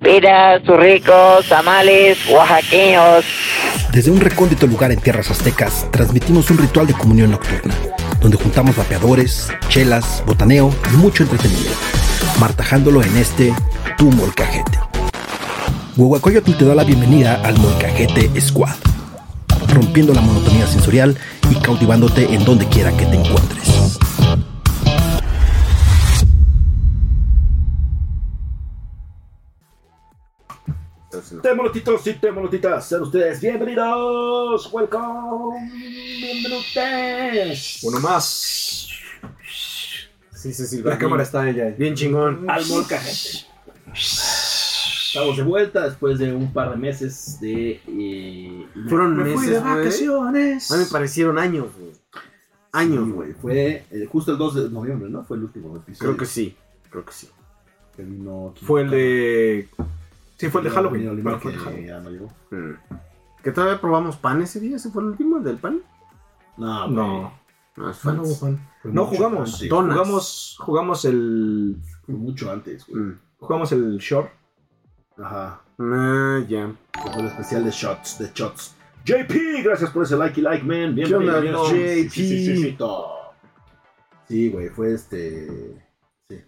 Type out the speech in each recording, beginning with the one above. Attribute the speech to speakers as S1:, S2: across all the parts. S1: peras, ricos, tamales, oaxaqueños.
S2: Desde un recóndito lugar en tierras aztecas, transmitimos un ritual de comunión nocturna, donde juntamos vapeadores, chelas, botaneo y mucho entretenimiento, martajándolo en este Tu Molcajete. Huehuacoyotl te da la bienvenida al Molcajete Squad, rompiendo la monotonía sensorial y cautivándote en donde quiera que te encuentres.
S3: Temolotitos y temolotitas, sean ustedes bienvenidos, welcome, bienvenidos
S4: Uno más.
S5: Sí, sí, sí.
S4: La cámara está ella. Bien chingón.
S3: al Molcajete. Estamos de vuelta después de un par de meses de... eh,
S4: Fueron
S3: me fui de
S4: meses, güey.
S3: vacaciones.
S4: A mí me parecieron años, güey. Años,
S3: Sí,
S4: güey.
S3: güey, Fue eh, justo el 2 de noviembre, ¿no? Fue el último episodio.
S4: Creo que sí. Creo que sí.
S3: que vino aquí.
S4: Fue el de. Sí, fue el de
S3: Vino-
S4: Halloween.
S3: vino el
S4: Bueno,
S3: que
S4: fue el de Halloween.
S3: ya no llegó.
S4: Mm. ¿Que todavía probamos pan ese día? ¿Ese fue el último, el del pan?
S3: No, güey,
S5: No,
S4: No,
S3: Ah,
S4: es
S5: no hubo
S4: fans.
S5: fan.
S3: mucho
S5: No jugamos.
S3: pan, sí.
S4: Donas.
S5: Jugamos, jugamos el.
S3: fue mucho antes, güey.
S4: Mm.
S5: Jugamos el short.
S3: Ajá.
S4: Ah, ya.
S3: que Fue el especial de Shots, de Shots. JP, gracias por ese like y like, man.
S4: ¿Qué onda,
S3: Bienvenido.
S4: JP?
S3: Sí, sí, sí, sí, to. Sí, güey, fue este. Sí.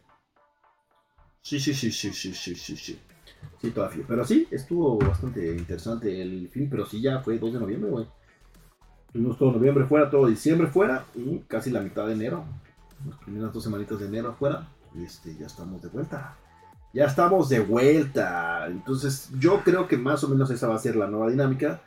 S3: Sí, sí, sí, sí, sí, sí, sí, sí. Sí, todavía. Pero sí, estuvo bastante interesante el film, pero sí ya fue 2 de noviembre, güey. Tuvimos todo noviembre fuera, todo diciembre fuera y casi la mitad de enero. Las primeras dos semanitas de enero fuera. Y este, ya estamos de vuelta. Ya estamos de vuelta. Entonces, yo creo que más o menos esa va a ser la nueva dinámica.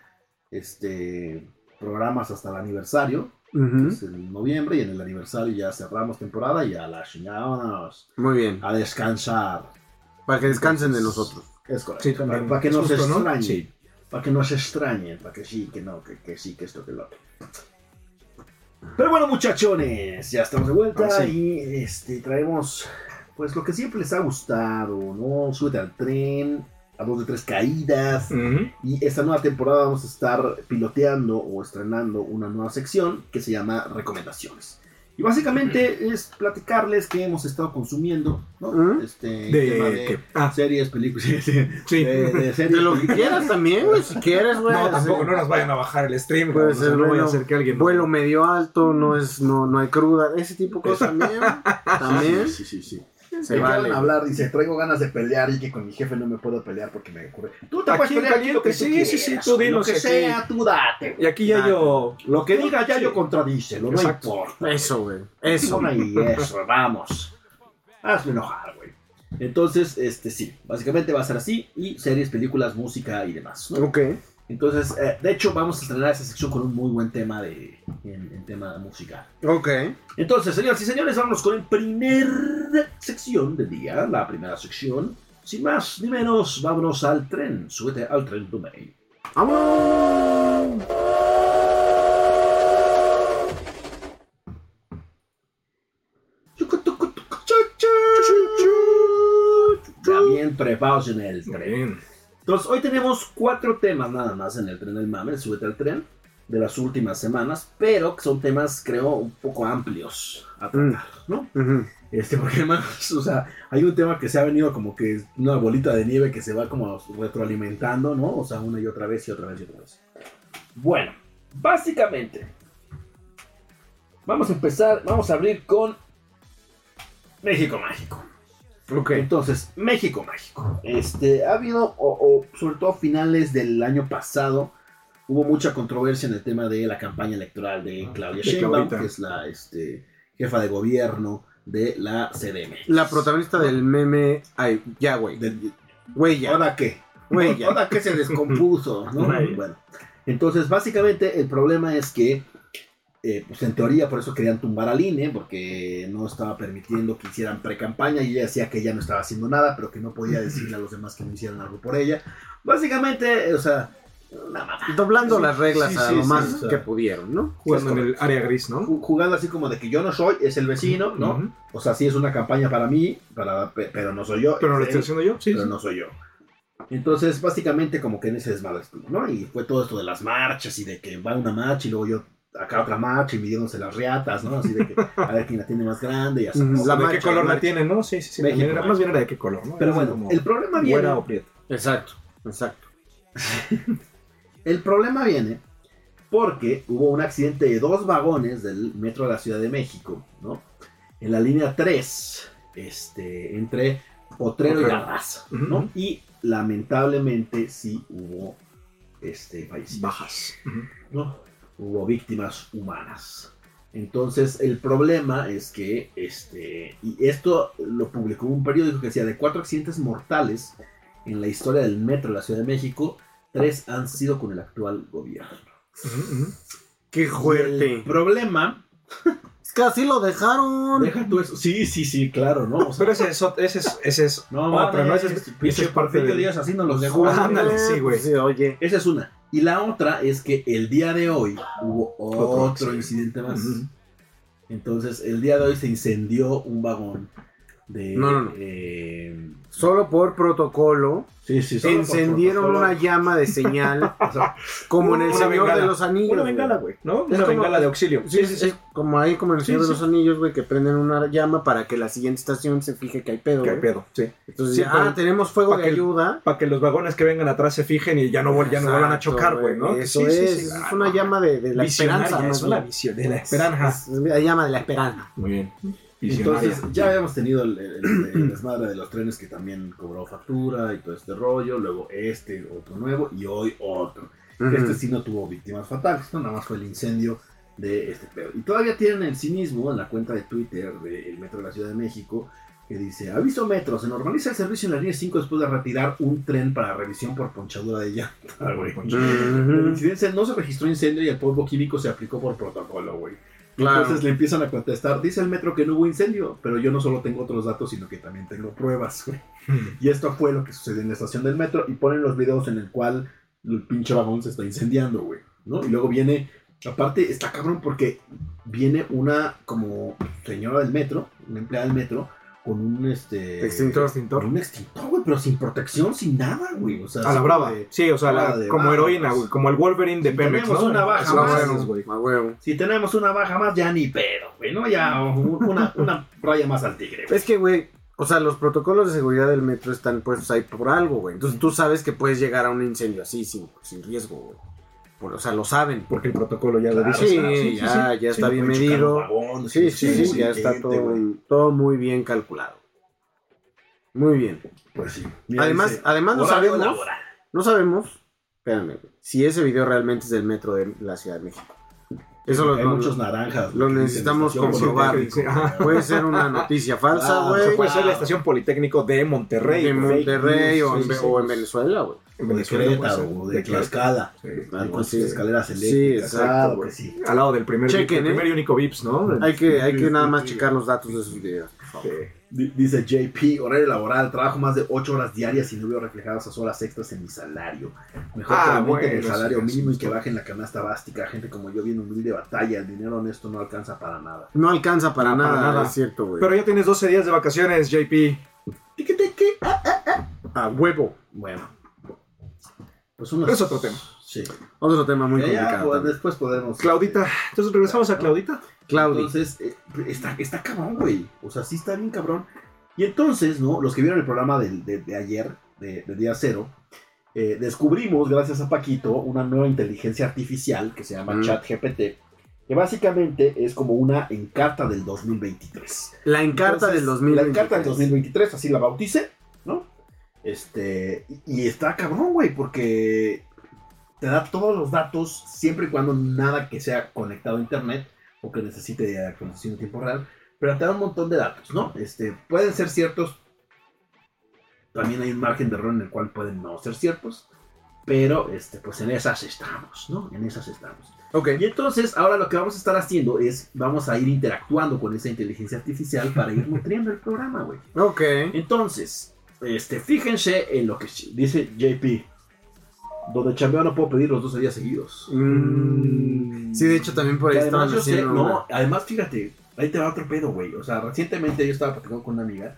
S3: Este, programas hasta el aniversario, que es en noviembre, y en el aniversario ya cerramos temporada y a la chingámonos.
S4: Muy bien.
S3: A descansar.
S4: Para que descansen de nosotros.
S3: Es correcto.
S5: Sí, también.
S3: Para, para que
S5: Es
S3: no se
S5: justo, ¿no?
S3: extrañen.
S5: Sí.
S3: Para que no se extrañen. Para que sí, que no, que, que sí, que esto, que lo otro. Pero bueno, muchachones, ya estamos de vuelta
S4: Ahora
S3: y este, traemos pues lo que siempre les ha gustado, ¿no? Súbete al tren, a dos de tres caídas. Y esta nueva temporada vamos a estar piloteando o estrenando una nueva sección que se llama Recomendaciones. Y básicamente es platicarles qué hemos estado consumiendo, ¿no?
S4: Ujú.
S3: Este, tema
S5: ¿Mm? De.
S3: de-
S5: ¿qué? Ah,
S3: series, películas, de,
S5: sí.
S3: de- de
S4: De
S3: series.
S4: lo que quieras también, güey. Si quieres, güey.
S5: No,
S4: Así-
S5: tampoco, no nos vayan a bajar el stream.
S4: Puede
S5: güey, o sea,
S4: ser,
S5: no voy a
S4: bueno,
S5: hacer que alguien.
S4: Vuelo medio alto, no es, no, no hay cruda, ese tipo de cosas también, también
S3: Sí, sí, sí.
S4: se
S3: Me quieren
S4: vale.
S3: hablar, dice, traigo ganas de pelear y que con mi jefe no me puedo pelear porque me ocurre. Tú te
S5: Aquí
S3: puedes
S5: en
S3: pelear aquí lo que
S5: caliente,
S3: tú
S5: sí, sí, sí,
S3: quieras,
S5: tú dinos
S3: Lo que
S5: aquí.
S3: sea, tú date.
S5: Y aquí ya yo.
S3: Lo que diga ya
S5: Sí.
S3: yo contradícelo, no
S5: Exacto.
S3: importa.
S4: Eso, güey, eso.
S3: Pon ahí eso, vamos. Hazme enojar, güey. Entonces, este sí, básicamente va a ser así y series, películas, música y demás. ¿no?
S4: Ok,
S3: Entonces, eh, de hecho, vamos a estrenar esa sección con un muy buen tema de, en, en tema musical.
S4: ok.
S3: Entonces, señoras y señores, vámonos con el primer sección del día, la primera sección. Sin más ni menos, vámonos al tren. Súbete al tren Dumey.
S4: ¡Vamos!
S3: Ya bien preparados en el
S5: Muy
S3: tren.
S5: bien.
S3: Entonces, hoy tenemos cuatro temas nada más en el tren del mame, súbete al tren, de las últimas semanas, pero que son temas, creo, un poco amplios a tratar, ¿no?
S4: Ujú.
S3: Este, porque más, o sea, hay un tema que se ha venido como que una bolita de nieve que se va como retroalimentando, ¿no? O sea, una y otra vez y otra vez y otra vez. Bueno, básicamente, vamos a empezar, vamos a abrir con México Mágico.
S4: Ok,
S3: Entonces, México Mágico. Este, ha habido, o, o sobre todo a finales del año pasado, hubo mucha controversia en el tema de la campaña electoral Ah, de Claudia
S5: De
S3: Sheinbaum,
S5: Claudita.
S3: que es la este, jefa de gobierno de la CDM.
S4: la protagonista del meme, ay, ya, güey, güey, ya,
S3: ¿Ahora qué?
S4: güey, ya.
S3: Ahora que se descompuso, ¿no?
S5: Güey.
S3: Bueno, entonces básicamente el problema es que, eh, pues en teoría por eso querían tumbar al INE, porque no estaba permitiendo que hicieran pre-campaña y ella decía que ella no estaba haciendo nada, pero que no podía decirle a los demás que no hicieran algo por ella. Básicamente, eh, o sea, una mamá.
S4: Doblando
S3: Sí,
S4: las reglas
S3: sí,
S4: a
S3: sí,
S4: lo
S3: sí,
S4: más
S3: o sea.
S4: que pudieron, ¿no?
S5: Jugando en
S3: correcto.
S5: el área gris, ¿no?
S3: Ju- Jugando así como de que yo no soy, es el vecino, ¿no?
S5: Ujú.
S3: O sea, sí es una campaña para mí, para, pe- pero no soy yo.
S5: Pero lo
S3: es
S5: estoy
S3: él.
S5: haciendo yo, sí.
S3: pero
S5: sí.
S3: no soy yo. Entonces, básicamente, como que en ese desmadre estuvo, ¿no? Y fue todo esto de las marchas y de que va una marcha y luego yo acá otra marcha y midiéndose las riatas, ¿no? Así de que a ver quién la tiene más grande y así.
S4: Mm, La
S5: La de qué
S4: marcha,
S5: color
S4: la
S5: la
S4: marcha.
S5: tiene, ¿no? Sí, sí, sí.
S3: México,
S5: también era- más bien era de qué color, ¿no?
S3: Pero
S5: Era
S3: bueno,
S5: como
S3: el problema viene.
S5: Güera o prieta.
S4: Exacto, exacto.
S3: El problema viene porque hubo un accidente de dos vagones del metro de la Ciudad de México, ¿no? En la línea 3, este, entre Potrero y
S5: Potrero.
S3: Arrasa, ¿no?
S5: Ujú.
S3: Y lamentablemente sí hubo este, fallecidos.
S5: Bajas. Ujú.
S3: ¿no? Hubo víctimas humanas. Entonces, el problema es que, este, y esto lo publicó un periódico que decía, de cuatro accidentes mortales en la historia del metro de la Ciudad de México, tres han sido con el actual gobierno.
S5: Ujú, ujú.
S4: Qué
S3: El
S4: fuerte.
S3: problema,
S4: Es que así lo dejaron.
S3: deja tú eso, sí, sí, sí, claro, ¿no? O sea,
S5: Pero ese es, ot- ese es, ese es
S3: no,
S5: otra, ¿no? Ese
S3: mames,
S5: es, ese
S3: pinches
S5: es parte
S3: Porfirio
S5: de...
S3: Díaz, así nos los dejó.
S4: Joder,
S5: Ah, ándale, sí, güey.
S4: Sí, oye.
S3: Esa es una. Y la otra es que el día de hoy hubo otro,
S5: accidente.
S3: incidente más.
S5: Ujú.
S3: Entonces, el día de hoy se incendió un vagón de.
S4: No, no, no.
S3: eh,
S4: Solo por protocolo
S3: sí, sí,
S4: se
S3: solo por
S4: encendieron
S3: protocolo.
S4: una llama de señal,
S3: O sea,
S4: como en el
S5: Una
S4: Señor
S5: bengala.
S4: de los Anillos.
S5: Una
S4: güey.
S5: bengala, güey, ¿no?
S4: Es
S5: Una
S4: como-
S5: bengala de auxilio.
S4: Sí, sí, sí. Como ahí, como en el
S5: Sí,
S4: Señor
S5: sí.
S4: de los Anillos, güey, que prenden una llama para que la siguiente estación se fije que hay pedo,
S5: Qué
S4: güey.
S5: pedo, sí.
S4: Entonces,
S5: Sí,
S4: ya,
S5: pero-
S4: ah, tenemos fuego
S5: pa'
S4: de
S5: que el-
S4: ayuda.
S5: Para que los vagones que vengan atrás se fijen y ya no, vol- ya no vuelvan a
S4: Exacto,
S5: chocar, güey, ¿no?
S4: Eso
S5: Sí,
S4: es,
S5: sí, sí,
S4: eso es
S5: claro.
S4: una llama de, de la
S5: Visionaria,
S4: esperanza. ¿no,
S5: es
S4: güey?
S5: una visión de la esperanza.
S4: Es la llama de la esperanza.
S5: Muy bien. Visionaria.
S3: Entonces, ya habíamos tenido el, el- el- el desmadre de los trenes que también cobró factura y todo este rollo. Luego, este, otro nuevo. Y hoy, otro. Este sí no tuvo víctimas fatales, ¿no? Nada más fue el incendio de este pedo. Y todavía tienen el cinismo en la cuenta de Twitter del Metro de la Ciudad de México que dice, aviso metro, se normaliza el servicio en la línea 5 después de retirar un tren para revisión por ponchadura de llanta, güey. En la
S4: Ujú.
S3: incidencia no se registró incendio y el polvo químico se aplicó por protocolo, güey.
S4: Claro.
S3: Entonces le empiezan a contestar, dice el metro que no hubo incendio, pero yo no solo tengo otros datos, sino que también tengo pruebas, güey. Y esto fue lo que sucedió en la estación del metro y ponen los videos en el cual el pinche vagón se está incendiando, güey, ¿no? Y luego viene, aparte está cabrón porque viene una como señora del metro, una empleada del metro, con un este...
S4: Extintor.
S3: Con un extintor, güey, pero sin protección, sin nada, güey. O sea,
S5: A la
S3: así
S5: brava.
S3: de-
S5: Sí, o sea, la-
S3: brava de
S5: como
S3: barras.
S5: heroína, güey. Como el Wolverine de
S3: Si
S5: Pemex,
S3: tenemos
S5: ¿no?
S3: una baja
S5: Eso
S4: Ah,
S5: lo
S3: más,
S5: haces, güey.
S4: huevo, a huevo.
S3: Si tenemos una baja más, ya ni pedo, güey, ¿no? Ya un- una, una raya más al tigre, güey.
S4: Es que, güey, o sea, los protocolos de seguridad del metro están puestos ahí por algo, güey. Entonces tú sabes que puedes llegar a un incendio así, sin, sin riesgo, güey. Por- o sea, lo saben.
S5: Porque el protocolo ya lo
S3: Claro,
S5: dice.
S4: sí,
S3: o sea, sí, sí,
S4: ya, ya Pues está
S3: no
S4: bien
S3: pueden chocar los
S4: medido.
S3: vagones,
S4: Sí,
S3: que
S4: sí,
S3: no
S4: sí,
S3: sé,
S4: ya
S3: gente,
S4: está todo,
S3: güey.
S4: todo muy bien calculado. Muy bien.
S3: Pues sí. Mira,
S4: además,
S3: dice,
S4: además no
S3: horario
S4: sabemos,
S3: laboral.
S4: no sabemos, espérame, güey, si ese video realmente es del metro de la Ciudad de México. Eso lo,
S3: Hay
S4: lo-
S3: muchos naranjas.
S4: lo
S3: güey, que
S4: necesitamos
S3: dicen, "Estación
S4: comprobar".
S3: Politécnico".
S5: Ajá.
S4: puede ser una noticia falsa,
S3: Ah,
S4: güey.
S5: Se puede ser
S3: Wow.
S5: la estación Politécnico de Monterrey.
S4: de
S5: güey.
S4: Monterrey o, en,
S5: Sí, sí, sí.
S4: o en Venezuela, güey.
S5: En
S3: O de
S5: Venezuela,
S3: Querétaro,
S5: puede ser.
S3: o de Tlaxcala.
S5: Sí.
S4: Claro,
S3: con
S4: Ah, pues sí.
S3: sus escaleras
S4: Sí,
S3: eléctricas.
S4: exacto,
S3: claro
S4: güey.
S3: que sí.
S5: Al lado del primer,
S4: Chequen,
S5: del
S4: ¿eh?
S5: primer y único Vips, ¿no?
S4: Hay que, hay que
S5: Sí,
S4: nada
S5: sí,
S4: más
S5: sí.
S4: checar los datos de esos videos, por favor.
S5: Sí.
S3: Di- Dice JP, horario laboral, trabajo más de 8 horas diarias y no veo reflejadas esas horas extras en mi salario. Mejor
S5: Ah,
S3: que aumenten
S5: bueno,
S3: el salario
S5: sí, sí,
S3: mínimo y
S5: sí.
S3: que bajen la canasta básica. Gente como yo bien humilde batalla, el dinero honesto no alcanza para nada.
S4: No alcanza para,
S5: No, para
S4: nada,
S5: nada.
S4: es cierto, güey.
S5: Pero ya tienes 12 días de vacaciones, JP.
S4: A huevo.
S3: Bueno. Pues unos...
S5: Pero es otro tema.
S3: Sí.
S4: Otro tema muy
S3: Ya, ya,
S4: complicado.
S3: pues,
S4: también.
S3: después podremos...
S5: Claudita. Entonces regresamos a Claudita.
S4: Claudio.
S3: Entonces, eh, está, está cabrón, güey. O sea, sí está bien cabrón. Y entonces, ¿no? Los que vieron el programa del- de, de ayer, de, de Día Cero, eh, descubrimos, gracias a Paquito, una nueva inteligencia artificial que se llama
S4: Mm.
S3: ChatGPT, que básicamente es como una encarta del 2023.
S4: la encarta
S3: Entonces,
S4: del 2020.
S3: La encarta del 2023, así la bauticé, ¿no? Este, y, y está cabrón, güey, porque te da todos los datos, siempre y cuando nada que sea conectado a internet o que necesite de actualización en tiempo real, pero te da un montón de datos, ¿no? Este, pueden ser ciertos, también hay un margen de error en el cual pueden no ser ciertos, pero este, pues en esas estamos, ¿no? En esas estamos.
S4: Ok.
S3: Y entonces, ahora lo que vamos a estar haciendo es, vamos a ir interactuando con esa inteligencia artificial para ir nutriendo el programa, güey.
S4: Ok.
S3: Entonces, este, fíjense en lo que dice JP. Donde chambeo no puedo pedir los 12 días seguidos.
S4: Mm, sí, de hecho, también por
S3: Que
S4: ahí
S3: además
S4: estaban
S3: yo sé,
S4: haciendo.
S3: no,
S4: una-
S3: además fíjate, ahí te va otro pedo, güey. O sea, recientemente yo estaba platicando con una amiga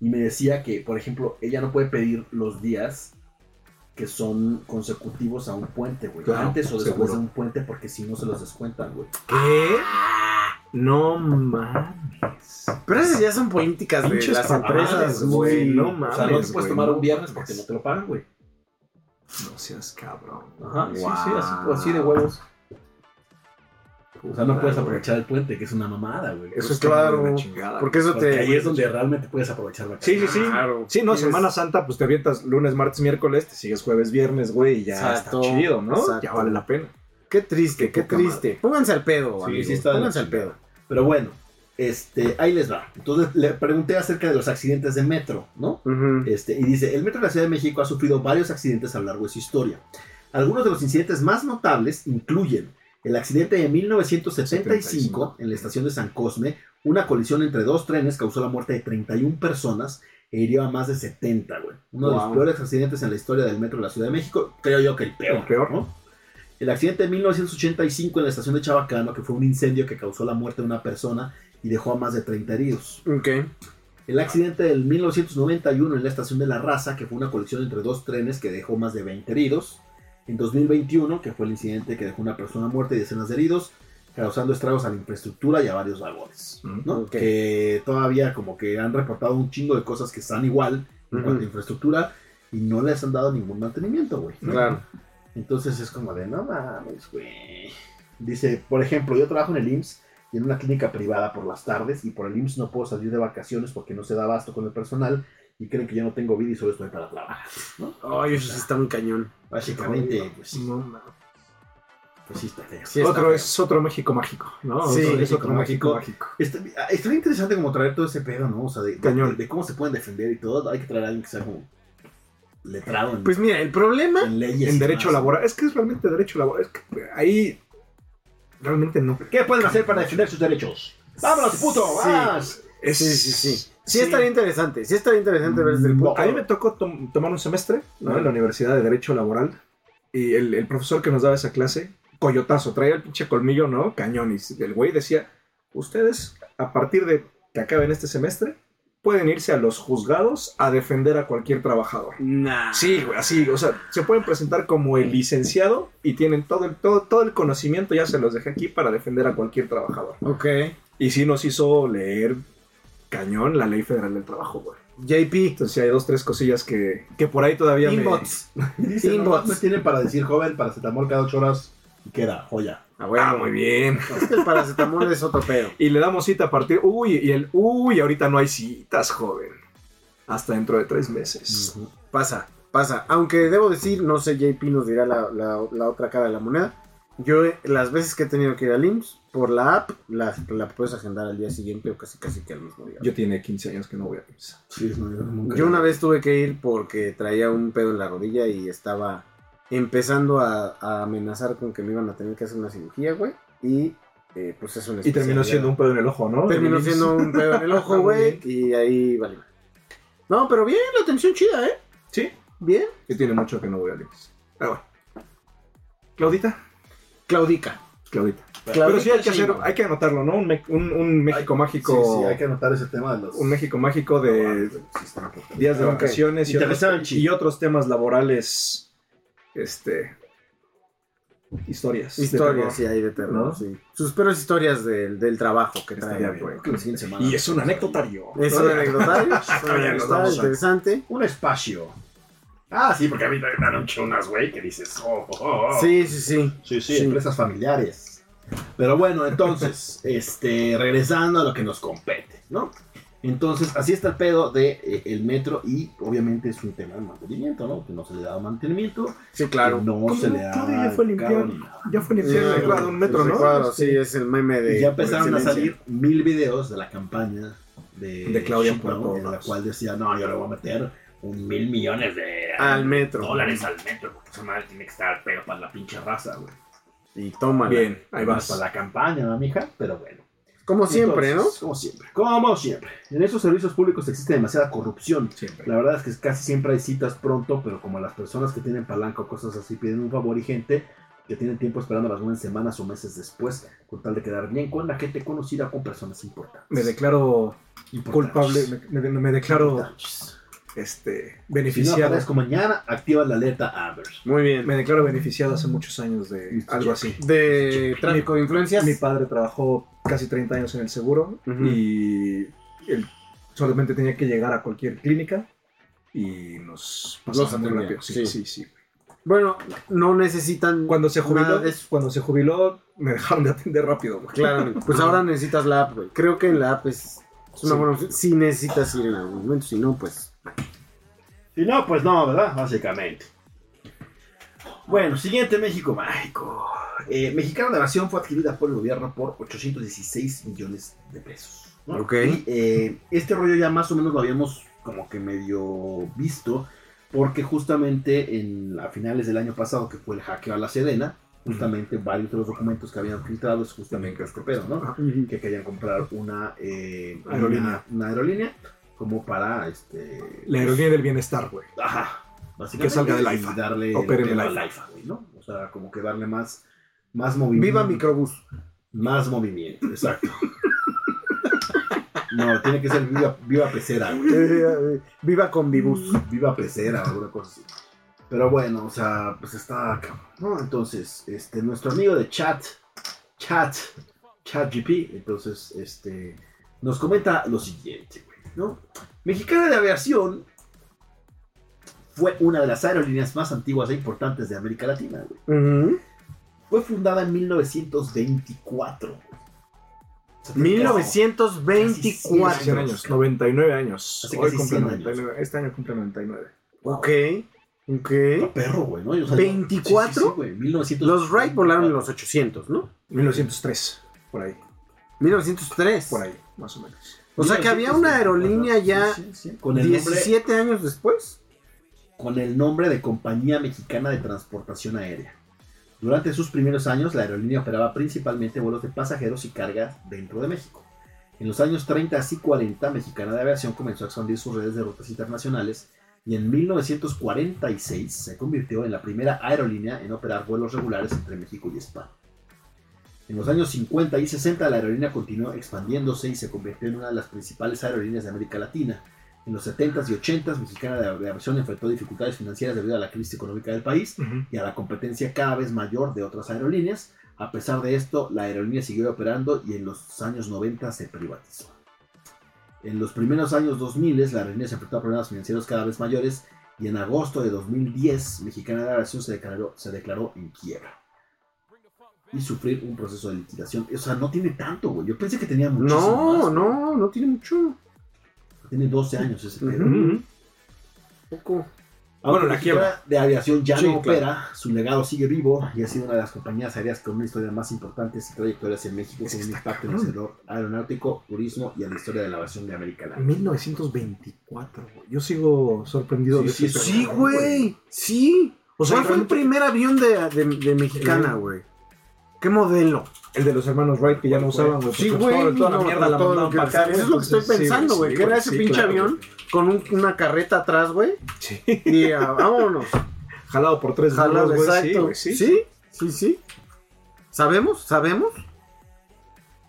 S3: y me decía que, por ejemplo, ella no puede pedir los días que son consecutivos a un puente, güey.
S5: Claro,
S3: Antes o después
S5: seguro.
S3: de un puente porque si no se los descuentan, güey.
S5: ¿Qué? No mames.
S4: Pero esas ya son políticas de
S5: Pinches
S4: las
S5: mamadas,
S4: empresas,
S5: Ah,
S4: güey.
S5: güey. No
S6: o sea, no
S5: mames,
S6: te
S5: güey,
S6: puedes tomar
S5: no
S6: un viernes
S5: mames.
S6: porque no te lo pagan, güey.
S5: No seas cabrón.
S6: Ajá, sí,
S4: Guau.
S6: sí, así, así de huevos. O sea, no puedes
S5: Puta,
S6: aprovechar el puente, que es una mamada, güey.
S4: Eso
S5: Pues
S4: es claro.
S5: una chingada,
S4: Porque eso
S6: Porque
S4: te.
S6: ahí es donde realmente puedes aprovechar la
S5: Sí, sí, sí.
S4: Claro.
S5: Sí, no,
S4: Tienes-
S5: Semana Santa, pues te avientas lunes, martes, miércoles, te sigues jueves, viernes, güey, y ya
S4: Exacto,
S5: está chido, ¿no?
S4: exacto.
S5: Ya vale la pena.
S4: Qué triste, qué,
S5: Qué poca
S4: triste. Pónganse al pedo,
S3: Sí,
S4: amigos,
S3: sí está de la
S4: Pónganse al pedo.
S3: Pero bueno, este, ahí les va. Entonces le pregunté acerca de los accidentes de metro, ¿no?
S4: Ujú.
S3: Este, y dice, el metro de la Ciudad de México ha sufrido varios accidentes a lo largo de su historia. Algunos de los incidentes más notables incluyen el accidente de 1975 en la estación de San Cosme, una colisión entre dos trenes causó la muerte de 31 personas e hirió a más de 70, güey. Uno de los
S4: Wow.
S3: peores accidentes en la historia del metro de la Ciudad de México, creo yo que el peor,
S5: El peor.
S3: ¿no? El accidente de 1985 en la estación de Chabacano, que fue un incendio que causó la muerte de una persona y dejó a más de 30 heridos.
S4: Ok.
S3: El accidente del 1991 en la estación de La Raza, que fue una colisión entre dos trenes que dejó más de 20 heridos. En 2021, que fue el incidente que dejó una persona muerta y decenas de heridos, causando estragos a la infraestructura y a varios vagones. ¿no?
S4: ok.
S3: Que todavía como que han reportado un chingo de cosas que están igual en
S4: Ujú.
S3: cuanto a infraestructura y no les han dado ningún mantenimiento, güey. ¿no?
S4: Claro.
S3: Entonces es como de, no mames, güey. Dice, por ejemplo, yo trabajo en el IMSS y en una clínica privada por las tardes y por el IMSS no puedo salir de vacaciones porque no se da abasto con el personal y creen que yo no tengo vida y solo estoy para trabajar.
S4: Ay, eso sí está muy cañón.
S3: Básicamente, pues, sí,
S5: No mames.
S3: pues sí está feo.
S4: Sí está
S5: Otro
S4: feo.
S5: es otro México mágico, ¿no?
S4: Sí,
S5: Otro- es
S3: México
S5: otro México
S3: mágico.
S5: mágico.
S3: Está, está bien interesante como traer todo ese pedo, ¿no? O sea, de, de-
S5: Cañón.
S3: de cómo se pueden defender y todo. Hay que traer a alguien que sea como letrado en,
S4: Pues mira, el problema.
S3: en leyes.
S5: en
S3: y
S5: derecho
S3: más.
S5: laboral. Es que es realmente derecho laboral. Es que ahí realmente no.
S3: ¿Qué pueden hacer para defender sus derechos? ¡Vámonos, puto!
S4: Sí.
S3: ¡Vámonos!
S5: Es-
S4: Sí, sí, sí. Sí, Mm, estaría interesante. Sí estaría interesante ver desde el punto.
S5: A mí me tocó tom- tomar un semestre ¿no?
S4: Ajá.
S5: en la Universidad de Derecho Laboral y el, el profesor que nos daba esa clase, coyotazo, traía el pinche colmillo, ¿no? Cañón. Y el güey decía, ustedes a partir de que acaben este semestre pueden irse a los juzgados a defender a cualquier trabajador.
S4: Nah.
S5: Sí, güey, así, o sea, se pueden presentar como el licenciado y tienen todo el, todo, todo el conocimiento, ya se los dejé aquí para defender a cualquier trabajador.
S4: Ok.
S5: Y sí nos hizo leer cañón la ley federal del trabajo, güey.
S4: JP.
S5: Entonces sí hay dos, tres cosillas que, que por ahí todavía me...
S4: Inbots.
S3: Dice,
S4: Inbox.
S3: nomás me tienen para decir joven, paracetamol cada ocho horas y queda, joya.
S4: Ah,
S5: Ah, muy bien.
S4: Es que el paracetamol es otro pedo.
S5: Y le damos cita a partir... Uy, y el... Uy, ahorita no hay citas, joven. Hasta dentro de tres meses.
S4: Pasa, pasa. Aunque debo decir, no sé, JP nos dirá la, la- la otra cara de la moneda. Yo eh, las veces que he tenido que ir al IMSS, por la app, la, la puedes agendar al día siguiente o casi casi que al mismo día.
S5: Yo tiene 15 años que no voy a pensar.
S3: Sí, no, yo nunca-
S4: Yo una vez tuve que ir porque traía un pedo en la rodilla y estaba empezando a, a amenazar con que me iban a tener que hacer una cirugía, güey. Y eh, pues es una
S5: Y terminó
S4: especialidad.
S5: siendo un pedo en el ojo, ¿no?
S4: Terminó siendo un pedo en el
S5: Ah,
S4: ojo,
S5: muy
S4: güey. Y ahí vale. No, pero bien, la atención chida, ¿eh?
S5: Sí.
S4: Bien.
S5: Que tiene mucho que no voy a Lips. Pero bueno. Claudita.
S4: Claudica.
S5: Claudita.
S4: Claudita
S5: Pero sí hay que
S4: Sheinbaum.
S5: hacer, hay que anotarlo, ¿no? Un, me- un- un México
S3: Sí,
S5: mágico.
S3: sí, hay que anotar ese tema de los.
S5: Un México mágico de
S3: Sí, está importante.
S5: días de
S4: Ok.
S5: vacaciones y otros,
S3: Interesante.
S5: y otros temas laborales. Este. Historias. de terror.
S4: Historias, sí, hay de terror,
S5: ¿No?
S4: sí. Sus peores historias del, del trabajo que
S5: Estaría
S4: traen,
S5: bien.
S4: güey.
S3: Creo que la siguiente semana.
S5: Y es un anecdotario.
S4: Es un anecdotario, es un
S5: Todavía nos
S4: anecdotario
S3: vamos a-
S4: interesante.
S3: Un espacio. Ah, sí, porque a mí me dan unas, güey, que dices. Oh, oh, oh.
S4: Sí, sí, sí.
S3: Sí, sí,
S4: Sí.
S3: empresas familiares. Pero bueno, entonces, este, regresando a lo que nos compete, ¿no? Entonces, así está el pedo de eh, el metro y obviamente es un tema de mantenimiento, ¿no? Que no se le da mantenimiento,
S4: Sí,
S3: que
S4: claro.
S3: no se le da.
S5: Claudia ya fue
S3: encargo
S5: limpiar.
S3: ni nada.
S5: Ya fue iniciar
S4: Sí,
S5: el grado de un metro,
S4: el
S5: ¿no?
S4: recuadro, sí, es el meme de.
S3: Y ya empezaron
S4: por
S3: a
S4: excelencia.
S3: salir mil videos de la campaña de,
S5: De Claudia
S3: Sheinbaum,
S5: por todos
S3: en la
S5: lados.
S3: cual decía, no, yo le voy a meter un mil millones de
S4: Al metro.
S3: dólares al metro, porque esa madre tiene que estar pero para la pinche raza, güey.
S4: Y toma.
S5: Bien, ahí
S3: Más
S5: vas.
S3: Para la campaña, ¿no, mija? Pero bueno.
S4: Como siempre, ¿no?
S3: Entonces, Como siempre. Como siempre. En esos servicios públicos existe demasiada corrupción.
S5: Siempre.
S3: La verdad es que casi siempre hay citas pronto, pero como las personas que tienen palanca o cosas así piden un favor y gente que tienen tiempo esperando las buenas semanas o meses después, con tal de quedar bien con la gente conocida o con personas importantes.
S5: Me declaro
S3: Importantes.
S5: culpable, me, me- me declaro
S3: Importantes.
S5: este,
S3: Si no
S5: beneficiado.
S3: aparezco mañana, activa la alerta Amber.
S4: Muy bien.
S5: me declaro beneficiado hace muchos años de algo así.
S4: De tráfico de influencias.
S5: Mi padre trabajó casi 30 años en el seguro
S4: Ujú.
S5: y él solamente tenía que llegar a cualquier clínica y nos
S4: Los
S5: pasaba muy
S4: atendía,
S5: rápido. Sí,
S4: sí.
S5: sí, sí.
S4: Bueno, no necesitan.
S5: Cuando se jubiló,
S4: Nada, es-
S5: cuando se jubiló, me dejaron de atender rápido. güey.
S4: Claro, pues ahora necesitas la app, güey. Creo que en la app es, es una
S5: Sí.
S4: buena opción. Si necesitas ir en algún momento, si no, pues.
S3: Si no, pues no, ¿verdad? Básicamente. Bueno, siguiente México mágico. Eh, Mexicana Nación fue adquirida por el gobierno por 816 millones de pesos. ¿no?
S4: Ok.
S3: Y, eh, este rollo ya más o menos lo habíamos como que medio visto, porque justamente en, a finales del año pasado, que fue el hackeo a la Sedena, justamente varios de los documentos que habían filtrado es justamente este pedo, ¿no? que querían comprar una, eh,
S5: Aerolínea.
S3: una, una aerolínea como para este
S5: La aerolínea del bienestar, güey.
S3: ajá básicamente
S5: Que salga del
S3: y
S5: AIFA.
S3: darle
S5: Opere
S3: el
S5: en
S3: tema
S5: el AIFA.
S3: al AIFA, güey, no o sea como que darle más más movimiento
S4: Viva Microbús.
S3: más movimiento exacto no tiene que ser viva viva pecera güey
S4: Eh, Viva Convibus.
S3: Mm. viva pecera o alguna cosa así pero bueno o sea pues está cabrón, no entonces este nuestro amigo de chat chat ChatGP, entonces este nos comenta lo siguiente, güey, ¿no? Mexicana de Aviación fue una de las aerolíneas más antiguas e importantes de América Latina, güey.
S4: Ujú.
S3: Fue fundada en 1924. güey. O sea, tiene casi-
S4: 1924.
S5: 100 años, 99 años.
S3: Hace
S5: Hoy
S3: casi
S5: cumple
S3: 100 años.
S5: 99, Este año cumple 99.
S4: Ok. Ok.
S3: Está perro, güey, ¿no? Y, o sea,
S4: 24?
S3: sí, sí, sí, güey, 1900
S4: Los Wright volaron en los 800, ¿no?
S5: 1903, por ahí,
S4: 1903.
S5: por ahí, más o menos.
S4: O sea que había una aerolínea ya
S3: Sí, sí, sí, con el nombre
S4: 17 años después.
S3: con el nombre de Compañía Mexicana de Transportación Aérea. Durante sus primeros años, la aerolínea operaba principalmente vuelos de pasajeros y carga dentro de México. En los años 30 y 40, Mexicana de Aviación comenzó a expandir sus redes de rutas internacionales y en 1946 se convirtió en la primera aerolínea en operar vuelos regulares entre México y España. En los años 50 y 60, la aerolínea continuó expandiéndose y se convirtió en una de las principales aerolíneas de América Latina. En los 70s y 80s, Mexicana de Aviación enfrentó dificultades financieras debido a la crisis económica del país y a la competencia cada vez mayor de otras aerolíneas. A pesar de esto, la aerolínea siguió operando y en los años 90 se privatizó. En los primeros años 2000, la aerolínea se enfrentó a problemas financieros cada vez mayores y en agosto de 2010, Mexicana de Aviación se declaró, se declaró en quiebra y sufrir un proceso de liquidación. O sea, no tiene tanto, güey. Yo pensé que tenía muchísimo más,
S4: No,
S3: güey.
S4: no, no tiene mucho.
S3: Tiene 12 años ese pedo.
S5: Ujú.
S4: Poco.
S5: Bueno,
S3: Aunque
S5: la
S3: la quiebra de aviación ya
S4: Sí,
S3: no opera,
S4: claro.
S3: su legado sigue vivo y ha sido una de las compañías aéreas con una historia más importantes y trayectorias en México
S5: Es que
S3: con un
S5: está
S3: impacto en el sector aeronáutico, turismo y en la historia de la aviación de América Latina.
S5: 1924, güey. Yo sigo sorprendido
S3: Sí,
S5: de
S3: sí,
S5: ese
S4: Sí,
S5: pedo,
S4: güey. Sí.
S5: O sea,
S4: ¿Cuál fue el
S5: realmente-
S4: primer avión de, de- de mexicana, güey? ¿Qué modelo?
S5: El de los hermanos Wright que ya no usaban, güey.
S4: Sí,
S5: porque
S4: güey,
S5: todo- Toda la
S4: no,
S5: mierda la
S4: todo lo
S5: mandaban
S4: que-
S5: para acá.
S4: eso es lo que estoy pensando, güey, que era ese pinche avión. Con un- una carreta atrás, güey.
S5: Sí.
S4: Y ah, vámonos.
S5: Jalado por tres
S4: Jala,
S5: burros, güey. Sí,
S4: exacto.
S5: güey, sí.
S4: sí, sí, sí. ¿Sabemos? ¿Sabemos?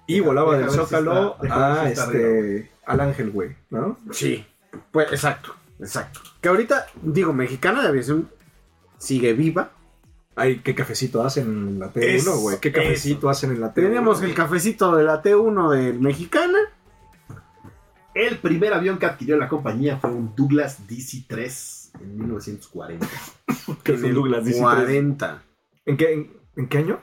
S5: Y volaba
S3: Deja
S5: del
S3: ver si
S5: Zócalo
S3: está- deja ver
S5: a
S3: si está
S5: este. Al Ángel, güey, ¿no?
S4: Sí. Pues exacto, exacto. Que ahorita, digo, mexicana de aviación sigue viva.
S5: Ay, qué cafecito hacen en la
S4: Eso,
S5: T1, güey. Qué cafecito hacen en la T1.
S4: Tenemos el cafecito de la T1 de mexicana.
S3: El primer avión que adquirió la compañía fue un Douglas DC-3 en 1940.
S5: que
S4: en el 40.
S5: ¿En qué, en, en qué año?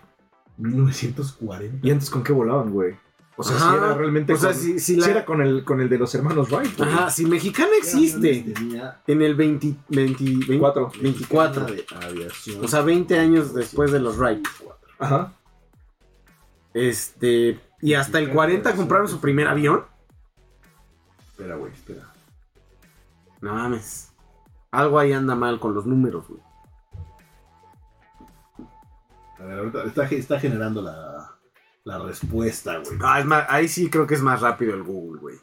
S3: 1940.
S5: ¿Y antes con qué volaban, güey? O sea,
S4: Ajá.
S5: si era realmente.
S4: O sea,
S5: con-
S4: si, si
S5: si
S4: la-
S5: era con el, con el de los hermanos Wright. güey.
S4: Ajá, si mexicana existe
S3: Tenía
S4: en el 20, 20, 20
S5: Cuatro.
S4: 24.
S3: de aviación.
S4: O sea, 20 años después de los Wright.
S5: Ajá.
S4: Este. Y hasta el 40 compraron su primer avión.
S3: Espera, güey, espera.
S4: No mames. Algo ahí anda mal con los números, güey.
S3: A ver, ahorita está, está generando la, la respuesta, güey.
S4: Ah, es más- ahí sí creo que es más rápido el Google, güey.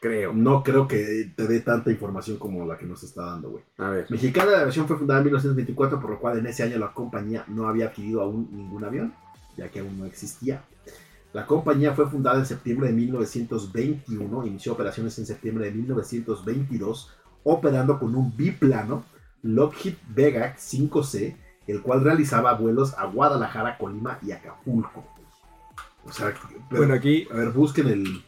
S4: Creo.
S3: No creo que te dé tanta información como la que nos está dando, güey.
S4: A ver.
S3: Mexicana de Aviación fue fundada en 1924, por lo cual en ese año la compañía no había adquirido aún ningún avión, ya que aún no existía. La compañía fue fundada en septiembre de 1921, inició operaciones en septiembre de 1922, operando con un biplano Lockheed Vega 5C, el cual realizaba vuelos a Guadalajara, Colima y Acapulco. O sea, pero-
S5: Bueno, aquí,
S3: a ver, busquen el.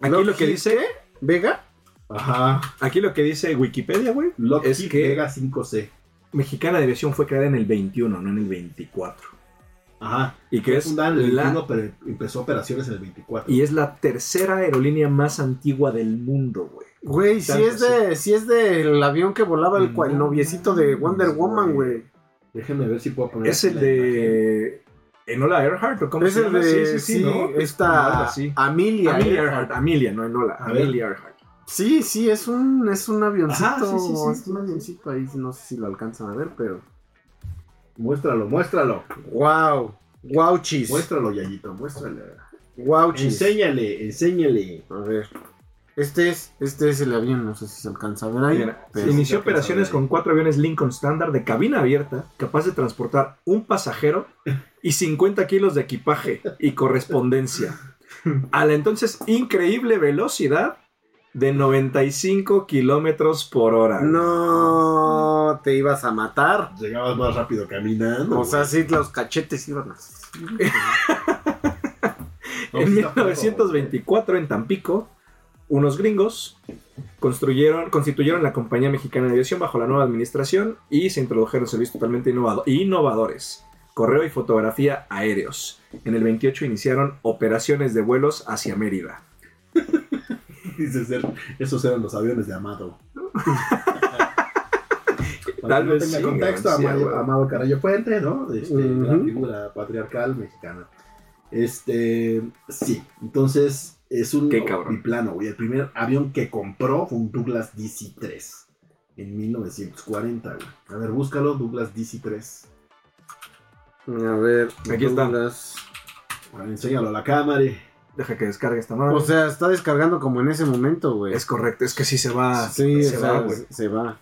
S5: aquí lo que dice,
S4: ¿Vega?
S3: Ajá.
S5: aquí lo que dice Wikipedia, güey,
S3: Lockheed
S5: es que
S3: Vega 5C.
S5: Mexicana de Aviación fue creada en el 21, no en el 24.
S3: Ajá.
S5: Y que es
S3: Fundada en el
S5: la
S3: 21, pero empezó operaciones en el 24.
S5: Y es la tercera aerolínea más antigua del mundo, güey.
S4: Güey, si
S5: Tanto,
S4: es de, si es del avión que volaba el, cua- el
S3: No
S4: noviecito de Wonder
S3: mames,
S4: Woman,
S3: güey.
S4: güey.
S3: Déjenme ver si puedo poner.
S5: Es
S3: aquí
S5: el
S3: la imagen.
S5: de Enola Earhart o cómo
S4: Es
S5: se
S4: el
S5: llama?
S4: de
S5: sí, sí, sí, ¿no? Es como algo
S4: esta
S5: así.
S4: Amelia.
S5: Amelia
S4: ¿eh?
S5: Earhart, Amelia, no Enola,
S3: A ver.
S5: Amelia Earhart.
S4: Sí, sí, es un, es un avioncito.
S5: Ajá, sí, sí, sí.
S4: es un avioncito ahí, no sé si lo alcanzan a ver, pero.
S3: Muéstralo, muéstralo.
S4: Wow. Wow, chis.
S3: Muéstralo, Yayito, muéstralo.
S4: Wow, chis.
S3: Enséñale, enséñale.
S4: A ver. Este es, este es el avión, no sé si se alcanza a ver ahí.
S5: Mira,
S4: pero-
S5: inició
S3: sí,
S5: operaciones
S3: sí.
S5: con cuatro aviones Lincoln Standard de cabina abierta, capaz de transportar un pasajero y 50 kilos de equipaje y correspondencia, a la entonces increíble velocidad de 95 kilómetros por hora.
S4: No te ibas a matar.
S3: Llegabas más rápido caminando.
S4: O sea, sí, los cachetes iban a.
S3: güey.
S5: En 1924, en Tampico, unos gringos construyeron, constituyeron la Compañía Mexicana de Aviación bajo la nueva administración y se introdujeron servicios totalmente innovado- innovadores, correo y fotografía aéreos. En el 28 iniciaron operaciones de vuelos hacia Mérida.
S3: Dice ser, "Er, esos eran los aviones de Amado. Para
S5: Tal
S3: que no
S5: vez
S3: tenga
S5: sí,
S3: contexto,
S5: güey, sí,
S3: Amado,
S5: güey.
S3: Amado Carrillo Puente, ¿no? Este,
S4: Ujú.
S3: La figura patriarcal mexicana. Este, sí, entonces es un
S5: Qué cabrón.
S3: biplano, güey. El primer avión que compró fue un Douglas DC-3 en 1940, güey. A ver, búscalo, Douglas DC-3.
S4: A ver.
S5: Aquí está.
S4: Douglas.
S3: A ver, enséñalo a la cámara.
S5: Deja que descargue esta madre.
S4: O sea, está descargando como en ese momento, güey. Ah,
S5: es correcto, es que sí se va.
S4: sí,
S5: se
S4: o
S5: va,
S4: sea,
S5: güey.
S4: se va.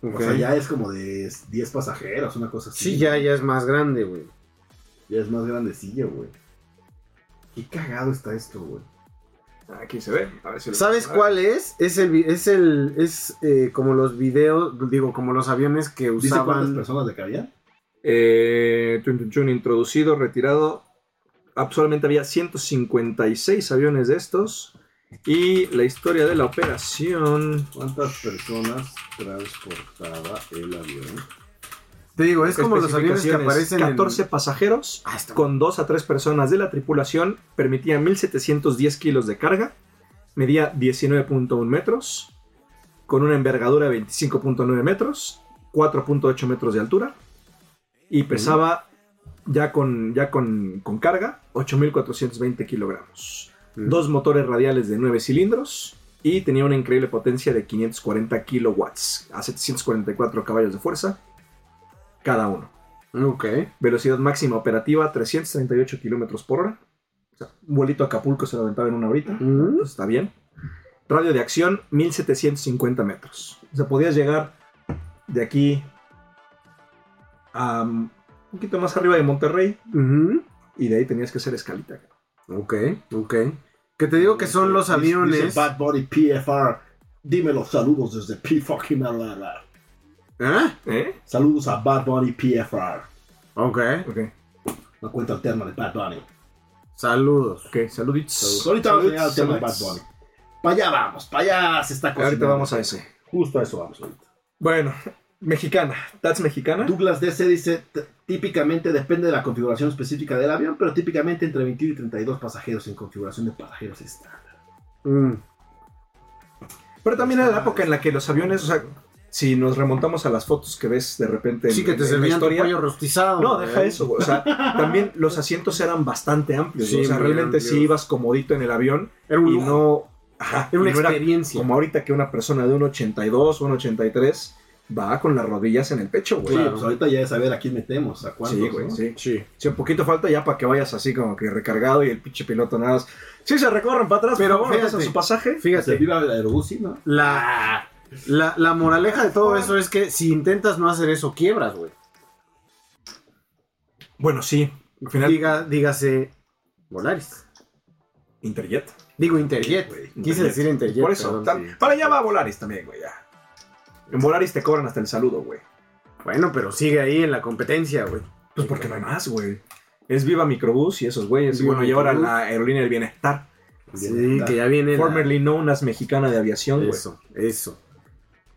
S3: O sea,
S4: Ok.
S3: ya es como de 10 pasajeros, una cosa así.
S4: Sí, ya, ya es más grande, güey.
S3: Ya es más grandecillo, güey. Qué cagado está esto, güey.
S5: Aquí se ve. a ver si lo-
S4: ¿Sabes
S5: a ver.
S4: cuál es? Es el, vi- es el, es eh, como los videos, digo, como los aviones que
S3: ¿Dice cuántas
S4: usaban.
S3: personas le cabían?
S5: Eh, chun, chun, chun, introducido, retirado. Absolutamente había 156 aviones de estos. Y la historia de la operación.
S3: ¿Cuántas personas transportaba el avión?
S4: Te digo, es como los aviones que
S5: especificaciones,
S4: aparecen en-
S5: 14 pasajeros
S4: Ah, está-
S5: con 2 a 3 personas de la tripulación. Permitía 1710 kilos de carga. Medía 19.1 metros. Con una envergadura de 25.9 metros. 4.8 metros de altura. Y pesaba ya con, ya con, con carga 8.420 kilogramos.
S4: Mm.
S5: Dos motores radiales de 9 cilindros y tenía una increíble potencia de 540 kilowatts a 744 caballos de fuerza cada uno.
S4: Mm, Ok.
S5: Velocidad máxima operativa 338 kilómetros por hora. O sea, un vuelito a Acapulco se lo aventaba en una horita.
S4: Mm.
S5: Pues está bien. Radio de acción 1750 metros. O sea, podías llegar de aquí a um, un poquito más arriba de Monterrey
S4: Ujú.
S5: y de ahí tenías que hacer escalita.
S4: Ok, ok. Que te digo que son los
S3: Dice-
S4: aviones.
S3: Dice Bad Body PFR. Dime los saludos desde P fucking Alala.
S4: ¿Ah?
S5: ¿Eh?
S3: Saludos a Bad Bunny PFR.
S4: Ok.
S5: Ok,
S3: La cuenta alterna de Bad Bunny.
S4: Saludos.
S5: ok, saluditos.
S3: Saludos. Ahorita vamos a llegar al tema de Bad Bunny. Para allá vamos, para allá se está cocinando.
S5: Ahorita vamos a ese.
S3: Justo a eso vamos ahorita.
S5: Bueno, mexicana. ¿Tats
S4: ¿Eh?
S5: mexicana?
S3: Douglas DC dice, "T- típicamente depende de la configuración específica del avión, pero típicamente entre 21 y 32 pasajeros en configuración de pasajeros estándar.
S4: Mm.
S5: Pero también era la época en la que los aviones, o sea, si nos remontamos a las fotos que ves de repente en-
S4: Sí, que
S5: en-
S4: te
S5: en la
S4: servían tu
S5: historia,
S4: pollo ¿eh? rostizado.
S5: No,
S4: güey.
S5: deja eso, güey. O sea, también los asientos eran bastante amplios.
S4: Sí,
S5: güey. o sea,
S4: muy
S5: realmente
S4: amplios.
S5: sí ibas comodito en el avión
S4: Era un
S5: y
S4: lujo.
S5: no. Ajá,
S4: Era una
S5: y no era
S4: experiencia.
S5: como ahorita que una persona de un 82 o un 83 va con las rodillas en el pecho,
S3: Sí,
S5: güey.
S4: Claro.
S3: pues ahorita ya es saber a quién metemos, a cuántos.
S5: Sí, güey,
S3: ¿no?
S5: sí.
S4: Sí.
S5: Si un poquito falta ya para que vayas así como que recargado y el pinche piloto nada más. Sí, se recorren para atrás,
S4: Pero
S5: pero vámonos a
S4: fíjate.
S5: su pasaje.
S3: O sea,
S4: Fíjate,
S3: viva el Aerobús, sí, ¿no?
S4: la, la, la moraleja de todo eso es que si intentas no hacer eso, quiebras, güey.
S5: Bueno, sí. Al final,
S4: Diga, dígase Volaris.
S5: Interjet.
S4: Digo Interjet.
S3: güey.
S4: Quise
S5: Interjet.
S4: decir Interjet.
S5: Por eso,
S4: perdón.
S5: tam- para allá va Volaris también, güey, ya. En Volaris te cobran hasta el saludo, güey.
S4: Bueno, pero sigue ahí en la competencia, güey.
S5: Pues porque no hay más, güey. Es Viva Microbús y esos güeyes. Y
S4: Viva
S5: bueno, y ahora
S4: Microbús.
S5: la aerolínea del bienestar.
S4: Sí, que ya viene. la-
S5: Formerly known as Mexicana de Aviación, güey.
S4: Eso, eso.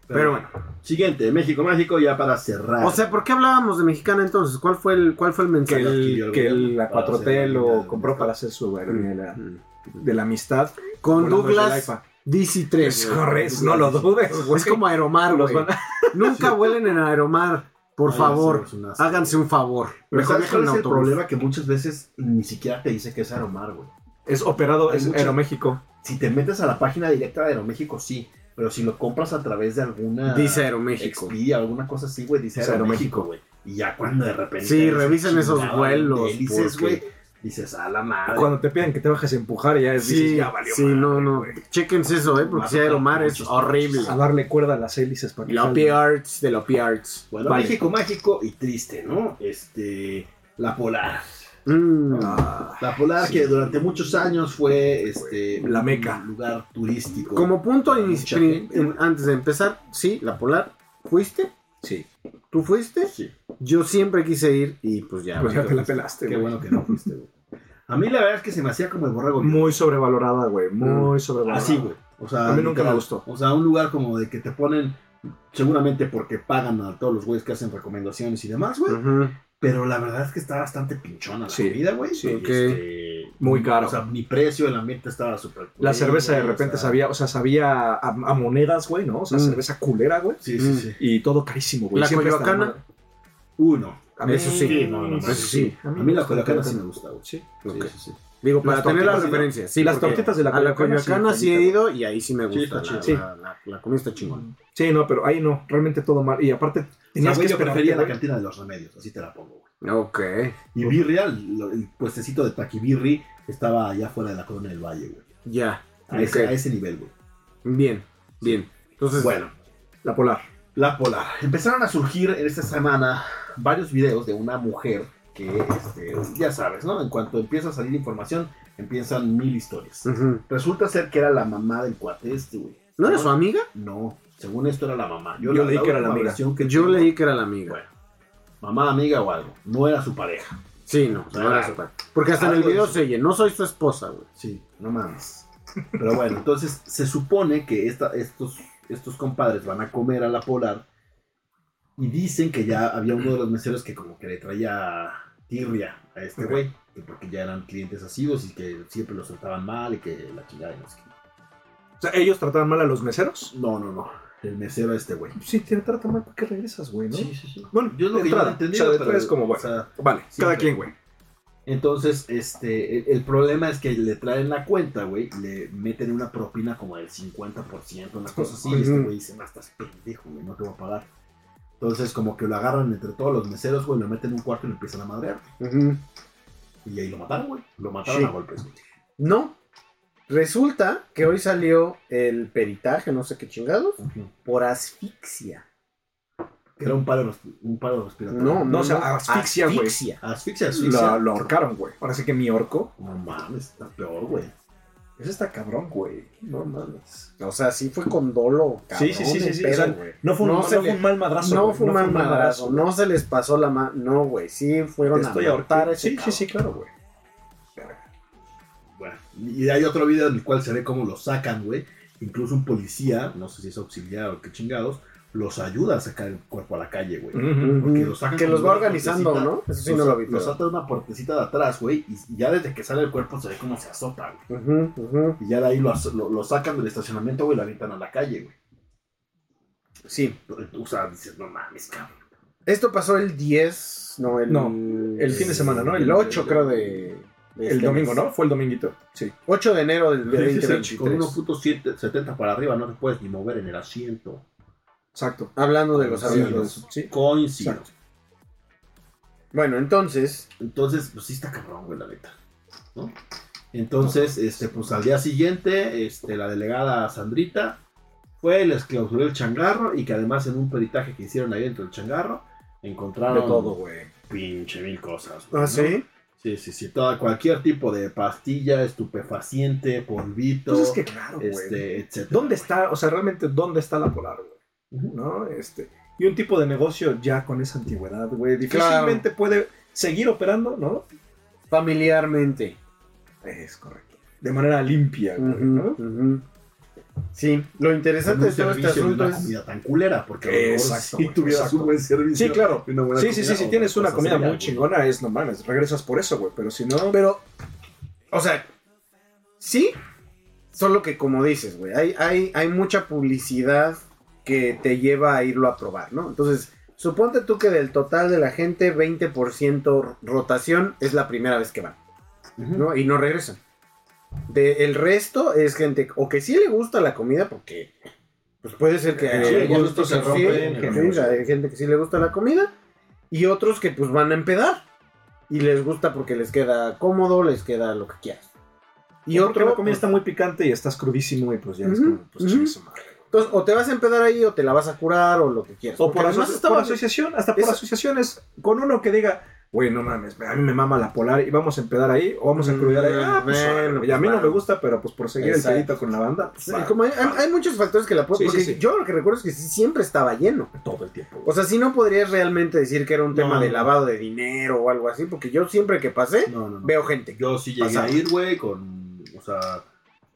S4: Pero bueno.
S3: Siguiente, México Mágico, ya para cerrar.
S4: O sea, ¿por qué hablábamos de mexicana entonces? ¿Cuál fue el, cuál fue el
S5: Que,
S4: mensaje?
S5: el, que el- la
S3: Para
S5: 4T
S3: hacer
S5: lo
S3: la-
S5: compró para hacer su aerolínea de la,
S4: Mm.
S5: de la amistad.
S4: Con
S5: Volando desde pues, el
S4: Douglas
S5: AIFA.
S4: DC3.
S5: Es
S4: güey.
S5: correcto, no lo dudes, güey.
S4: Es como Aeromar,
S5: Los
S4: güey.
S5: van a- Ah,
S4: Nunca vuelen en Aeromar. Por
S3: Ay,
S4: favor,
S3: hacemos unas-
S4: háganse un favor.
S3: Pero
S4: Mejor
S3: ¿sabes
S4: viajen
S3: cuál
S4: en
S3: es el
S4: autobús.
S3: problema? Que muchas veces ni siquiera te dice que es Aeromar, güey.
S5: Es operado,
S3: Hay
S5: es
S3: mucho-
S5: Aeroméxico.
S3: Si te metes a la página directa de Aeroméxico, sí. Pero si lo compras a través de alguna...
S4: Dice Aeroméxico.
S3: Expedia, alguna cosa así, güey. Dice
S5: Es Aeroméxico.
S3: Aeroméxico, güey. Y ya cuando de repente...
S4: Sí,
S3: ves
S4: revisen
S3: el
S4: esos
S3: chingado
S4: vuelos,
S3: de hélices,
S4: porque-
S3: güey. Dices, a la madre.
S5: Cuando te piden que te bajes a empujar, ya es dices,
S4: Sí,
S5: ya valió.
S4: sí,
S5: madre,
S4: no, no.
S5: güey.
S4: Chequense eso, ¿eh? Porque si Aeromar es horrible.
S5: A darle cuerda a las hélices para que
S4: La OP
S5: salgan.
S4: Arts de la OP Arts.
S3: Bueno,
S5: Vale.
S3: México mágico y triste, ¿no? Este... La Polar.
S4: Mm.
S5: Ah,
S3: La Polar que durante muchos años fue este,
S5: La meca.
S3: un lugar turístico.
S4: Como punto
S3: Mucha
S4: inici-
S3: gente,
S4: en-
S3: güey.
S4: antes de empezar, sí, la Polar. ¿Fuiste?
S5: sí.
S4: ¿Tú fuiste?
S3: Sí.
S4: Yo siempre quise ir y pues ya.
S5: Pues ya te la
S3: Qué
S5: pelaste, güey.
S3: bueno que no fuiste, güey. A mí la verdad es que se me hacía como el borrego.
S5: Muy sobrevalorada, güey. Muy sobrevalorada.
S3: Así, güey. O sea,
S5: A mí nunca
S3: literal.
S5: me gustó.
S3: O sea, un lugar como de que te ponen, seguramente porque pagan a todos los güeyes que hacen recomendaciones y demás, güey.
S4: Ujú.
S3: Pero la verdad es que está bastante pinchona la
S5: Sí,
S3: comida, güey.
S5: sí.
S3: Y,
S4: Ok.
S3: este,
S5: Muy caro.
S3: O sea, ni precio, el ambiente estaba súper.
S5: La
S3: culero,
S5: cerveza de
S3: güey, o
S5: repente
S3: sea,
S5: sabía, o sea, sabía a, a monedas, güey, ¿no? O sea,
S4: Mm.
S5: cerveza culera, güey.
S3: Sí, sí,
S4: Mm.
S3: sí.
S5: Y todo carísimo, güey.
S4: La
S5: Siempre está de
S4: Coyoacana.
S5: moda.
S3: Uno.
S5: A mí-
S4: Eso sí.
S3: Sí, no, no, no,
S5: eso
S3: sí.
S5: sí.
S3: A mí la
S5: gusta
S3: colacana sí me gusta, güey.
S5: Sí.
S3: Sí,
S4: Ok.
S3: sí, sí.
S4: Digo, para
S5: Las
S4: tener la
S5: tortitas de la-
S4: referencia. Sí,
S5: las
S4: porque
S5: tortitas de la
S4: A la
S5: Coyoacana sí,
S4: Coyoacana sí he
S5: bonita.
S4: ido y ahí sí me
S3: Sí,
S4: gusta.
S3: está
S4: la,
S5: chido.
S4: la- la- la comida está chingona.
S5: Sí, no, pero ahí no, realmente todo mal. Y aparte,
S3: Tenías
S5: tenías que
S3: yo
S5: esperar.
S3: prefería la cantina de los remedios, así te la pongo, güey.
S4: Ok.
S3: Y birria, el, el puestecito de taquibirri estaba allá fuera de la corona del valle, güey.
S4: Ya.
S3: A, ese,
S4: Ok.
S3: a ese nivel, güey.
S4: Bien, bien. Entonces,
S3: Bueno,
S5: La polar.
S3: la polar. Empezaron a surgir en esta semana varios videos de una mujer que, este, ya sabes, ¿no? En cuanto empieza a salir información, empiezan mil historias.
S4: ujú.
S3: Resulta ser que era la mamá del cuate este, güey.
S4: ¿no era su amiga?
S3: No, según esto era la mamá. Yo,
S5: Yo
S3: la-
S5: leí que era la
S3: última
S5: amiga.
S3: versión que
S4: Yo
S3: tengo-
S4: leí que era la amiga.
S3: Bueno, mamá, amiga o algo. No era su pareja.
S4: Sí, no, no era su padre. Porque hasta en el
S3: Algo de
S4: video
S3: su-
S4: se oye, no soy su esposa, güey.
S3: Sí, no mames. Pero bueno, entonces se supone que esta- estos, estos compadres van a comer a la polar y dicen que ya había uno de los meseros que como que le traía tirria a este
S5: Ok.
S3: güey, que porque ya eran clientes asidos y que siempre los trataban mal y que la chingada y no sé qué.
S5: O sea, ellos trataban mal a los meseros.
S3: No, no, no. El mesero a este güey.
S5: Sí, te tratan mal, ¿para qué regresas, güey, no?
S3: sí, sí.
S5: Bueno,
S3: Yo es lo
S5: de
S3: que yo no he
S5: entrada.
S3: entendido,
S5: O sea, de
S3: pero,
S5: entrada es como, bueno,
S3: o sea,
S5: vale,
S3: siempre.
S5: cada quien, güey.
S3: Entonces, este, el, el problema es que le traen la cuenta, güey, le meten una propina como del 50%, una cosa así, y este
S4: Ujú.
S3: güey dice, no, estás pendejo, güey, no te voy a pagar. Entonces, como que lo agarran entre todos los meseros, güey, lo meten en un cuarto y lo empiezan a madrear.
S4: Ujú.
S3: Y ahí lo mataron, güey, lo mataron
S4: Sí.
S3: a golpes, güey.
S4: No. Resulta que hoy salió el peritaje, no sé qué chingados, por asfixia.
S3: Que era un paro, res- un paro respiratorio.
S4: No,
S5: No, o sea, asfixia, güey.
S4: Asfixia.
S3: Asfixia, asfixia.
S5: Lo, lo ahorcaron, güey. Ahora sí que mi orco.
S3: No mames, está peor, güey.
S5: Ese está cabrón, güey. No mames.
S4: O sea, sí fue con dolo, cabrón,
S5: Sí, sí, sí, sí, sí.
S4: en
S5: o sea,
S4: pedo, güey.
S5: no fue un,
S4: No
S5: ma-
S4: se
S5: no fue
S4: le-
S5: un mal madrazo.
S4: No
S5: güey,
S4: fue un mal
S5: un
S4: madrazo,
S5: güey.
S4: no se les pasó la mano, no, güey, sí fueron
S5: Te estoy
S4: a matar
S5: ahorcando.
S4: a ese
S5: Sí, sí,
S4: cabrón.
S5: sí, claro, güey.
S3: Bueno, y hay otro video en el cual se ve cómo lo sacan, güey. Incluso un policía, no sé si es auxiliar o qué chingados, los ayuda a sacar el cuerpo a la calle, güey.
S5: Ujú.
S3: Porque lo sacan
S4: que
S3: con
S4: los va
S3: una
S4: organizando,
S3: puertecita.
S4: ¿no? Eso sí
S3: Los-
S4: no lo vi.
S3: Los
S4: pero-
S3: salta una puertecita de atrás, güey, y y ya desde que sale el cuerpo se ve cómo se azota, güey.
S4: Ujú, ujú.
S3: Y ya de ahí lo, as- lo- lo sacan del estacionamiento, güey, y lo avientan a la calle, güey.
S4: Sí,
S3: O sea, dices, no mames, cabrón.
S4: esto pasó el 10, no, el,
S5: No, el fin de semana, ¿no?
S4: El,
S5: El-
S4: 8
S5: el-
S4: creo de... de
S5: El
S4: este
S5: domingo,
S4: mes.
S5: ¿no? Fue el dominguito. Sí.
S4: 8 de enero del del
S3: Dices, con
S4: 2023.
S3: 1.70 para arriba no te puedes ni mover en el asiento.
S5: Exacto.
S4: Hablando de los
S3: Sí,
S4: aviones.
S5: Sí.
S3: Coincido.
S5: Exacto.
S4: Bueno, entonces,
S3: Entonces, pues sí está cabrón, güey, la neta. ¿no? Entonces, este, pues al día siguiente, este, la delegada Sandrita fue, les clausuró el changarro y que además en un peritaje que hicieron ahí dentro del changarro, encontraron
S5: De todo, güey.
S3: pinche mil cosas. güey,
S4: ¿ah,
S3: ¿no?
S4: sí?
S3: Sí, sí, sí. Todo, cualquier tipo de pastilla, estupefaciente, polvito,
S5: Entonces Pues es que claro, güey.
S3: este, etcétera.
S5: ¿Dónde está, o sea, realmente, dónde está la polar, güey?
S3: Ujú.
S5: ¿No? Este, y un tipo de negocio ya con esa antigüedad, güey, difícilmente puede seguir operando, ¿no?
S4: Familiarmente.
S5: Es correcto. De manera limpia, güey, ¿no?
S4: Ujú, ujú. Sí, lo
S3: Con
S4: interesante
S3: un
S4: de todo este
S3: servicio y
S4: asunto
S3: una
S4: es.
S3: comida tan culera, porque a lo mejor
S5: Exacto,
S3: si
S5: güey,
S3: tuvieras
S5: exacto.
S3: un buen servicio.
S5: Sí, claro.
S3: y una buena
S5: Sí, sí,
S3: comida,
S5: sí, si
S3: o
S5: tienes una
S3: cosas
S5: comida
S3: así,
S5: muy
S3: algo.
S5: chingona, es no mames, regresas por eso, güey, pero si no...
S4: Pero, o sea, sí, solo que como dices, güey, hay, hay, hay mucha publicidad que te lleva a irlo a probar, ¿no? Entonces, suponte tú que del total de la gente, 20% rotación es la primera vez que van, ¿no? Y no regresan. De, el resto es gente o que sí le gusta la comida porque pues puede ser que
S5: Sí,
S4: haya
S5: el gusto
S4: gente
S5: se
S4: que
S5: rompe
S4: sí,
S5: en
S4: que
S5: el
S4: sí,
S5: negocio.
S4: hay gente que sí le gusta la comida y otros que pues van a empedar y les gusta porque les queda cómodo, les queda lo que quieras. Y
S5: Y otro,
S4: otro
S5: la comida
S4: pues,
S5: está muy picante y estás crudísimo y pues ya es
S4: Ujú,
S5: como, pues
S4: ujú.
S5: chingue su madre. güey.
S4: entonces o te vas a empedar ahí o te la vas a curar o lo que quieras.
S5: O
S4: Porque
S5: por, aso-
S4: además estaba-
S5: por asociación, hasta por
S4: Esa-
S5: asociaciones, con uno que diga, güey, no mames, a mí me mama la polar y vamos a empedar ahí o vamos a crudear ahí. Ah, pues,
S4: Bueno,
S5: órale, güey.
S4: pues,
S5: y a mí no
S4: va.
S5: me gusta, pero pues por seguir
S4: Exacto.
S5: el pedito con la banda, pues,
S4: Sí,
S5: va,
S4: como hay, hay- hay muchos factores que la pueden.
S5: Sí, sí,
S4: porque
S5: sí.
S4: yo lo que recuerdo es que sí, siempre estaba lleno.
S5: todo el tiempo. güey.
S4: O sea, si no podrías realmente decir que era un tema
S5: No.
S4: de lavado de dinero o algo así, porque yo siempre que pasé
S3: No, no, no.
S4: veo gente.
S3: Yo sí llegué
S4: Pasado.
S3: a ir, güey, con, o sea,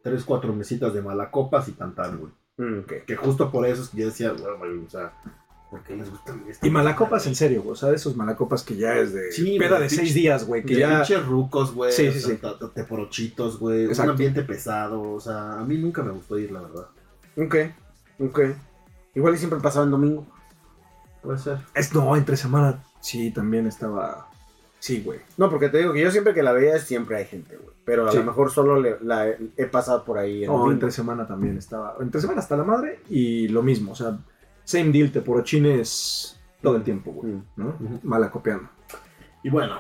S3: tres, cuatro mesitas de malacopas y tantán, güey.
S4: Mm, ok.
S3: Que justo por eso es que yo decía, güey, güey, o sea, ¿por qué les gustan estas?
S5: y malacopas en serio, güey. O sea, de esos malacopas que ya es de
S3: Sí,
S5: peda
S3: güey,
S5: de
S3: pinche-
S5: seis días, güey. Que
S3: De
S5: ya.
S3: pinches rucos, güey.
S5: Sí,
S3: o
S5: sí,
S3: sea,
S5: sí.
S3: ta- ta- Teporochitos, güey. Un
S5: Exacto.
S3: ambiente pesado. O sea, a mí nunca me gustó ir, la verdad.
S4: Ok, ok. Igual y siempre pasaba en domingo.
S3: Puede ser.
S5: Es no, entre semana sí también estaba. Sí, güey.
S4: No, porque te digo que yo siempre que la veía siempre hay gente, güey. Pero a
S5: Sí. Oh,
S4: lo mejor solo le- la he pasado por ahí en
S5: No,
S4: domingo.
S5: entre semana también estaba. Entre semana hasta la madre y lo mismo. O sea, same deal, te porochines todo el tiempo, güey.
S4: Mm.
S5: ¿No?
S3: Ujú.
S5: Malacopeando.
S3: Y bueno,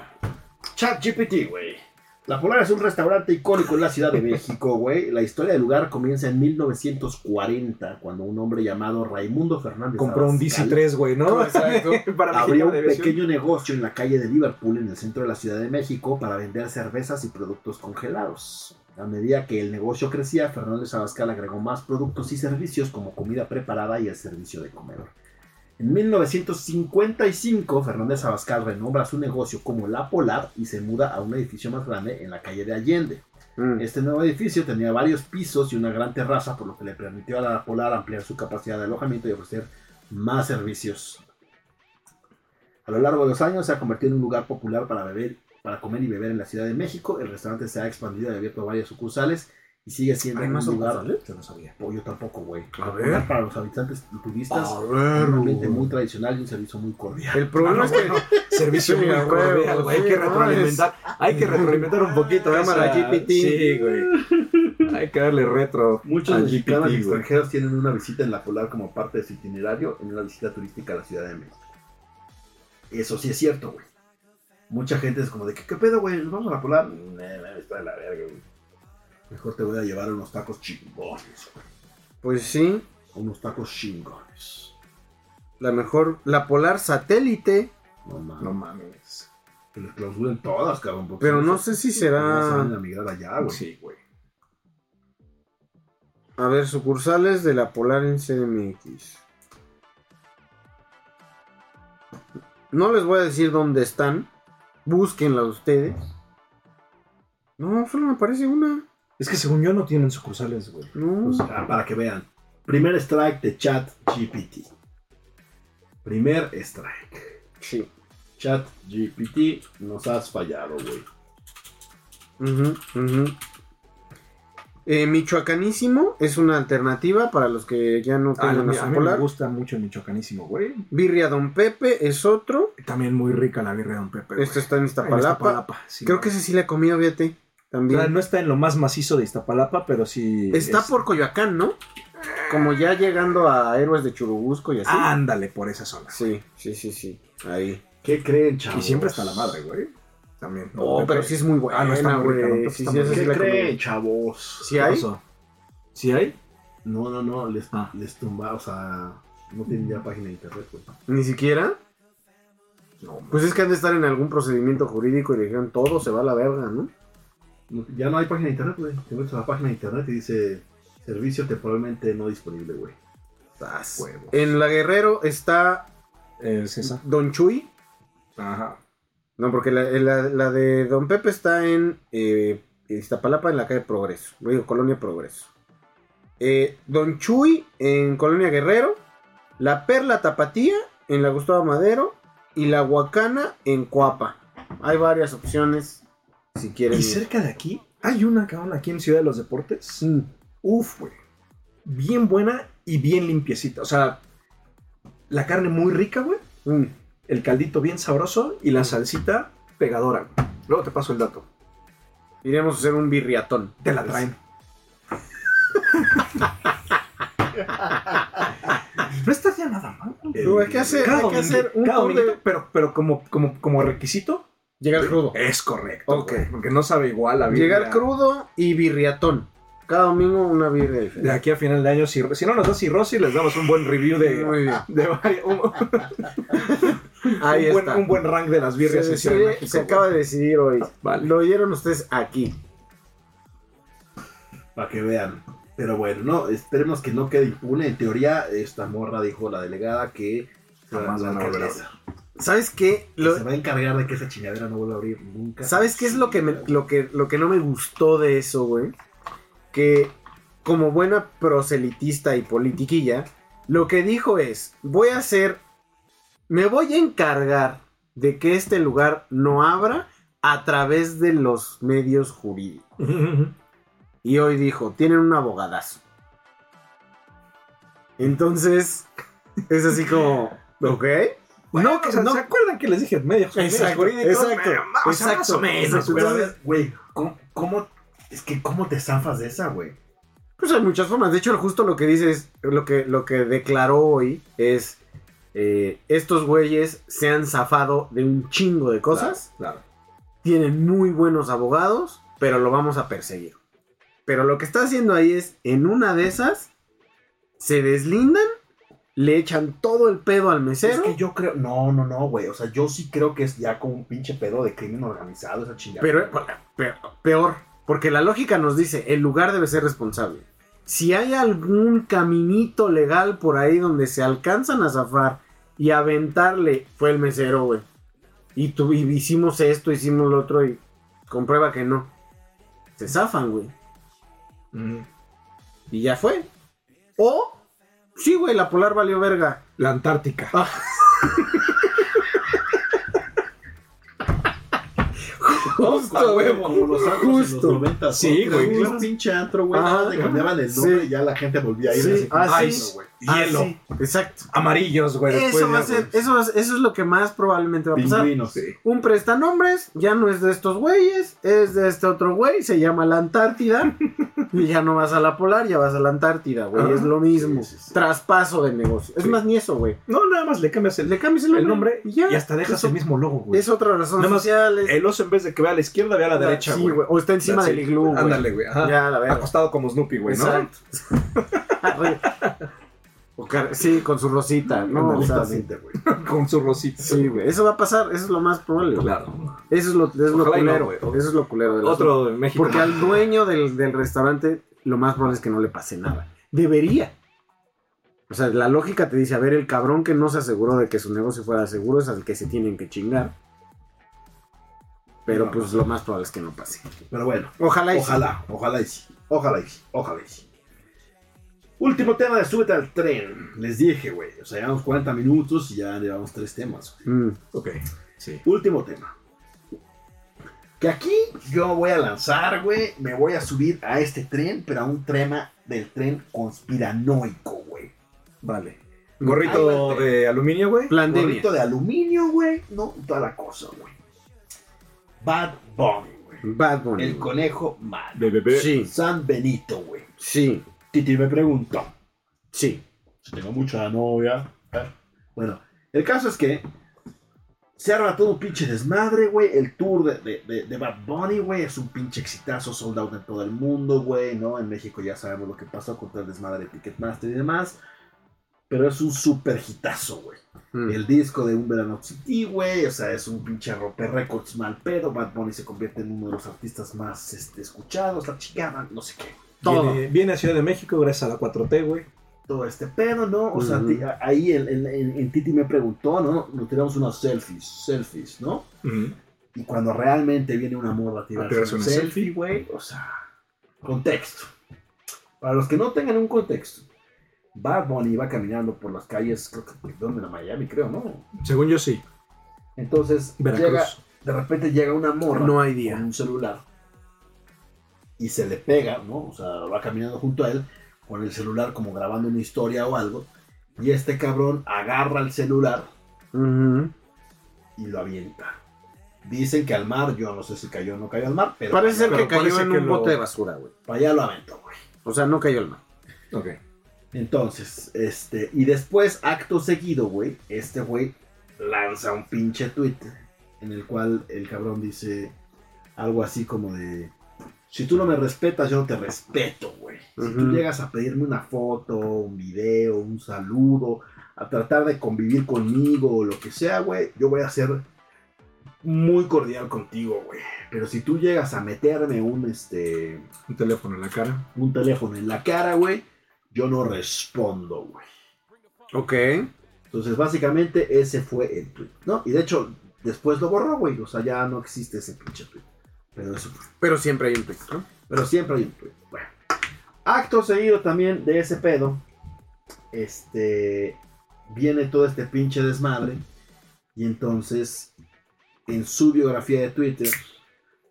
S3: ChatGPT, güey. La Polar es un restaurante icónico en la Ciudad de México, güey. La historia del lugar comienza en 1940, cuando un hombre llamado Raimundo Fernández
S5: Compró un
S3: Abascal
S5: DC3, güey, ¿no?
S4: Exacto.
S5: Para
S3: abrió
S5: México
S3: un
S5: de versión.
S3: pequeño negocio en la calle de Liverpool, en el centro de la Ciudad de México, para vender cervezas y productos congelados. A medida que el negocio crecía, Fernández Abascal agregó más productos y servicios como comida preparada y el servicio de comedor. En 1955, Fernández Abascal renombra su negocio como La Polar y se muda a un edificio más grande en la calle de Allende.
S4: Mm.
S3: Este nuevo edificio tenía varios pisos y una gran terraza, por lo que le permitió a la Polar ampliar su capacidad de alojamiento y ofrecer más servicios. A lo largo de los años se ha convertido en un lugar popular para beber, para comer y beber en la Ciudad de México. El restaurante se ha expandido y abierto varias sucursales y sigue siendo
S4: ¿Hay
S3: un
S4: más
S3: lugar.
S4: sucursales? ¿Eh?
S5: Yo no sabía.
S3: Pues yo tampoco, güey.
S4: A
S3: Un
S4: ver.
S3: lugar para los habitantes y turistas.
S4: A
S3: un
S4: ver,
S3: ambiente
S4: güey.
S3: muy tradicional y un servicio muy cordial.
S4: El problema
S5: Ah,
S4: es que
S5: bueno, Servicio
S4: Sí,
S5: muy
S4: a huevo,
S5: cordial, güey. Hay
S4: sí,
S5: que
S4: no,
S5: retroalimentar. Hay que retroalimentar un poquito.
S4: Cámara
S5: esa-
S4: GPT.
S5: Sí, güey. Hay que darle retro.
S3: Muchos
S5: al
S3: mexicanos y
S5: GPT, güey.
S3: extranjeros tienen una visita en la Polar como parte de su itinerario en una visita turística a la Ciudad de México. Eso sí es cierto, güey. Mucha gente es como de que, ¿qué pedo, güey? ¿Nos vamos a la Polar? No, no, está de la verga, güey. Mejor te voy a llevar unos tacos chingones, güey.
S4: Pues sí,
S3: Unos tacos chingones.
S4: la mejor, la polar satélite,
S3: No mames.
S5: No mames.
S3: Que les clausuren todas, cabrón. porque
S4: pero no
S3: se-
S4: sé si
S3: no se van
S4: será.
S3: a migrar allá, güey.
S5: Sí, güey.
S4: A ver, sucursales de la polar en CDMX. No les voy a decir dónde están. Búsquenla ustedes. No, solo me aparece una.
S5: Es que según yo no tienen sucursales, güey.
S4: No.
S5: Pues
S3: O sea, Pues, ah, para que vean. Primer strike de chat GPT. Primer strike.
S4: Sí.
S3: Chat GPT, nos has fallado, güey.
S4: Ujú, ujú. Eh, Michoacanísimo es una alternativa para los que ya no
S5: Ah,
S4: tengan
S5: a,
S4: a
S5: mí, a
S4: su
S5: mí me
S4: polar.
S5: gusta mucho el michoacanísimo, güey.
S4: Birria Don Pepe es otro.
S5: También muy rica la birria de Don Pepe. güey.
S4: Esta está en
S5: En
S4: Iztapalapa.
S5: Iztapalapa, sí,
S4: Creo
S5: güey.
S4: que ese sí la he comido, fíjate.
S5: O
S4: También.
S5: sea, no está en lo más macizo de Iztapalapa, pero sí.
S4: Está
S5: es-
S4: por Coyoacán, ¿no? Como ya llegando a Héroes de Churubusco y así.
S5: Ándale, por esa zona.
S4: Sí, sí, sí, sí. Ahí.
S3: ¿Qué creen, chavos?
S5: Y siempre está la madre, güey. También.
S4: No, Oh, pero sí es muy buena,
S5: Ah, no, está muy rica,
S4: güey.
S5: no,
S4: Sí,
S5: está
S4: sí,
S5: muy
S4: esa
S5: rica.
S4: sí
S3: ¿Qué
S4: la comí.
S3: creen, chavos?
S4: Sí hay.
S5: ¿Sí hay?
S3: No, no, no, les,
S5: Ah.
S3: les tumba, o sea, no tienen ya página de internet, güey.
S4: Ni siquiera.
S5: No, man.
S4: Pues es que han de estar en algún procedimiento jurídico y le dijeron todo se va a la verga, ¿no?
S3: No, Ya no hay página de internet, güey. Te metes a la página de internet y dice servicio temporalmente no disponible, güey.
S5: Sas. Huevo.
S4: En la Guerrero está
S5: El César.
S4: Don Chuy.
S5: Ajá.
S4: No, porque la, eh, la- la de Don Pepe está en eh, Iztapalapa, en la calle Progreso. Digo, Colonia Progreso. Eh, Don Chuy en Colonia Guerrero. La Perla Tapatía en la Gustavo Madero. Y la Huacana en Coapa. Hay varias opciones si quieren.
S5: Y
S4: ir.
S5: cerca de aquí hay una cabrón aquí en Ciudad de los Deportes.
S4: Mm.
S5: Uf, güey. Bien buena y bien limpiecita. O sea, la carne muy rica, güey.
S4: Mm.
S5: El caldito bien sabroso y la salsita pegadora. güey. Luego te paso el dato.
S4: Iremos a hacer un birriatón.
S5: Te la traen. No estás ya nada mal. güey.
S4: Pero hay que hacer,
S5: Cada
S4: hay que
S5: domingo-
S4: hacer un
S5: cada
S4: tour de-
S5: dominguito, pero, pero como, como, como requisito,
S4: Llegar crudo.
S5: es correcto.
S4: Ok.
S5: güey, porque no sabe igual la vida.
S4: Llegar crudo y birriatón. Cada domingo una birria
S5: De
S4: diferente.
S5: aquí a final de año, si, si no nos da cirrosis, les damos un buen review de,
S4: Muy bien.
S5: de varias- un,
S4: Ahí
S5: un buen,
S4: está.
S5: un buen rank de las birrias
S4: se,
S5: en Ciudad de
S4: decide-
S5: México,
S4: se
S5: güey. Ah,
S4: acaba de decidir hoy.
S5: Vale.
S4: Lo oyeron ustedes aquí.
S3: Para que vean. Pero bueno, no, esperemos que no quede impune. En teoría, esta morra dijo la delegada que se va,
S5: Jamás
S3: la
S5: van a volver a
S3: alcaldesa,
S4: ¿Sabes qué?
S3: que
S4: Lo-
S3: se va a encargar de que esa chingadera no vuelva a abrir nunca.
S4: ¿Sabes qué es lo que, me- lo, que, lo que no me gustó de eso, güey? Que como buena proselitista y politiquilla, lo que dijo es, voy a hacer, me voy a encargar de que este lugar no abra a través de los medios jurídicos. Y hoy dijo, tienen un abogadazo. Entonces, es así como, ¿ok?
S5: Bueno,
S4: No,
S5: o sea,
S4: no.
S5: ¿se acuerdan que les dije medio
S4: Exacto, exacto,
S5: más, o sea, más
S4: exacto.
S5: o menos,
S3: Pero, a
S5: güey.
S3: ver, güey, ¿cómo, cómo- Es que, ¿cómo te zafas de esa, güey?
S4: Pues hay muchas formas. De hecho, justo lo que dice es, lo que, lo que declaró hoy es, eh, estos güeyes se han zafado de un chingo de cosas,
S5: Claro.
S4: tienen muy buenos abogados, pero lo vamos a perseguir. Pero lo que está haciendo ahí es, en una de esas, se deslindan, le echan todo el pedo al mesero.
S3: Es que yo creo. No, no, no, güey. O sea, yo sí creo que es ya como un pinche pedo de crimen organizado esa chingada.
S4: Pero eh, pero- peor, porque la lógica nos dice, el lugar debe ser responsable. Si hay algún caminito legal por ahí donde se alcanzan a zafar y aventarle, fue el mesero, güey. Y, tu- y hicimos esto, hicimos lo otro y comprueba que no. Se zafan, güey.
S5: Mm.
S4: Y ya fue. O, sí, güey, la polar valió verga.
S5: La Antártica.
S3: Ah,
S4: Justo,
S3: güey, como los antros en los
S4: Justo.
S3: 90,
S5: Sí,
S3: ¿no?
S5: güey,
S3: Era
S4: claro.
S3: Un pinche antro, güey.
S4: Ajá.
S3: nada más Le cambiaban el nombre
S4: Sí.
S3: y ya la gente volvía a ir.
S4: Sí,
S3: así,
S4: ah,
S3: "Ay,
S4: sí.
S3: no, güey".
S4: Ah,
S5: Hielo.
S4: sí, exacto.
S5: Amarillos, güey. después
S4: Eso va a
S5: ya,
S4: ser,
S5: güey.
S4: eso, va a ser- eso es lo que más probablemente va a pasar.
S3: Pingüinos.
S5: Sí.
S4: Un prestanombres, ya no es de estos güeyes, es de este otro güey, se llama la Antártida. y ya no vas a la polar, ya vas a la Antártida, güey.
S5: Ah,
S4: es lo mismo.
S3: sí, sí, sí.
S4: Traspaso de negocio. Es
S5: Sí.
S4: más ni eso, güey.
S5: No, nada más le cambias el,
S4: Le cambias el nombre,
S5: el nombre
S4: y ya.
S5: y hasta dejas
S4: Eso-
S5: el mismo logo, güey.
S4: Es otra razón
S5: Nada más
S4: social. es-
S5: El oso en vez de que vea a la izquierda, ve a la derecha,
S4: Sí,
S5: güey.
S4: O está encima
S5: Así.
S4: del iglú, güey.
S5: Ándale, güey. ajá.
S4: Ya, la verdad.
S5: Acostado como Snoopy, güey, ¿no?
S4: Exacto. O car- sí, con su rosita, ¿no? O sea, sí.
S3: Justamente, güey.
S5: Con su rosita.
S4: Sí, güey. Eso va a pasar, eso es lo más probable. güey.
S5: Claro.
S4: Eso es lo, es lo
S5: Ojalá y no,
S4: culero.
S5: güey.
S4: eso es lo culero del asunto.
S5: Otro de México.
S4: Porque al dueño del, del restaurante lo más probable es que no le pase nada. Debería. O sea, la lógica te dice, a ver, el cabrón que no se aseguró de que su negocio fuera seguro es al que se tienen que chingar. Pero pues lo más probable es que no pase.
S3: Pero bueno,
S4: Ojalá y sí.
S3: ojalá, ojalá y sí. Ojalá y sí. Ojalá y sí. Último tema de súbete al tren. Les dije, güey. O sea, llevamos 40 minutos y ya llevamos tres temas. güey.
S4: Mm.
S5: Ok. Sí.
S3: Último tema. Que aquí yo voy a lanzar, güey. Me voy a subir a este tren, pero a un tema del tren conspiranoico, güey.
S5: Vale.
S3: Ahí va
S5: Gorrito
S3: el tren.
S5: de aluminio, güey.
S4: Pandemia.
S3: Gorrito de aluminio, güey. No, toda la cosa, güey. Bad Bunny, güey.
S4: Bad Bunny.
S3: El conejo mal.
S5: De bebé.
S4: Sí,
S3: San Benito, güey.
S4: sí,
S3: Titi me preguntó.
S4: sí.
S3: Si tengo mucha novia. ¿eh? Bueno, el caso es que se arma todo un pinche desmadre, güey. El tour de, de- de- de Bad Bunny, güey, es un pinche exitazo, sold out en todo el mundo, güey, ¿no? En México ya sabemos lo que pasó con todo el desmadre de Ticketmaster y demás. Pero es un super hitazo, güey.
S4: Mm.
S3: El disco de Un Verano City, güey. O sea, es un pinche romper récords mal pedo. Bad Bunny se convierte en uno de los artistas más este, escuchados. La chingada, no sé qué.
S4: Todo.
S5: Viene, viene a Ciudad de México gracias a la 4T, güey.
S3: todo este pedo, ¿no? O sea,
S4: Ujú.
S3: ti- a- ahí el, el- el- el Titi me preguntó, ¿no? Nos tiramos unas selfies, selfies, ¿no? Y cuando realmente viene una morra a tirarse
S5: tirarse
S3: una
S5: una
S3: selfie, güey, o sea, contexto. Para los que no tengan un contexto, Bad Bunny va caminando por las calles, creo que donde era Miami, creo, ¿no?
S5: Según yo sí.
S3: Entonces,
S5: Veracruz.
S3: llega, de repente llega una morra
S4: No hay
S3: en
S4: día.
S3: un celular y se le pega, ¿no? O sea, va caminando junto a él con el celular como grabando una historia o algo y este cabrón agarra el celular
S4: Ujú.
S3: y lo avienta. Dicen que al mar, yo no sé si cayó o no cayó al mar, pero
S4: Parece ser
S5: Pero
S4: que cayó
S5: parece
S4: en
S5: que
S4: un
S5: lo-
S4: bote de basura, güey.
S3: para allá lo aventó, güey.
S4: O sea, no cayó el mar.
S5: Ok.
S3: Entonces, este, y después, acto seguido, güey, este güey lanza un pinche tweet en el cual el cabrón dice algo así como de, si tú no me respetas, yo no te respeto, güey. Si tú
S4: Ujú.
S3: llegas a pedirme una foto, un video, un saludo, a tratar de convivir conmigo o lo que sea, güey, yo voy a ser muy cordial contigo, güey. Pero si tú llegas a meterme un, este,
S5: Un teléfono en la cara.
S3: un teléfono en la cara, güey, yo no respondo, güey.
S4: Ok.
S3: Entonces, básicamente, ese fue el tweet, ¿no? Y de hecho, después lo borró, güey. O sea, ya no existe ese pinche tweet. Pero eso fue.
S4: Pero siempre hay un tweet, ¿no?
S3: Pero siempre hay un tweet. Bueno. Acto seguido también de ese pedo. Este. Viene todo este pinche desmadre. Y entonces, en su biografía de Twitter,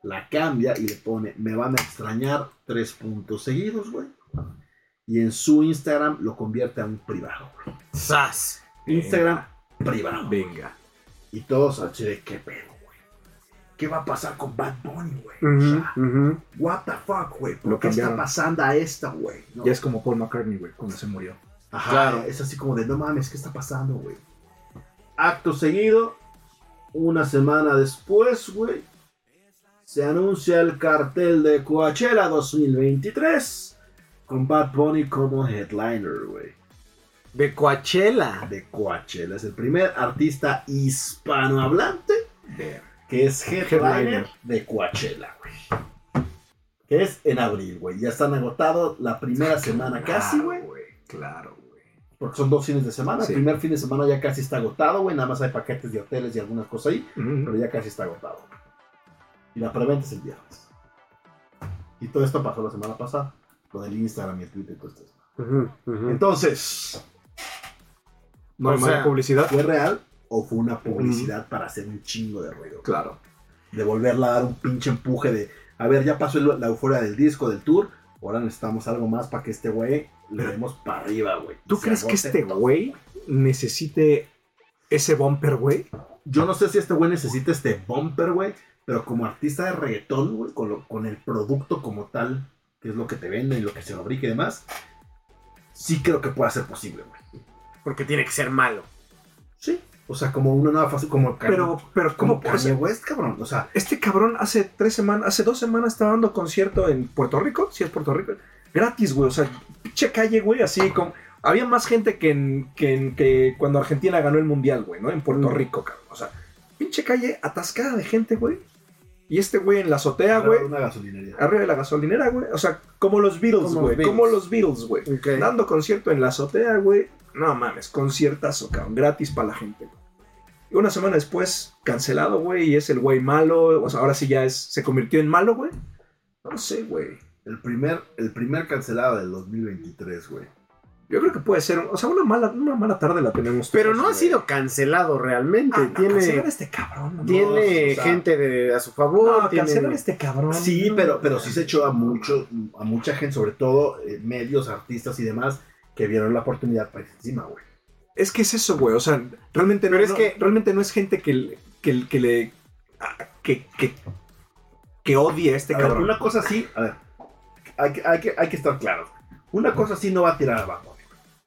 S3: la cambia y le pone: Me van a extrañar tres puntos seguidos, güey. Y en su Instagram lo convierte a un privado. güey.
S4: ¡Sas!
S3: Instagram Eh, privado.
S5: Eh, Venga.
S3: Y todos así de qué pedo, güey. ¿Qué va a pasar con Bad Bunny, güey? O
S4: Ujú,
S3: sea,
S4: ujú.
S3: what the fuck, güey. ¿Por
S5: Lo
S3: qué está
S5: cambiaron.
S3: pasando a esta, güey? ¿No?
S5: Ya es como Paul McCartney, güey, cuando se murió.
S3: Ajá,
S4: Claro.
S3: es así como de no mames, ¿qué está pasando, güey? Acto seguido, una semana después, güey, se anuncia el cartel de Coachella 2023 con Bad Bunny como headliner, güey.
S4: De Coachella.
S3: De Coachella es el primer artista hispanohablante que es headliner
S5: Headliner.
S3: de Coachella, güey. Que es en abril, güey. Ya están agotados la
S4: Ah,
S3: primera semana casi, güey.
S5: Claro, güey.
S3: Porque son dos fines de semana.
S5: Sí.
S3: El primer fin de semana ya casi está agotado, güey. Nada más hay paquetes de hoteles y algunas cosas ahí. Pero
S5: Mm.
S3: ya casi está agotado. Y la preventa es el viernes. Y todo esto pasó la semana pasada. Lo del Instagram y el Twitter y todo esto.
S4: Ujú, ujú.
S3: Entonces,
S5: No hay
S4: O
S5: mala
S4: sea-
S5: publicidad.
S3: ¿fue real o fue una publicidad para hacer un chingo de ruido?
S5: Claro.
S3: de volverla a dar un pinche empuje de, a ver, ya pasó el- la euforia del disco, del tour, ahora necesitamos algo más para que este güey le demos para arriba, güey.
S5: ¿Tú
S3: Se
S5: crees que
S3: agote
S5: este
S3: todo.
S5: güey necesite ese bumper, güey?
S3: Yo no sé si este güey necesita este bumper, güey, pero como artista de reggaetón, güey, con, lo- con el producto como tal, que es lo que te venden y lo que se fabrica y demás, sí creo que puede ser posible, güey.
S4: Porque tiene que ser malo.
S3: Sí. O sea, como una nueva fase, como Kanye-
S5: Pero, pero,
S3: como
S5: ¿cómo puede
S3: Kanye
S5: ser?
S3: West, cabrón. O sea,
S5: Este cabrón hace tres semanas, hace dos semanas estaba dando concierto en Puerto Rico, si es Puerto Rico, gratis, güey. O sea, pinche calle, güey, así como. Había más gente que, en, que, en- que cuando Argentina ganó el mundial, güey, ¿no? En Puerto
S4: Mm.
S5: Rico, cabrón. O sea, pinche calle atascada de gente, güey. Y este güey en la azotea, güey,
S3: una gasolinería.
S5: arriba de la gasolinera, güey. O sea, como los Beatles,
S4: Como
S5: güey.
S4: los
S5: Como
S4: Beatles.
S5: los Beatles, güey.
S4: Ok.
S5: Dando concierto en la azotea, güey. No mames, conciertazo, cabrón. Gratis para la gente, güey. Y Una semana después, cancelado, güey, y es el güey malo. O sea, ahora sí ya es, se convirtió en malo, güey. No sé, güey.
S3: El primer, el primer cancelado del 2023, güey.
S5: Yo creo que puede ser, o sea, una mala, una mala tarde la tenemos.
S4: Pero
S5: todos,
S4: no ha
S5: güey.
S4: sido cancelado realmente.
S5: Ah, no, cancelar a
S4: tiene
S5: este cabrón. No,
S4: tiene
S3: o sea,
S4: gente de, a su favor.
S5: no
S4: tiene-
S5: cancelar a este cabrón.
S3: Sí,
S5: no,
S3: pero,
S5: güey.
S3: pero sí se echó a mucho, a mucha gente, sobre todo eh, medios, artistas y demás, que vieron la oportunidad para irse encima, güey.
S5: Es que es eso, güey. O sea, realmente no,
S4: Pero es
S5: no-
S4: que-
S5: realmente no es gente que, le- que, que le. a- Que, que, que odie a este
S3: A ver,
S5: cabrón.
S3: una cosa así, a ver, hay que, hay que, hay que estar claros. Una cosa así no va a tirar abajo,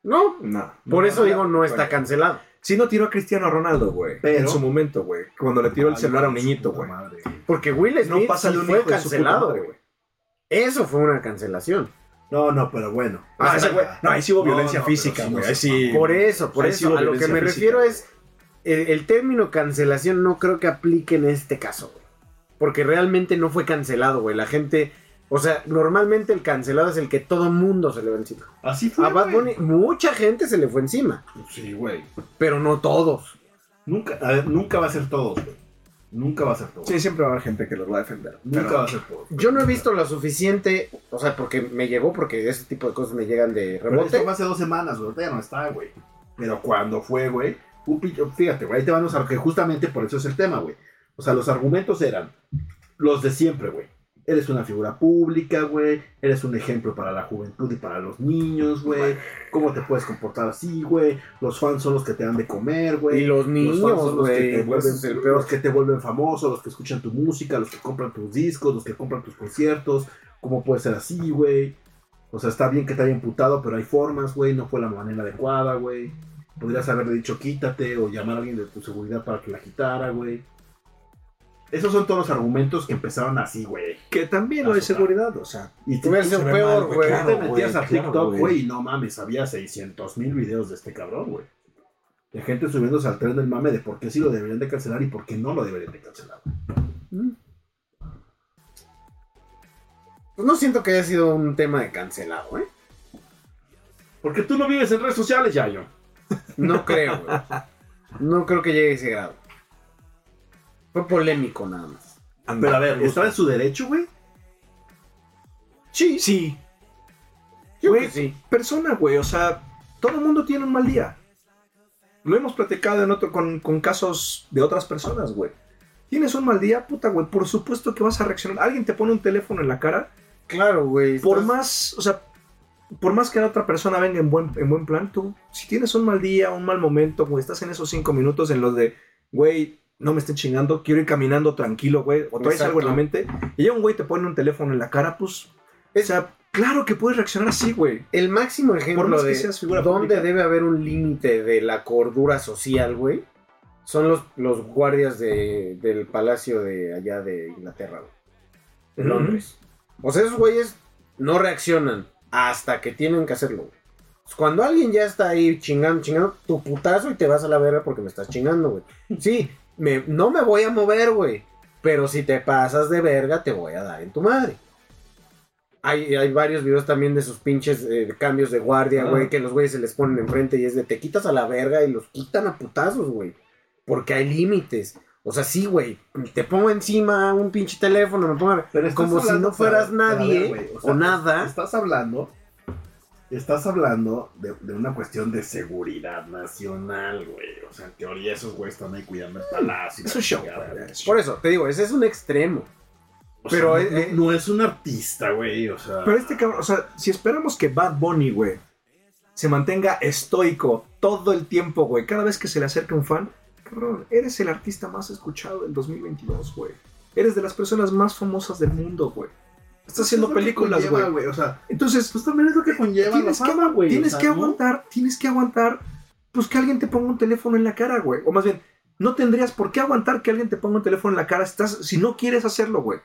S4: No,
S5: No.
S4: por
S5: No,
S4: eso
S5: no,
S4: digo no está
S5: bueno.
S4: cancelado.
S5: Sí, no tiró a Cristiano Ronaldo, güey.
S3: Pero-
S5: En su momento, güey. Cuando le tiró el celular a un niñito, güey.
S4: Porque Will Smith
S5: No pasa
S4: sí
S5: de un
S4: fue
S5: hijo de su puta
S4: cancelado.
S5: madre,
S4: güey. Eso fue una cancelación.
S3: No, no, pero bueno.
S5: Ah, ese güey. No, ahí sí hubo
S3: No,
S5: violencia
S3: no, pero
S5: física,
S3: sí, e-
S5: güey.
S3: no,
S5: ahí sí.
S4: Por eso, por
S5: Ahí sí
S4: eso.
S5: hubo
S4: A lo que
S5: violencia
S4: me
S5: física.
S4: refiero es. El, el término cancelación no creo que aplique en este caso, güey. Porque realmente no fue cancelado, güey. La gente. O sea, normalmente el cancelado es el que todo mundo se le va encima.
S3: Así fue.
S4: A Bad
S3: güey.
S4: Bunny, mucha gente se le fue encima.
S3: Sí, güey.
S4: Pero no todos.
S3: Nunca, a ver, nunca va a ser todo, güey. Nunca va a ser todo.
S5: Sí, siempre va a haber gente que los va a defender.
S3: Nunca
S5: pero-
S3: va a ser todo.
S4: Yo no he visto lo suficiente. O sea, porque me llegó, porque ese tipo de cosas me llegan de
S3: Pero esto
S4: rebote.
S3: fue hace dos semanas, güey. Ahorita ya no está, güey. Pero cuando fue, güey. un pinche- Fíjate, güey. Ahí te van los argumentos. Justamente por eso es el tema, güey. O sea, los argumentos eran los de siempre, güey. Eres una figura pública, güey. Eres un ejemplo para la juventud y para los niños, güey. ¿Cómo te puedes comportar así, güey? Los fans son los que te dan de comer, güey.
S4: Y
S3: Los
S4: los
S3: fans
S4: niños,
S3: son los que te
S4: güey.
S3: vuelven-
S4: ese es el peor.
S3: los que te vuelven famoso, los que escuchan tu música, los que compran tus discos, los que compran tus conciertos. ¿Cómo puede ser así, güey? O sea, está bien que te haya imputado, pero hay formas, güey. No fue la manera adecuada, güey. Podrías haberle dicho quítate o llamar a alguien de tu seguridad para que la quitara, güey. Esos son todos los argumentos que empezaron así, güey.
S5: Que también lo de
S3: Azota.
S5: seguridad, o sea.
S3: Y
S4: Hubiera sido
S5: se ve
S4: peor,
S5: mal,
S4: güey.
S5: claro,
S3: te metías a
S5: claro,
S3: TikTok, güey, y no mames, había 600 mil videos de este cabrón, güey. De gente subiéndose al tren del mame de por qué sí lo deberían de cancelar y por qué no lo deberían de cancelar.
S4: ¿Mm? Pues no siento que haya sido un tema de cancelado, ¿eh?
S3: Porque tú no vives en redes sociales, Yayo.
S4: No creo, güey. No creo que llegue a ese grado. Fue polémico nada más.
S5: Anda,
S3: Pero a ver,
S5: me gusta.
S3: ¿estaba en su derecho, güey?
S4: Sí,
S5: Sí,
S4: yo
S5: güey.
S4: que sí.
S5: persona, güey. O sea, todo el mundo tiene un mal día. Lo hemos platicado en otro, con, con casos de otras personas, güey. Tienes un mal día, puta, güey. Por supuesto que vas a reaccionar. Alguien te pone un teléfono en la cara.
S4: Claro, güey.
S5: Por
S4: estás-
S5: más, o sea, por más que la otra persona venga en buen, en buen plan, tú, si tienes un mal día, un mal momento, güey, estás en esos cinco minutos en los de, güey, no me estén chingando, quiero ir caminando tranquilo, güey, o traes
S4: Exacto.
S5: algo en la mente, y ya un güey te pone un teléfono en la cara, pues, o sea, claro que puedes reaccionar así, güey.
S4: El máximo
S5: Por
S4: ejemplo
S5: más que
S4: de
S5: seas figura
S4: dónde
S5: pública.
S4: debe haber un límite de la cordura social, güey, son los, los guardias de- del palacio de allá de Inglaterra, güey, de
S5: Ujú.
S4: Londres. O sea, esos güeyes no reaccionan hasta que tienen que hacerlo, güey. Pues Cuando alguien ya está ahí chingando, chingando, tu putazo y te vas a la verga porque me estás chingando, güey. Sí, me- no me voy a mover, güey. Pero si te pasas de verga, te voy a dar en tu madre. Hay, hay varios videos también de sus pinches eh, cambios de guardia,
S5: Ah.
S4: güey, que los güeyes se les ponen enfrente y es de te quitas a la verga y los quitan a putazos, güey. Porque hay límites. O sea, sí, güey, te pongo encima un pinche teléfono, me pongo...
S3: Pero estás
S4: Como si
S3: hablando-
S4: no fueras
S3: pero- pero a
S4: nadie
S3: güey,
S4: o nada.
S3: Estás hablando. Estás hablando de, de una cuestión de seguridad nacional, güey. O sea, en teoría esos güeyes están ahí cuidando el palacio.
S5: Es un show,
S3: Ya,
S5: güey. es un
S4: Por eso, te digo, ese es un extremo.
S3: O sea,
S4: Pero
S3: no-
S4: es-
S3: no, no es un artista, güey. O sea.
S5: Pero este cabrón, o sea, si esperamos que Bad Bunny, güey, se mantenga estoico todo el tiempo, güey, cada vez que se le acerca un fan, cabrón, eres el artista más escuchado del 2022, güey. Eres de las personas más famosas del mundo, güey. Estás haciendo
S3: es lo que
S5: películas,
S3: conlleva,
S5: güey.
S3: O sea,
S5: Entonces,
S3: pues también es lo que conlleva
S5: tienes,
S3: la
S5: que,
S3: fama, güey. o
S5: tienes
S3: sea,
S5: que
S3: ¿no?
S5: aguantar, tienes que aguantar, pues que alguien te ponga un teléfono en la cara, güey. O más bien, no tendrías por qué aguantar que alguien te ponga un teléfono en la cara si estás- si no quieres hacerlo, güey.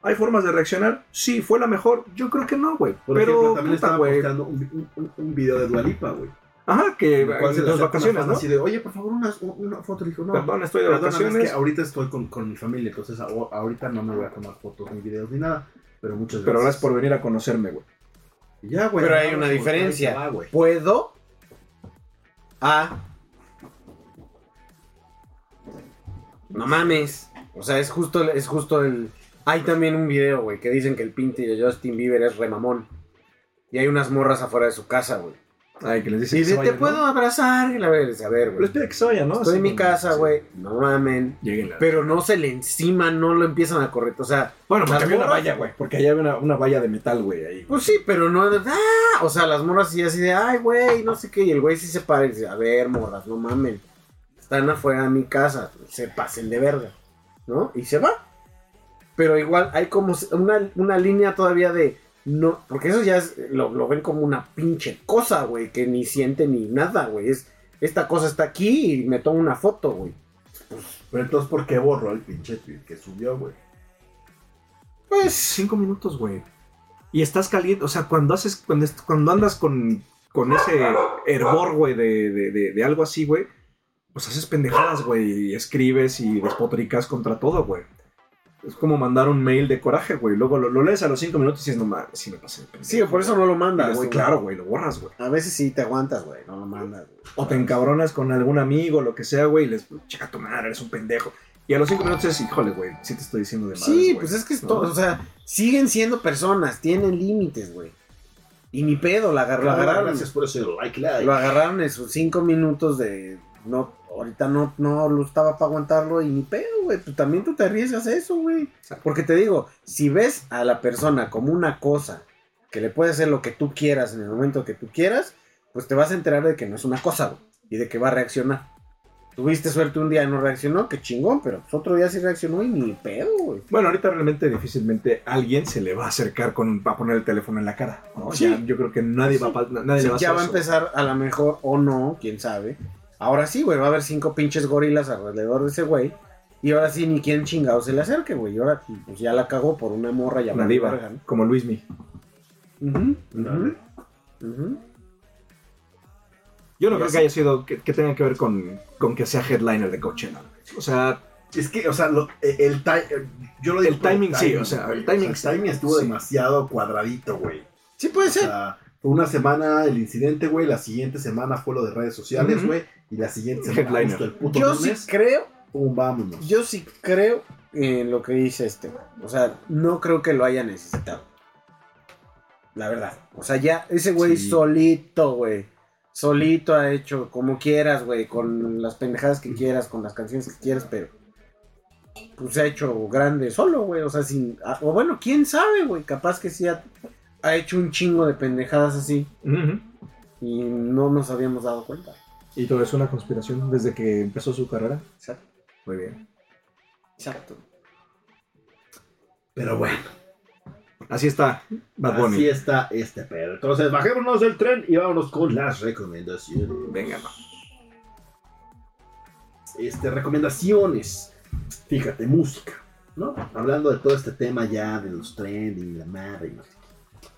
S5: ¿Hay formas de reaccionar? Sí, fue la mejor. Yo creo que no, güey.
S3: Por ejemplo,
S5: Pero,
S3: también
S5: puta,
S3: estaba
S5: güey.
S3: buscando un, un- un video de Dualipa, güey.
S5: Ajá, que
S3: En el cual se le
S5: Eh, en las
S3: acerca una
S5: vacaciones,
S3: fan
S5: ¿no?
S3: Así de, oye, por favor, una, una foto. Le dijo, no,
S5: Perdón, estoy de
S3: Perdóname,
S5: vacaciones.
S3: es que ahorita estoy con, con mi familia, entonces aho- ahorita no me voy a tomar fotos ni videos ni nada. Pero muchas gracias.
S5: Pero gracias por venir a conocerme, güey.
S3: Ya, güey.
S4: Pero hay
S3: vamos,
S4: una
S3: pues,
S4: diferencia.
S3: ahí te va, güey.
S4: Puedo... Ah... No mames. O sea, es justo, es justo el... Hay también un video, güey, que dicen que el pinte de Justin Bieber es remamón. Y hay unas morras afuera de su casa, güey.
S5: Ay, que les dice
S4: Y
S5: que se
S4: de, te
S5: vayan,
S4: puedo
S5: ¿no?
S4: abrazar. Y la verga, a ver,
S5: Les
S4: güey.
S5: pide que se vayan, ¿no?
S4: Estoy
S5: Así
S4: en mi
S5: como-
S4: casa,
S5: así.
S4: güey. No mamen.
S5: Lleguen la-
S4: Pero no se le encima, no lo empiezan a correr. O sea,
S5: Bueno, porque
S4: las
S5: había una
S4: morras-
S5: valla, güey. Porque allá había una, una valla de metal, güey, ahí.
S4: Pues sí, pero no. de- ¡Ah! O sea, las morras sí así de, ay, güey, no sé qué. Y el güey sí se para y dice, a ver, morras, no mamen. Están afuera de mi casa, se pasen de verga. ¿No? Y se va. Pero igual hay como una, una línea todavía de. No, porque eso ya es, lo, lo ven como una pinche cosa, güey, que ni siente ni nada, güey. Es, esta cosa está aquí y me tomo una foto, güey.
S3: Pero entonces, ¿por qué borró el pinche tweet que subió, güey?
S5: Pues cinco minutos, güey. Y estás caliente, o sea, cuando haces, cuando, est- cuando andas con, con ese hervor, güey, de, de- de- de algo así, güey, pues haces pendejadas, güey, y escribes y despotricas contra todo, güey. Es como mandar un mail de coraje, güey. Luego lo, lo lees a los cinco minutos y dices, no mames, sí me pasé. de pendejo,
S4: Sí, por eso no lo mandas,
S5: güey. Claro, güey, lo borras, güey.
S4: A veces sí te aguantas, güey. No lo mandas, güey.
S5: O te encabronas con algún amigo, lo que sea, güey, y les, checa tu madre, eres un pendejo. Y a los cinco minutos es, híjole, güey, sí te estoy diciendo de madres,
S4: Sí,
S5: güey",
S4: pues es que es
S5: ¿no?
S4: todo, o sea, siguen siendo personas, tienen límites, güey. Y ni pedo, la agar- lo agarraron.
S3: Gracias por ese like, like.
S4: Lo agarraron en sus cinco minutos de. No, ahorita no, no lo estaba para aguantarlo y ni pedo, güey. Pues también tú te arriesgas a eso, güey. Porque te digo, si ves a la persona como una cosa que le puede hacer lo que tú quieras en el momento que tú quieras, pues te vas a enterar de que no es una cosa, güey. Y de que va a reaccionar. Tuviste suerte un día y no reaccionó, qué chingón, pero pues, otro día sí reaccionó y ni pedo, güey.
S5: Bueno, ahorita realmente difícilmente alguien se le va a acercar con va a poner el teléfono en la cara. ¿no?
S4: Sí.
S5: Ya, yo creo que nadie va a pa- nadie
S4: Sí,
S5: le va a hacer
S4: ya va a
S5: eso.
S4: empezar a lo mejor o no, quién sabe. Ahora sí, güey, va a haber cinco pinches gorilas alrededor de ese güey. Y ahora sí, ni quien chingado se le acerque, güey. Y ahora pues, ya la cagó por una morra llamada.
S5: Una diva,
S4: verga, ¿no?
S5: como Luismi.
S4: Ujú, ujú,
S3: Dale.
S4: ujú.
S5: Yo no
S4: Ya
S5: creo
S4: sé.
S5: que haya sido que, que tenga que ver con, con que sea headliner de Coachella. O sea,
S3: Es que, o sea, lo- eh, el, ti- eh, yo lo
S5: El
S3: por
S5: timing sí, o sea,
S3: güey.
S5: el timing
S3: O sea, el timing
S5: sí.
S3: estuvo
S5: Sí.
S3: demasiado cuadradito, güey.
S4: Sí, puede
S3: O
S4: ser.
S3: sea, fue una semana el incidente, güey. La siguiente semana fue lo de redes sociales,
S5: Ujú.
S3: güey. Y la siguiente semana,
S5: Headliner.
S3: justo el puto
S4: Yo sí
S3: lunes,
S4: creo,
S3: pum, vámonos.
S4: yo sí creo en lo que dice este, güey. O sea, no creo que lo haya necesitado. La verdad. O sea, ya ese güey
S5: Sí.
S4: solito, güey. Solito ha hecho como quieras, güey. Con las pendejadas que quieras, con las canciones que quieras, pero. Pues se ha hecho grande solo, güey. O sea, sin. a- O bueno, quién sabe, güey. Capaz que sí ha, ha hecho un chingo de pendejadas así.
S5: ujú.
S4: Y no nos habíamos dado cuenta.
S5: y todo es una conspiración desde que empezó su carrera.
S4: Exacto.
S5: Muy bien.
S4: Exacto.
S3: Pero bueno,
S5: Así está Bad Bunny.
S3: así está este pedo. Entonces, bajémonos del tren y vámonos con las recomendaciones.
S5: Venga, va.
S3: este, recomendaciones. Fíjate, música, ¿no? Hablando de todo este tema ya de los trending, la madre y no sé qué.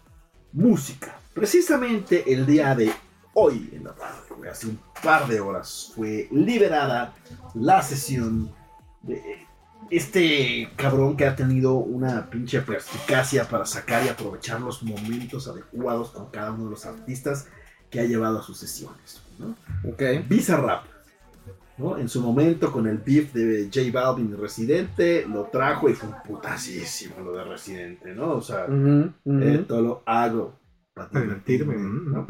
S3: Música. Precisamente el día de hoy en la tarde, güey, hace un par de horas, fue liberada la sesión de este cabrón que ha tenido una pinche perspicacia para sacar y aprovechar los momentos adecuados con cada uno de los artistas que ha llevado a sus sesiones, ¿no?
S4: Ok.
S3: Bizarrap. ¿no? En su momento, con el beef de J Balvin y Residente, lo trajo y fue un putasísimo lo de Residente, ¿no? O sea,
S4: Ujú, ujú.
S3: eh, todo lo hago para
S5: Para divertirme,
S3: ¿no?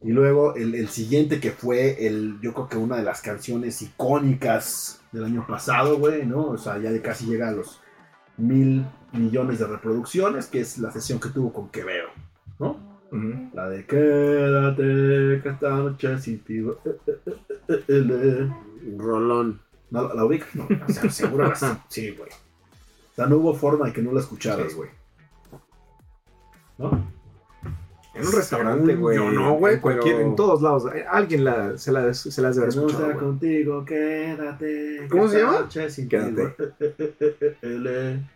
S3: Y luego el, el siguiente que fue, el, yo creo que una de las canciones icónicas del año pasado, güey, ¿no? O sea, ya de casi llega a los mil millones de reproducciones, que es la sesión que tuvo con Quevedo, ¿no?
S5: Ujú.
S3: La de quédate, que esta noche sin ti. va- eh, eh, eh, eh, eh, eh".
S4: Rolón.
S3: ¿No la- la ubicas? No, o sea, seguro la Sí, güey. O sea, no hubo forma de que no la escucharas,
S5: Sí.
S3: güey. ¿No?
S5: En un restaurante,
S4: Según
S5: güey.
S4: yo no, güey,
S5: En cualquier,
S4: pero-
S5: en todos lados. Eh, Alguien la, se la se las debe
S3: Que no
S5: escuchar.
S3: sea contigo, quédate. que
S4: ¿Cómo se
S3: esta
S4: llama?
S3: noche sin ti
S5: Quédate.
S3: va- eh, eh, eh, eh, eh, eh.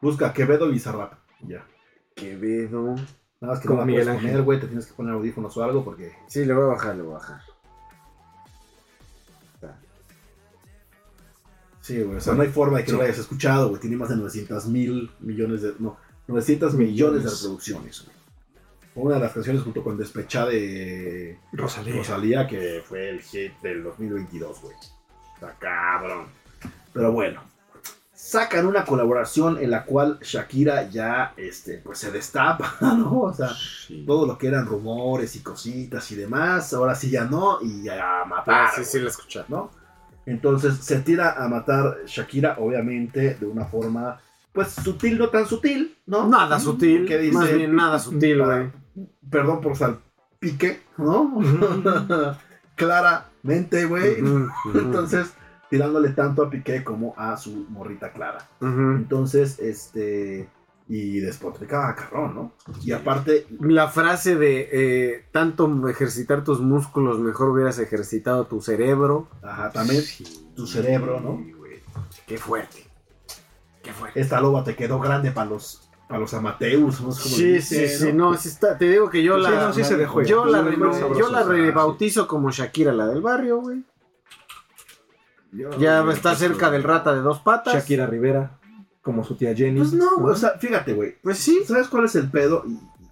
S3: Busca Quevedo Bizarrap. Ya.
S4: Quevedo.
S3: Nada más que
S5: Como
S3: no la
S5: Miguel
S3: puedes
S5: Ángel.
S3: poner, güey. Te tienes que poner audífonos o algo porque.
S4: Sí, le voy a bajar, le voy a bajar.
S3: Sí, güey. O sea, no hay forma de que no la hayas escuchado, güey. Tiene más de 900 mil millones de. No, 900 millones de
S5: Millones.
S3: reproducciones, güey. Una de las canciones junto con Despechá de
S5: Rosalía.
S3: Rosalía, que fue el hit del 2022, güey. Está cabrón. Pero bueno, sacan una colaboración en la cual Shakira ya, este, pues se destapa, ¿no? O sea, todo lo que eran rumores y cositas y demás, ahora sí ya no, y ya matar.
S4: sí, sí, la escuché.
S3: ¿no? Entonces se tira a matar Shakira, obviamente, de una forma, pues sutil, no tan sutil, ¿no?
S4: Nada sutil.
S3: ¿Qué dice?
S4: Más bien nada sutil, güey.
S3: Perdón por salpique, ¿no? Claramente, güey.
S4: Ujú, ujú,
S3: Entonces, tirándole tanto a Piqué como a su morrita Clara.
S4: ujú.
S3: Entonces, este. Y despotricaba a Carrón, ¿no? Y aparte,
S4: La frase de eh, tanto ejercitar tus músculos, mejor hubieras ejercitado tu cerebro.
S3: ajá, también tu cerebro, ¿no?
S4: Qué fuerte. Qué fuerte.
S3: Esta loba te quedó grande para los a los amateurs, somos como le
S4: Sí, sí,
S3: dicen,
S4: sí, no, sí está- te digo que yo
S5: Sí,
S4: la,
S5: no, sí se dejó.
S4: yo la,
S5: Muy
S4: reno-
S5: sabroso.
S4: yo la rebautizo como Shakira, la del barrio, güey. Ya está cerca del rata de dos patas.
S5: Shakira Rivera, como su tía Jenny.
S3: Pues no, güey, o sea, fíjate, güey,
S4: Pues sí.
S3: ¿Sabes cuál es el pedo?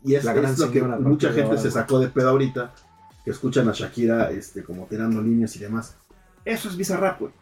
S3: Y, y es,
S5: La gran
S3: es lo que
S5: señora, ¿no?
S3: mucha
S5: Que
S3: gente
S5: ahora-
S3: se sacó de pedo ahorita, que escuchan a Shakira este, como tirando líneas y demás. Eso es Bizarrap, güey.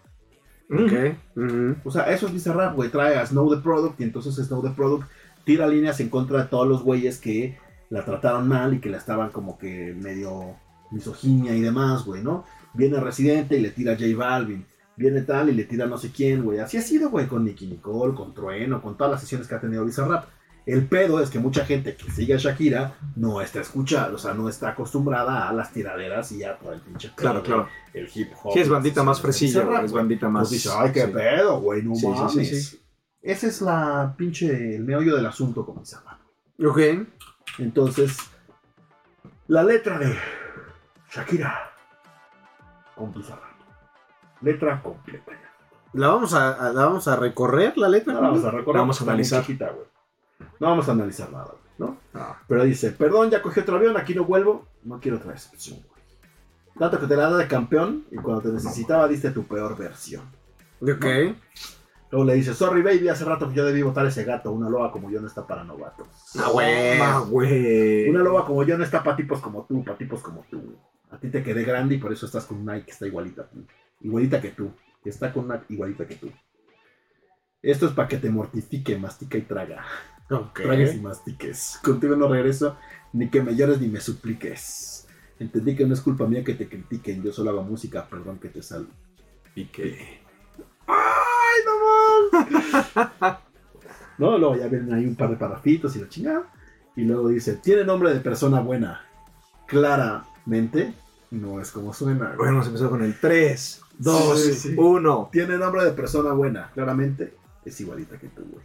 S5: Mm.
S4: Ujú.
S3: O sea, eso es Bizarrap, güey. Trae a Snow the Product y entonces Snow the Product tira líneas en contra de todos los güeyes que la trataron mal y que la estaban como que medio misoginia y demás, güey, ¿no? Viene Residente y le tira a J Balvin. Viene tal y le tira a no sé quién, güey. Así ha sido, güey, con Nicky Nicole, con Trueno, con todas las sesiones que ha tenido Bizarrap. El pedo es que mucha gente que sigue a Shakira no está escuchando, o sea, no está acostumbrada a las tiraderas y a todo el pinche pedo,
S5: Claro, claro.
S3: El hip hop.
S5: Sí, es bandita
S3: las
S5: más
S3: sesiones de
S5: fresilla,
S3: Bizarrap,
S5: güey, es
S3: güey.
S5: bandita
S3: Pues
S5: más.
S3: dice, ay, qué
S5: sí.
S3: pedo, güey, no
S5: Sí, sí,
S3: mames.
S5: sí, sí.
S3: Ese es la pinche, el meollo del asunto con mis hermanos.
S4: Ok.
S3: Entonces, la letra de Shakira con Pizarra. Letra completa.
S4: La vamos a, a- la vamos a recorrer la letra.
S3: No la vamos a recordar.
S5: Vamos a
S3: está
S5: analizar.
S3: muy chiquita, güey. No vamos a analizar nada, güey, ¿no?
S5: Ah,
S3: Pero dice, perdón, ya cogí otro avión, aquí no vuelvo, no quiero otra decepción, güey. Tanto que te la da de campeón y cuando te necesitaba diste tu peor versión.
S4: Ok.
S3: Luego le dice, sorry baby, hace rato que yo debí botar ese gato. Una loba como yo no está para novatos.
S4: Ah, güey.
S5: ah, güey.
S3: Una loba como yo no está para tipos como tú, para tipos como tú. A ti te quedé grande y por eso estás con una que está igualita a ti. Igualita que tú. Que está con una igualita que tú. Esto es para que te mortifique, mastica y traga.
S4: Ok.
S3: Tragues y mastiques. Contigo no regreso, ni que me llores ni me supliques. Entendí que no es culpa mía que te critiquen. Yo solo hago música, perdón que te salve.
S5: Pique.
S3: No, luego ya vienen ahí un par de parafitos y la chingada. Y luego dice, tiene nombre de persona buena. Claramente, no es como suena. güey.
S5: Bueno, se empezó con el 3,
S3: Sí,
S5: 2,
S3: sí.
S5: 1.
S3: Tiene nombre de persona buena. Claramente, es igualita que tú, güey.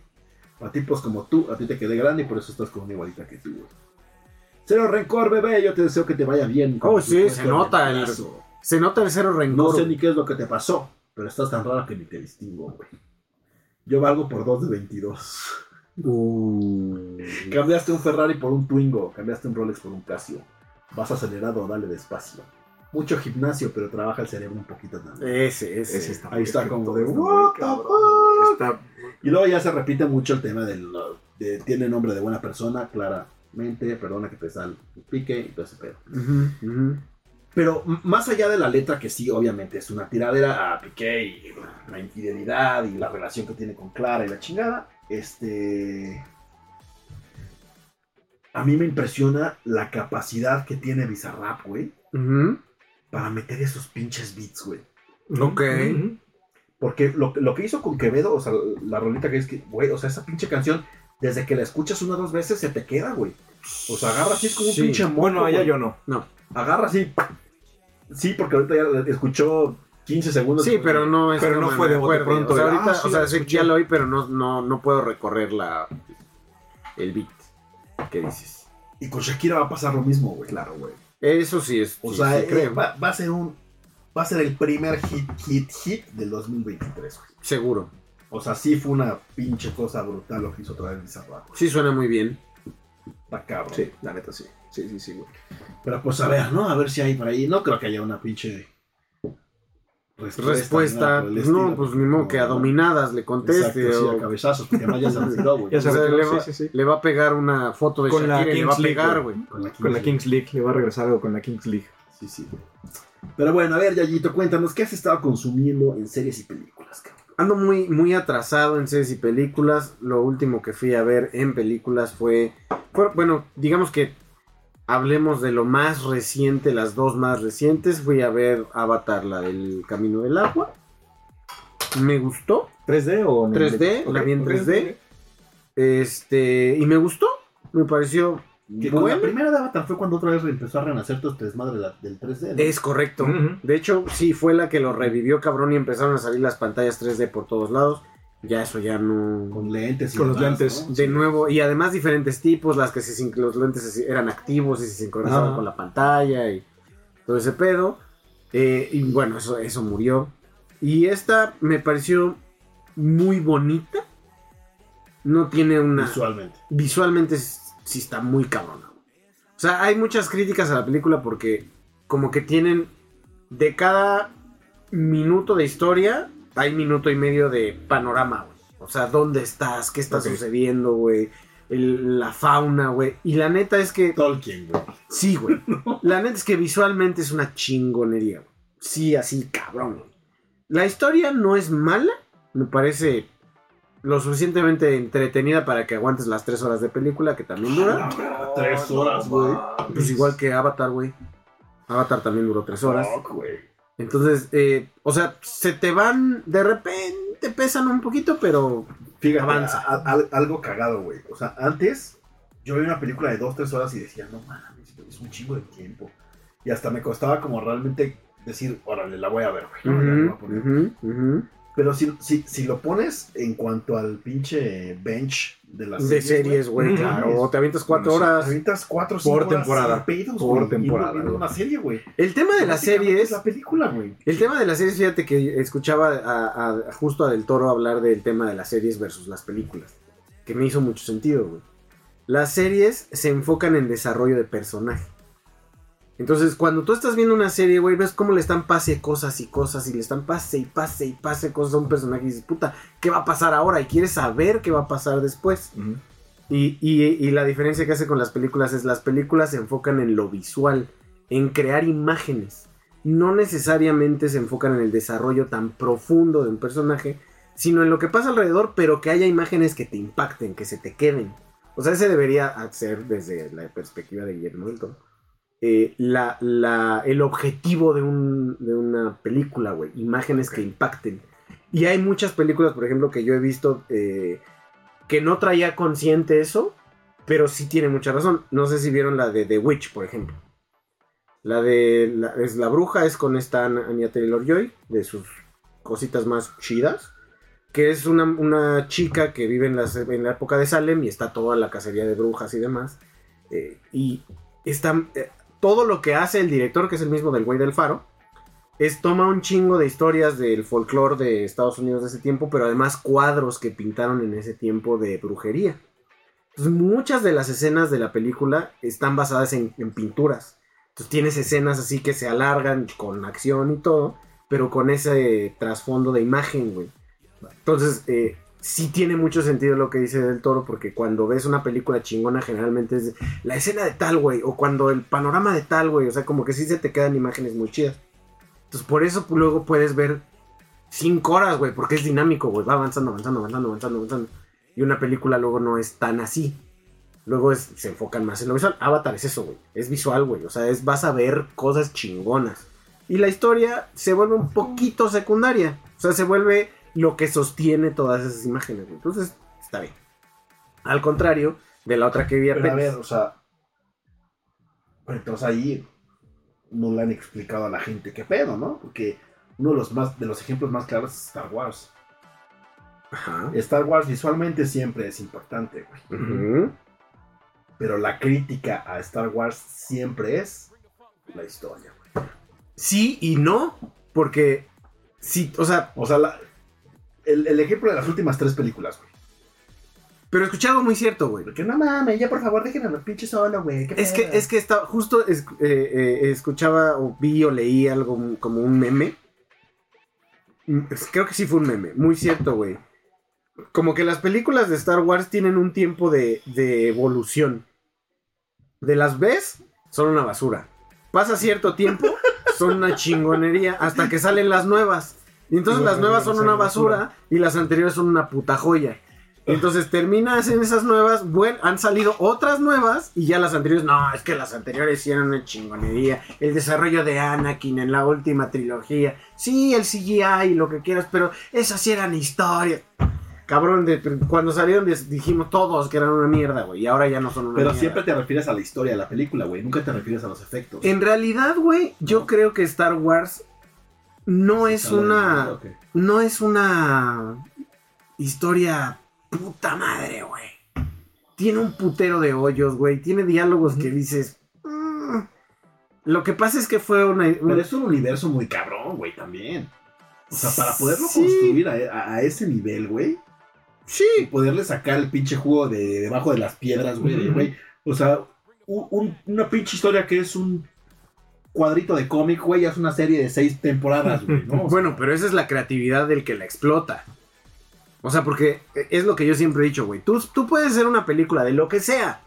S3: A tipos como tú, a ti te quedé grande y por eso estás con una igualita que tú, güey. Cero rencor, bebé. Yo te deseo que te vaya bien.
S4: Oh,
S3: Como
S4: sí,
S3: si fuese
S4: se
S3: un
S4: nota el-
S3: reemplazo.
S4: Se nota el cero
S3: No
S4: rencor.
S3: sé ni qué es lo que te pasó, pero estás tan rara que ni te distingo, güey. Yo valgo por 2 de 22.
S4: Uh.
S3: Cambiaste un Ferrari por un Twingo, cambiaste un Rolex por un Casio. Vas acelerado, dale despacio. Mucho gimnasio, pero trabaja el cerebro un poquito también.
S4: Ese, ese.
S5: Ese está
S3: Ahí está
S5: perfecto,
S3: como de,
S5: está muy
S3: "What the
S5: cabrón".
S3: fuck?"
S5: Está-
S3: Y luego ya se repite mucho el tema del uh, de, tiene nombre de buena persona, claramente, perdona que te sal pique y todo ese pedo.
S4: Ujú, ujú.
S3: Pero m- más allá de la letra, que sí, obviamente es una tiradera a Piqué y la infidelidad y la relación que tiene con Clara y la chingada, este. A mí me impresiona la capacidad que tiene Bizarrap, güey,
S4: Ujú.
S3: para meter esos pinches beats, güey.
S4: Ok.
S5: Ujú.
S3: Porque lo, lo que hizo con Quevedo, o sea, la rolita que es que, güey, o sea, esa pinche canción, desde que la escuchas una o dos veces, se te queda, güey. O sea, agarra así, es como un
S5: Sí.
S3: pinche moco,
S5: Bueno, allá
S3: güey.
S5: yo no.
S3: Agarra así. Sí, porque ahorita ya la escuchó 15 segundos.
S4: Sí, pero no es
S5: Pero no
S4: me
S5: fue de bote
S4: acuerde.
S5: pronto,
S4: O sea,
S5: de,
S4: ahorita,
S5: ah, sí,
S4: o sea,
S5: la
S4: sí,
S5: escuché.
S4: ya lo oí, pero no, no, no puedo recorrer la el beat que dices.
S3: Y con Shakira va a pasar lo mismo, güey.
S5: Claro, güey.
S4: Eso sí es.
S3: O
S4: sí,
S3: sea,
S4: sí
S3: eh,
S4: creo.
S3: va, va a ser un. Va a ser el primer hit, hit, hit del 2023, güey.
S4: Seguro.
S3: O sea, sí fue una pinche cosa brutal lo que hizo otra vez Bizarrap. güey.
S4: Sí suena muy bien.
S3: Está cabrón.
S5: Sí, la neta sí. Sí, sí, sí, güey.
S3: Pero pues a ver, ¿no? A ver si hay por ahí. No creo que haya una pinche.
S4: Respuesta.
S3: nada por el
S4: pues,
S3: estilo,
S4: no, pues ni modo que a
S3: no.
S4: dominadas le
S3: Exacto,
S4: conteste.
S3: sí,
S4: o-
S3: a cabezazos, porque además ya se retiró, güey.
S5: Ya se
S4: O sea, le
S5: retiró,
S4: va-
S5: sí, sí, sí.
S4: le va a pegar una foto de
S5: Con la
S4: Shakira y le va a
S5: Kings League,
S4: pegar,
S5: güey.
S4: güey.
S3: Con la Kings
S5: Con la
S3: League.
S5: Kings League, le va a regresar algo con la Kings League.
S3: Sí, sí. Pero bueno, a ver, Yayito, cuéntanos, ¿qué has estado consumiendo en series y películas, cabrón?
S4: Ando muy, muy atrasado en series y películas. Lo último que fui a ver en películas fue, fue- Bueno, digamos que hablemos de lo más reciente, las dos más recientes. Fui a ver Avatar, la del Camino del Agua. Me gustó.
S5: ¿3D o no?
S4: 3D,
S5: Ok,
S4: la vi en
S5: ok,
S4: 3D. Este. Y me gustó. Me pareció.
S3: Que con
S4: buena.
S3: la primera de Avatar fue cuando otra vez empezó a renacer tu desmadre la- del 3D. ¿no?
S4: Es correcto.
S5: Ujú.
S4: De hecho, sí, fue la que lo revivió, cabrón, y empezaron a salir las pantallas 3D por todos lados. Ya eso ya no.
S3: Con lentes y
S5: Con los
S3: demás,
S5: lentes.
S3: ¿no?
S4: De nuevo, y además diferentes tipos, las que se sin- los lentes se- eran activos y se sincronizaban
S5: Ah.
S4: con la pantalla y todo ese pedo. Eh, y bueno, eso, eso murió. Y esta me pareció muy bonita. no tiene una.
S3: visualmente.
S4: Visualmente s- sí está muy cabrona. güey. O sea, hay muchas críticas a la película porque, como que tienen. De cada minuto de historia, hay minuto y medio de panorama, güey. O sea, ¿dónde estás? ¿Qué está
S5: Ok.
S4: sucediendo, güey? El- la fauna, güey. Y la neta es que.
S3: Tolkien, güey.
S4: Sí, güey. La neta es que visualmente es una chingonería. güey. Sí, así, cabrón. güey. La historia no es mala. Me parece lo suficientemente entretenida para que aguantes las tres horas de película, que también dura.
S3: Tres horas, güey.
S4: Pues igual que Avatar, güey. Avatar también duró tres horas.
S3: Fuck, güey.
S4: Entonces, eh, o sea, se te van, de repente pesan un poquito, pero
S3: Fíjate,
S4: Avanza.
S3: a- a- algo cagado, güey. O sea, antes yo veía una película de dos, tres horas y decía, no mames, güey, es un chingo de tiempo. Y hasta me costaba como realmente decir, órale, la voy a ver, güey. ya la voy a poner".
S4: Ujú, ujú,
S3: Pero si, si, si lo pones en cuanto al pinche bench de las
S4: ujú. de series, güey,
S5: Ujú.
S4: claro. O te avientas cuatro
S5: Bueno, sí.
S4: horas.
S3: Avientas cuatro cinco
S5: Por
S3: horas
S5: temporada.
S3: sin pedos,
S5: Por
S3: güey, viendo-
S5: temporada,
S3: viendo
S5: güey.
S3: una serie, güey.
S4: El tema de las series.
S3: Es la película, güey.
S4: El tema de las series, fíjate que escuchaba a, a- justo a Del Toro hablar del tema de las series versus las películas, que me hizo mucho sentido, güey. Las series se enfocan en desarrollo de personaje. Entonces, cuando tú estás viendo una serie, güey, ves cómo le están pase cosas y cosas y le están pase y pase y pase cosas a un personaje y dices, puta, ¿qué va a pasar ahora? Y quieres saber qué va a pasar después.
S5: Ujú.
S4: Y, y- y la diferencia que hace con las películas es las películas se enfocan en lo visual, en crear imágenes. No necesariamente se enfocan en el desarrollo tan profundo de un personaje, sino en lo que pasa alrededor, pero que haya imágenes que te impacten, que se te queden. O sea, ese debería hacer desde la perspectiva de Guillermo del Toro. eh, la- la- el objetivo de, un- de una película, güey. Imágenes que impacten. Y hay muchas películas, por ejemplo, que yo he visto eh, que no traía consciente eso, pero sí tiene mucha razón. No sé si vieron la de The Witch, por ejemplo. La de la, es la bruja es con esta An- Anya Taylor Joy, de sus cositas más chidas, que es una, una chica que vive en, las- en la época de Salem y está toda la cacería de brujas y demás. Eh, y está, eh, todo lo que hace el director, que es el mismo del güey del faro, es toma un chingo de historias del folclore de Estados Unidos de ese tiempo, pero además cuadros que pintaron en ese tiempo de brujería. Entonces, muchas de las escenas de la película están basadas en, en pinturas. Entonces tienes escenas así que se alargan con acción y todo, pero con ese trasfondo de imagen, güey. Entonces, eh, sí tiene mucho sentido lo que dice Del Toro, porque cuando ves una película chingona, generalmente es de, la escena de tal, güey, o cuando el panorama de tal, güey, o sea, como que sí se te quedan imágenes muy chidas. Entonces, por eso pu- luego puedes ver cinco horas, güey, porque es dinámico, güey, va avanzando, avanzando, avanzando, avanzando, avanzando. Y una película luego no es tan así. Luego es- se enfocan más en lo visual. Avatar es eso, güey. Es visual, güey. O sea, es, vas a ver cosas chingonas. Y la historia se vuelve un poquito secundaria. O sea, se vuelve lo que sostiene todas esas imágenes, güey. Entonces, está bien. Al contrario de la otra que vi
S3: Pero a
S4: apenas.
S3: ver, o sea. pero Entonces ahí no le han explicado a la gente qué pedo, ¿no? Porque uno de los, más, de los ejemplos más claros es Star Wars.
S4: Ajá.
S3: Star Wars visualmente siempre es impactante, güey.
S4: Ujú.
S3: Pero la crítica a Star Wars siempre es la historia, güey.
S4: Sí y no, porque sí, o sea,
S3: O sea, la- el, el ejemplo de las últimas tres películas, güey.
S4: pero escuché algo muy cierto, güey.
S3: Porque no mames, ya por favor dejen a los pinches solo, güey. ¿qué
S4: Es que,
S3: pedo?
S4: es que está, justo es- eh, eh, escuchaba o vi o leí algo m- como un meme. Mm, es- Creo que sí fue un meme, muy cierto, güey. Como que las películas de Star Wars tienen un tiempo de, de evolución. De las ves, son una basura. Pasa cierto tiempo, son una chingonería, hasta que salen las nuevas. Y entonces
S5: Y
S4: las
S5: las
S4: nuevas son una
S5: nuevas son basura.
S4: basura y las anteriores son una puta joya. Entonces terminas en esas nuevas, bueno, han salido otras nuevas y ya las anteriores, no, es que las anteriores sí eran una chingonería. El desarrollo de Anakin en la última trilogía, sí, el CGI y lo que quieras, pero esas sí eran historias. Cabrón, de, cuando salieron des- dijimos todos que eran una mierda, güey, y ahora ya no son una
S3: Pero
S4: mierda.
S3: siempre te refieres a la historia de la película, güey. Nunca te refieres a los efectos.
S4: En realidad, güey, yo creo que Star Wars no es
S3: Habla de
S4: una...
S3: dinero, ¿o qué?
S4: no es una historia puta madre, güey. Tiene un putero de hoyos, güey. Tiene diálogos que dices. "Mm". Lo que pasa es que fue una. un-
S3: Pero es un universo muy cabrón, güey, también. O sea, para poderlo
S4: Sí.
S3: construir a, a- a ese nivel, güey, y
S4: Sí.
S3: poderle sacar el pinche jugo de debajo de las piedras, güey. de, güey. O sea, u- un- una pinche historia que es un cuadrito de cómic, güey, ya es una serie de seis temporadas, güey, ¿no? O sea,
S4: Bueno, pero esa es la creatividad del que la explota. O sea, porque es lo que yo siempre he dicho, güey. Tú, tú puedes hacer una película de lo que sea.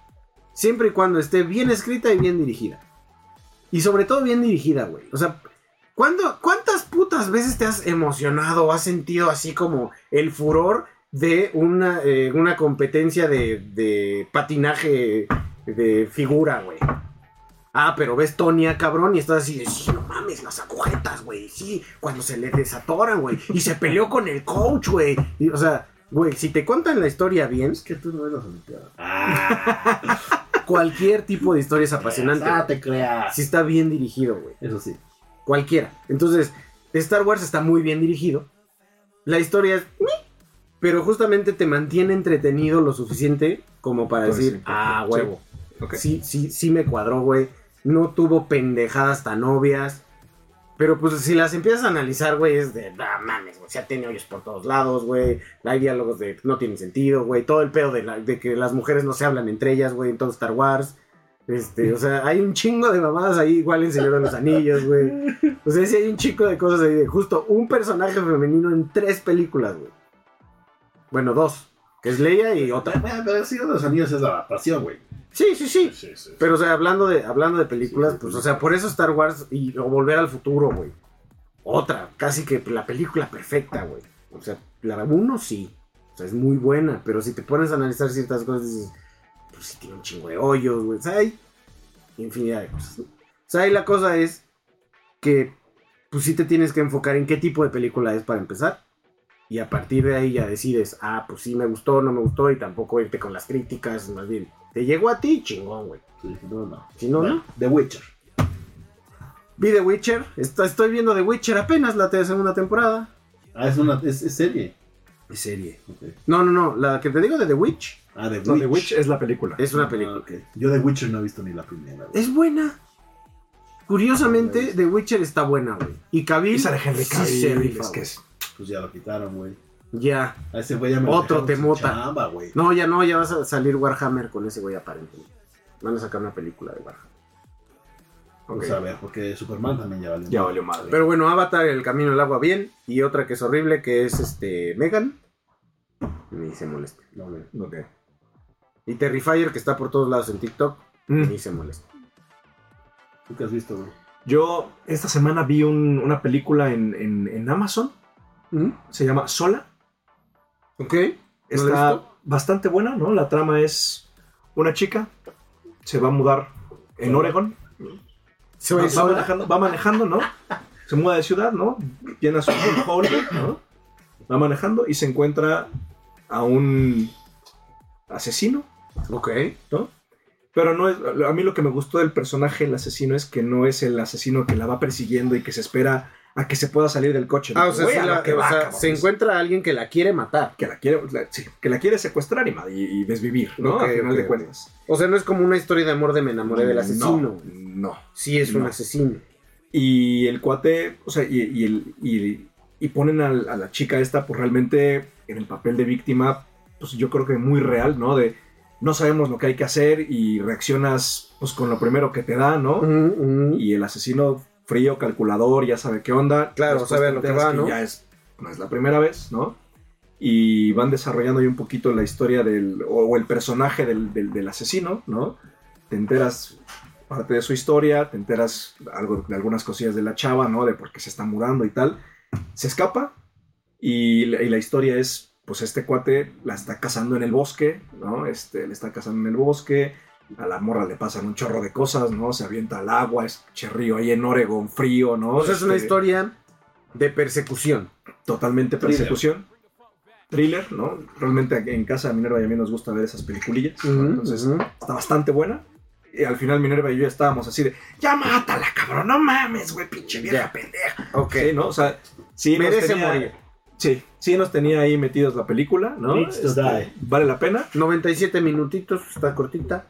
S4: Siempre y cuando esté bien escrita y bien dirigida. Y sobre todo bien dirigida, güey. O sea, ¿cuándo- ¿cuántas putas veces te has emocionado o has sentido así como el furor de una, eh, una competencia de, de patinaje de figura, güey? Ah, pero ves Tonia, cabrón, y estás así de, sí, no mames, las agujetas, güey, sí, cuando se le desatoran, güey, y se peleó con el coach, güey. Y, O sea, güey, si te cuentan la historia bien,
S3: es que tú no eres olimpiada.
S4: cualquier tipo de historia es apasionante.
S3: Ah,
S4: güey.
S3: te creas.
S4: Si está bien dirigido, güey.
S3: Eso sí.
S4: Cualquiera. Entonces, Star Wars está muy bien dirigido. La historia es. "Mi", Pero justamente te mantiene entretenido lo suficiente como para
S5: Pues
S4: decir,
S5: sí.
S4: ah,
S5: Sí.
S4: huevo.
S5: Ok.
S4: Sí, sí, sí me cuadró, güey. No tuvo pendejadas tan obvias. Pero pues si las empiezas a analizar, güey, es de, ah, mames, güey. O sea, tiene hoyos por todos lados, güey. Hay diálogos de no tienen sentido, güey. Todo el pedo de, la- de que las mujeres no se hablan entre ellas, güey, en todo Star Wars. Este, o sea, hay un chingo de mamadas ahí, igual en Señor de los Anillos, güey. O sea, sí hay un chico de cosas ahí de justo un personaje femenino en tres películas, güey. Bueno, dos. Que es Leia y otra.
S3: Bueno, Pero el Señor de los Anillos es la pasión, güey.
S4: Sí, sí, sí.
S3: Sí, sí.
S4: Pero, o sea, hablando de, hablando de películas,
S3: Sí, sí,
S4: pues,
S3: sí.
S4: o sea, por eso Star Wars y o Volver al Futuro, güey. Otra, casi que la película perfecta, güey. O sea, la uno sí. O sea, es muy buena, pero si te pones a analizar ciertas cosas, dices, pues sí tiene un chingo de hoyos, güey. O sea, hay infinidad de cosas. ¿no? O sea, ahí la cosa es que, pues sí te tienes que enfocar en qué tipo de película es para empezar. Y a partir de ahí ya decides, ah, pues sí me gustó, no me gustó, y tampoco irte con las críticas, más bien. Te llegó a ti, chingón, güey.
S3: Sí, No, no.
S4: Si no, no.
S3: Ah, The Witcher.
S4: Vi The Witcher. Est- estoy viendo The Witcher apenas la te- segunda temporada.
S3: Ah, es una es, es serie.
S4: De serie.
S3: Ok.
S4: No, no, no. La que te digo de The Witch
S3: Ah, The Witch.
S5: No, The Witch es la película.
S4: es una película.
S3: Ah, ok. Yo The Witcher no he visto ni la primera, güey.
S4: Es buena. Curiosamente, The Witcher está buena, güey. Y Cavill.
S5: Y sale Henry
S4: sí
S5: Cavill,
S4: se rifa,
S5: es que
S4: güey.
S5: es-
S3: Pues ya lo quitaron, güey.
S4: Ya.
S3: A ese güey ya me
S4: Otro
S3: dejaron sin
S4: temota.
S3: Chamba, güey.
S4: No, ya no. Ya vas a salir Warhammer con ese güey aparentemente. Van a sacar una película de Warhammer.
S5: ok.
S3: Pues a ver, porque Superman también ya vale.
S5: Ya valió madre.
S4: Pero bueno, Avatar, El Camino al Agua, bien. Y otra que es horrible, que es este. Megan. Ni se molesta.
S3: No, güey.
S5: Ok.
S4: Y Terrifier, que está por todos lados en TikTok.
S5: Mm.
S4: Ni se molesta.
S3: ¿Tú qué has visto, güey?
S5: Yo esta semana vi un- una película en, en- en Amazon. Se llama Sola.
S4: ¿Ok? ¿No la he
S5: Está
S4: visto?
S5: bastante buena, ¿no? La trama es una chica se va a mudar en Oregon.
S4: Se
S5: Va,
S4: va a ir
S5: Pues, va
S4: sola.
S5: manejando, va manejando, ¿no? Se muda de ciudad, ¿no? Llena su folder, ¿no? Va manejando y se encuentra a un asesino,
S4: Ok.
S5: ¿no? Pero no es, a mí lo que me gustó del personaje, el asesino, es que no es el asesino que la va persiguiendo y que se espera a que se pueda salir del coche.
S4: Ah,
S5: ¿no?
S4: o sea,
S5: Güey,
S4: sí
S5: a
S4: la-
S5: lo que
S4: o
S5: va,
S4: sea,
S5: cabrón.
S4: se encuentra a alguien que la quiere matar.
S5: que la quiere, la- sí, que la quiere secuestrar y, ma- y- y desvivir, ¿no?
S4: Ok,
S5: Al final
S4: ok,
S5: de cuentas.
S4: O sea, no es como una historia de amor de me enamoré del asesino.
S5: No,
S4: güey.
S5: no.
S4: Sí, es un
S5: No.
S4: asesino.
S5: Y el cuate, o sea, y, y el- y- y ponen al- a, la chica esta, pues realmente en el papel de víctima, pues yo creo que muy real, ¿no? De no sabemos lo que hay que hacer y reaccionas, pues con lo primero que te da, ¿no?
S4: Mm, mm.
S5: Y el asesino frío, calculador, ya sabe qué onda.
S4: Claro,
S5: Después
S4: sabe
S5: te
S4: a lo que
S5: enteras
S4: va, ¿no?
S5: Ya es, no es la primera vez, ¿no? Y van desarrollando ahí un poquito la historia del, o, o el personaje del, del- del asesino, ¿no? Te enteras parte de su historia, te enteras algo, de algunas cosillas de la chava, ¿no? De por qué se está mudando y tal. Se escapa y la, y la historia es, pues este cuate la está cazando en el bosque, ¿no? Este, le está cazando en el bosque, a la morra le pasan un chorro de cosas, ¿no? Se avienta al agua, es cherrío ahí en Oregon, frío, ¿no?
S4: O sea, Pues es una
S5: Este,
S4: historia de persecución.
S5: Totalmente
S3: Thriller.
S5: persecución. Thriller, ¿no? Realmente en casa de Minerva y a mí nos gusta ver esas peliculillas. ¿no?
S4: Mm,
S5: Entonces,
S4: mm.
S5: está bastante buena. Y al final Minerva y yo estábamos así de, ya mátala, cabrón, no mames, güey, pinche vieja
S4: Ya.
S5: pendeja.
S4: Ok.
S5: Sí, ¿no? O sea, sí nos
S4: Merece
S5: tenía-
S4: morir.
S5: Sí, sí nos tenía ahí metidos la película, ¿no? Este,
S3: Needs to die.
S5: vale la pena.
S4: 97 minutitos, está cortita.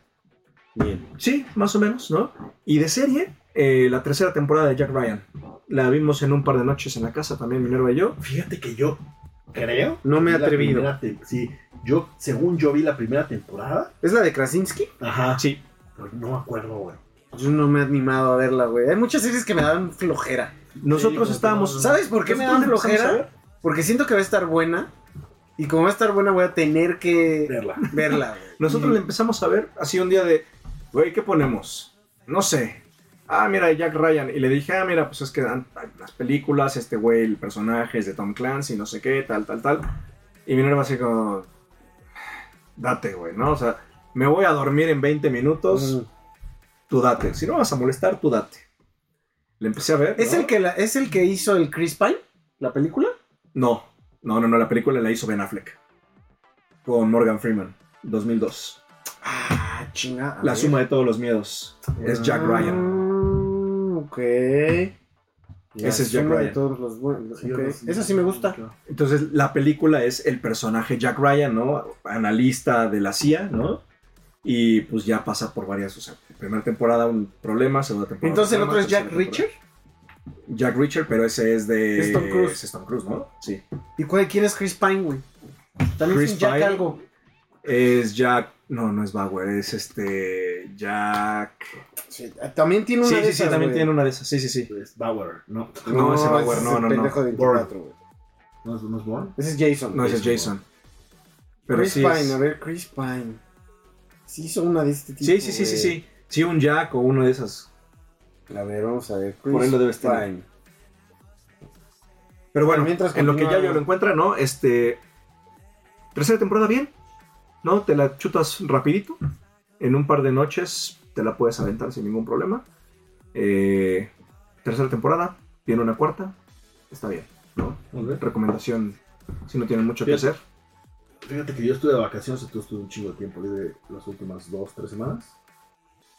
S4: Bien.
S5: Sí, más o menos, ¿no? Y de serie, eh, la tercera temporada de Jack Ryan. La vimos en un par de noches en la casa también, Minerva y yo.
S3: Fíjate que yo creo.
S4: No me he
S3: vi la
S4: atrevido.
S3: primera tem- Sí, yo, según yo vi la primera temporada.
S4: ¿Es la de Krasinski?
S3: Ajá.
S5: Sí.
S3: Pero no me acuerdo, güey.
S4: Yo no me he animado a verla, güey. Hay muchas series que me dan flojera.
S5: Nosotros
S3: Sí,
S5: estábamos.
S4: ¿Sabes por qué me dan
S5: ¿Nosotros empezamos
S4: flojera? Porque siento que va a estar buena. Y como va a estar buena, voy a tener que
S3: Verla.
S4: verla, güey.
S5: Nosotros le empezamos a ver así un día de, güey, ¿qué ponemos? No sé. Ah, mira, Jack Ryan. Y le dije, ah, mira, pues es que dan hay las películas, este güey, el personaje es de Tom Clancy, no sé qué, tal, tal, tal. Y Minerva así como, date, güey, ¿no? O sea, me voy a dormir en 20 minutos, tú date. Si no vas a molestar, tú date. Le empecé a ver.
S4: ¿Es,
S5: ¿no?
S4: el que la- ¿Es el que hizo el Chris Pine? ¿La película?
S5: No, no, no, no, la película la hizo Ben Affleck. Con Morgan Freeman, 2002.
S4: Ah, chinga. a
S5: La
S4: ver.
S5: suma de todos los miedos. Es Jack
S4: Ah,
S5: Ryan.
S4: Ok.
S5: Ese es Jack
S4: suma de
S5: Ryan.
S4: todos los buenos,
S3: Sí, yo
S4: ok.
S3: no sé.
S4: Esa sí me gusta.
S5: Entonces, la película es el personaje Jack Ryan, ¿no? Analista de la CIA, ¿no? Y pues ya pasa por varias. O sea, primera temporada un problema, segunda temporada.
S4: Entonces el
S5: un
S4: otro es
S5: problema,
S4: Jack
S5: tercera
S4: Richard.
S5: temporada- Jack Richard, pero ese es de.
S4: Es Tom Cruise.
S5: es Tom Cruise, ¿no? Sí.
S4: ¿Y cuál, quién es Chris Pine, güey? También
S5: Chris
S4: es un Jack
S5: Pine.
S4: algo.
S5: Es Jack. No, no es Bauer, es este. Jack.
S4: Sí, también tiene una
S5: Sí,
S4: de
S5: sí, sí,
S4: esas,
S5: también
S4: güey.
S5: tiene una de esas. Sí, sí, sí.
S3: Pues, Es Bauer, no.
S5: No, ese Bauer,
S4: es
S5: no,
S4: el
S5: no, no.
S4: pendejo de 24, güey.
S3: ¿No es, no es Bourne?
S4: Ese es Jason.
S5: No, ese es Jason. Pero
S4: Chris
S5: sí
S4: Pine,
S5: es-
S4: a ver, Chris Pine. Sí hizo una de este tipo,
S5: Sí, sí, sí, sí, sí. Sí, un Jack o uno de esas.
S4: güey. A ver, vamos a ver. Chris
S5: Por ahí lo debes tener.
S4: Pine.
S5: Pero bueno,
S4: Pero mientras
S5: en lo que
S4: continúa-
S5: ya yo lo encuentra, ¿no? Este. Tercera temporada, bien. ¿No? Te la chutas rapidito. En un par de noches te la puedes aventar sin ningún problema. Eh, tercera temporada, viene una cuarta. Está bien, ¿no?
S3: Muy bien.
S5: Recomendación si no tienen mucho que
S3: Bien.
S5: hacer.
S3: Fíjate que yo estuve de vacaciones, entonces estuve un chingo de tiempo libre las últimas dos, tres semanas.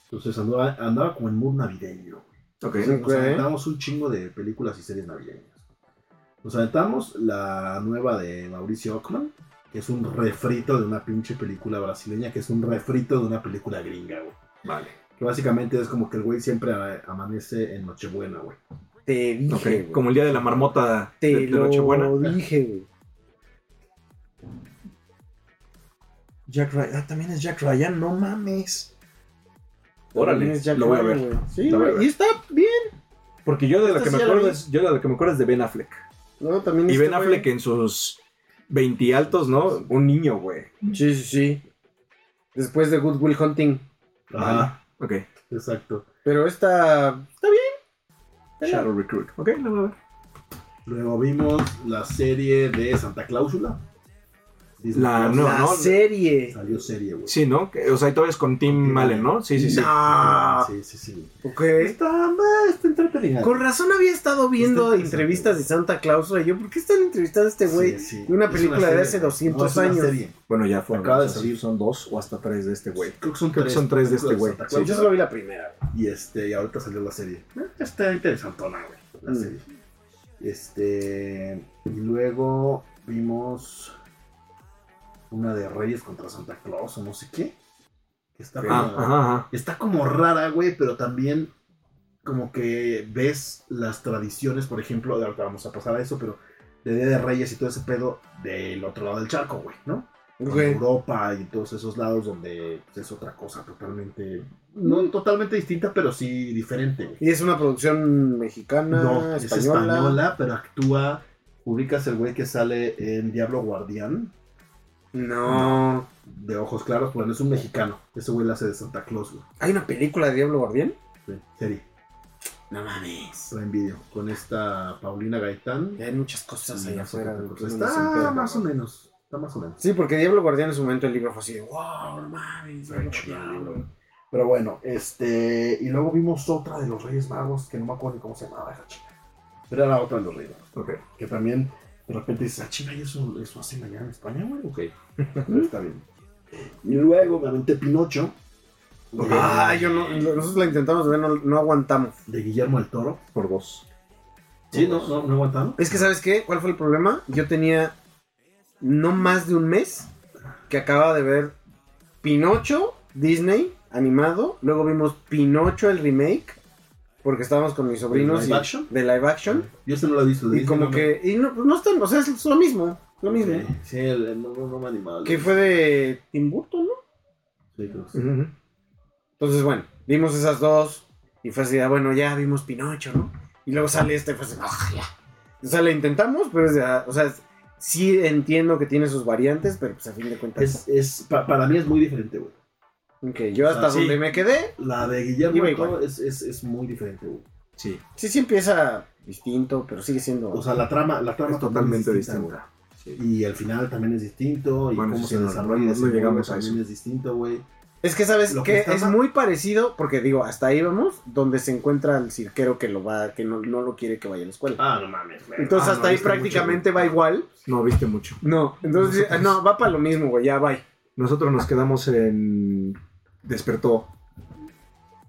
S3: Entonces andaba, andaba como en mood navideño.
S5: Ok.
S4: Sí.
S3: Nos
S4: Ok.
S3: aventamos un chingo de películas y series navideñas. Nos aventamos la nueva de Mauricio Ockman, que es un refrito de una pinche película brasileña, que es un refrito de una película gringa, güey.
S5: Vale.
S3: Que básicamente es como que el güey siempre a- amanece en Nochebuena, güey.
S4: Te dije,
S5: Ok.
S4: güey.
S5: Como el día de la marmota
S4: Te
S5: de, de
S4: lo
S5: Nochebuena.
S4: dije, güey.
S5: Jack Ryan. Ah, también es Jack Ryan, no mames.
S4: También
S5: Órale,
S4: es Jack
S5: lo voy a ver.
S4: Ryan, güey. Sí,
S5: Lo voy a
S4: güey,
S5: ver.
S4: Y está bien.
S5: Porque yo de la
S4: Esta
S5: que
S4: sí
S5: me
S4: ya la
S5: acuerdo
S4: vi.
S5: es, yo de la que me acuerdo es de Ben Affleck.
S4: No, también
S5: Y
S4: este
S5: Ben
S4: güey.
S5: Affleck en sus 20 altos, ¿no? Un niño, güey.
S4: Sí, sí, sí. Después de Good Will Hunting.
S3: Ajá,
S5: Ok.
S3: exacto.
S4: Pero esta. Está bien.
S5: Shadow Recruit. Ok, la voy a ver.
S3: Luego vimos la serie de Santa Cláusula. Disney
S5: La
S3: Plus.
S5: No,
S4: la
S5: no.
S4: serie.
S3: Salió serie, güey.
S5: Sí, ¿no? Que- O sea, y todavía es con Tim Allen, ¿no? Sí, sí, sí.
S4: Ah,
S3: Sí, sí, sí.
S4: ok.
S3: Está, está entretenida.
S4: Con razón había estado viendo
S3: Está interesante.
S4: entrevistas de Santa Claus. Y yo, ¿por qué están entrevistando a este güey?
S3: Sí, sí.
S4: De una
S3: Es
S4: película de
S3: serie.
S4: hace 200
S3: No, es una
S4: años.
S3: serie.
S5: Bueno, ya fueron.
S3: Acaba de
S5: o sea,
S3: salir.
S5: Son dos o hasta tres de este güey.
S3: Creo que son
S5: Creo que
S3: tres,
S5: son tres de este
S3: películas
S5: güey.
S3: Santa
S4: Bueno,
S3: Claus.
S4: yo solo vi la primera.
S3: Y este, y ahorita salió la serie. Eh, Está interesantona, güey. La
S4: Mm.
S3: serie. Este. Y luego vimos una de Reyes contra Santa Claus o no sé qué. Que está,
S5: Ah,
S3: como,
S5: ajá, ajá.
S3: está como rara, güey, pero también como que ves las tradiciones, por ejemplo, de ahorita vamos a pasar a eso, pero de Día de Reyes y todo ese pedo del otro lado del charco, güey, ¿no? en
S4: Ok.
S3: Europa y en todos esos lados donde pues, es otra cosa totalmente,
S4: Mm.
S3: no totalmente distinta, pero sí diferente.
S4: Y es una producción mexicana,
S3: No, es
S4: española.
S3: española, pero actúa, ubicas el güey que sale en Diablo Guardián,
S4: No.
S3: de ojos claros, bueno, es un mexicano, ese güey la hace de Santa Claus, güey.
S4: ¿Hay una película de Diablo Guardián?
S3: Sí, serie,
S4: No mames.
S3: está en vídeo, con esta Paulina Gaitán.
S4: Ya hay muchas cosas allá afuera. güey, que uno no se entera,
S3: Está más o
S4: güey.
S3: menos, está más o menos.
S4: Sí, porque Diablo Guardián en su momento el libro fue así de wow, no mames. Diablo Guardián, güey".
S3: Pero bueno, este. Y luego vimos otra de los Reyes Magos, que no me acuerdo ni cómo se llamaba esa chica. Pero era otra de los Reyes Magos.
S5: Ok.
S3: Que también de repente dices, ah, chinga, ¿y eso, eso hacen allá en España, güey? Ok. Pero está bien. Y luego me aventé Pinocho. De,
S4: Ah, yo no, lo- nosotros la intentamos ver, no, no aguantamos.
S3: de Guillermo el Toro.
S5: Por dos.
S3: Sí, no, no, no aguantaron.
S4: Es que, ¿sabes qué? ¿Cuál fue el problema? Yo tenía no más de un mes que acababa de ver Pinocho, Disney, animado. Luego vimos Pinocho, el remake, porque estábamos con mis sobrinos.
S3: ¿De
S4: y-
S3: live action?
S4: De live action.
S3: Yo ese no lo he visto. de
S4: Y
S3: Disney,
S4: como
S3: no me-
S4: que, y no, no están, o sea, es lo mismo. Lo mismo.
S3: Sí, sí, el, el- no, no, no me animaba.
S4: Que fue de Tim Burton, ¿no?
S3: Sí, creo que sí.
S5: Ujú.
S4: Entonces, bueno, vimos esas dos y fue así, ah, bueno, ya vimos Pinocho, ¿no? Y luego sale este y fue así, ah, ya. O sea, la intentamos, pero es de, ah, o sea, sí entiendo que tiene sus variantes, pero pues a fin de cuentas.
S3: Es, es, pa- para mí es muy diferente, güey.
S4: Ok, yo hasta
S3: Ah, sí.
S4: donde me quedé,
S3: La de Guillermo
S4: Iba
S3: del Toro
S4: igual.
S3: es, es, es muy diferente, güey.
S5: Sí,
S4: sí, sí empieza distinto, pero sigue siendo.
S3: O sea, la trama, la trama
S5: es totalmente
S3: también es distinta,
S5: distinta.
S3: güey.
S5: Sí.
S3: Y el final también es distinto. Y
S5: Bueno,
S3: cómo
S5: sí,
S3: se
S5: no,
S3: desarrolla
S5: no
S3: ese
S5: llegamos
S3: juego
S5: a eso.
S3: también es distinto, güey.
S4: es que, ¿sabes
S3: lo que
S4: que
S3: está
S4: Es
S3: mal-
S4: muy parecido, porque digo, hasta ahí vamos, donde se encuentra el cirquero que lo va, que no, no lo quiere que vaya a la escuela.
S3: Ah, no mames, güey.
S4: Entonces
S5: ah,
S4: hasta
S5: no,
S4: ahí
S5: viste mucho,
S4: prácticamente
S5: güey.
S4: va igual.
S5: No viste mucho.
S4: No, entonces
S5: Nosotros-
S4: ah, no, va para lo mismo, güey, ya va.
S5: Nosotros nos quedamos en. Despertó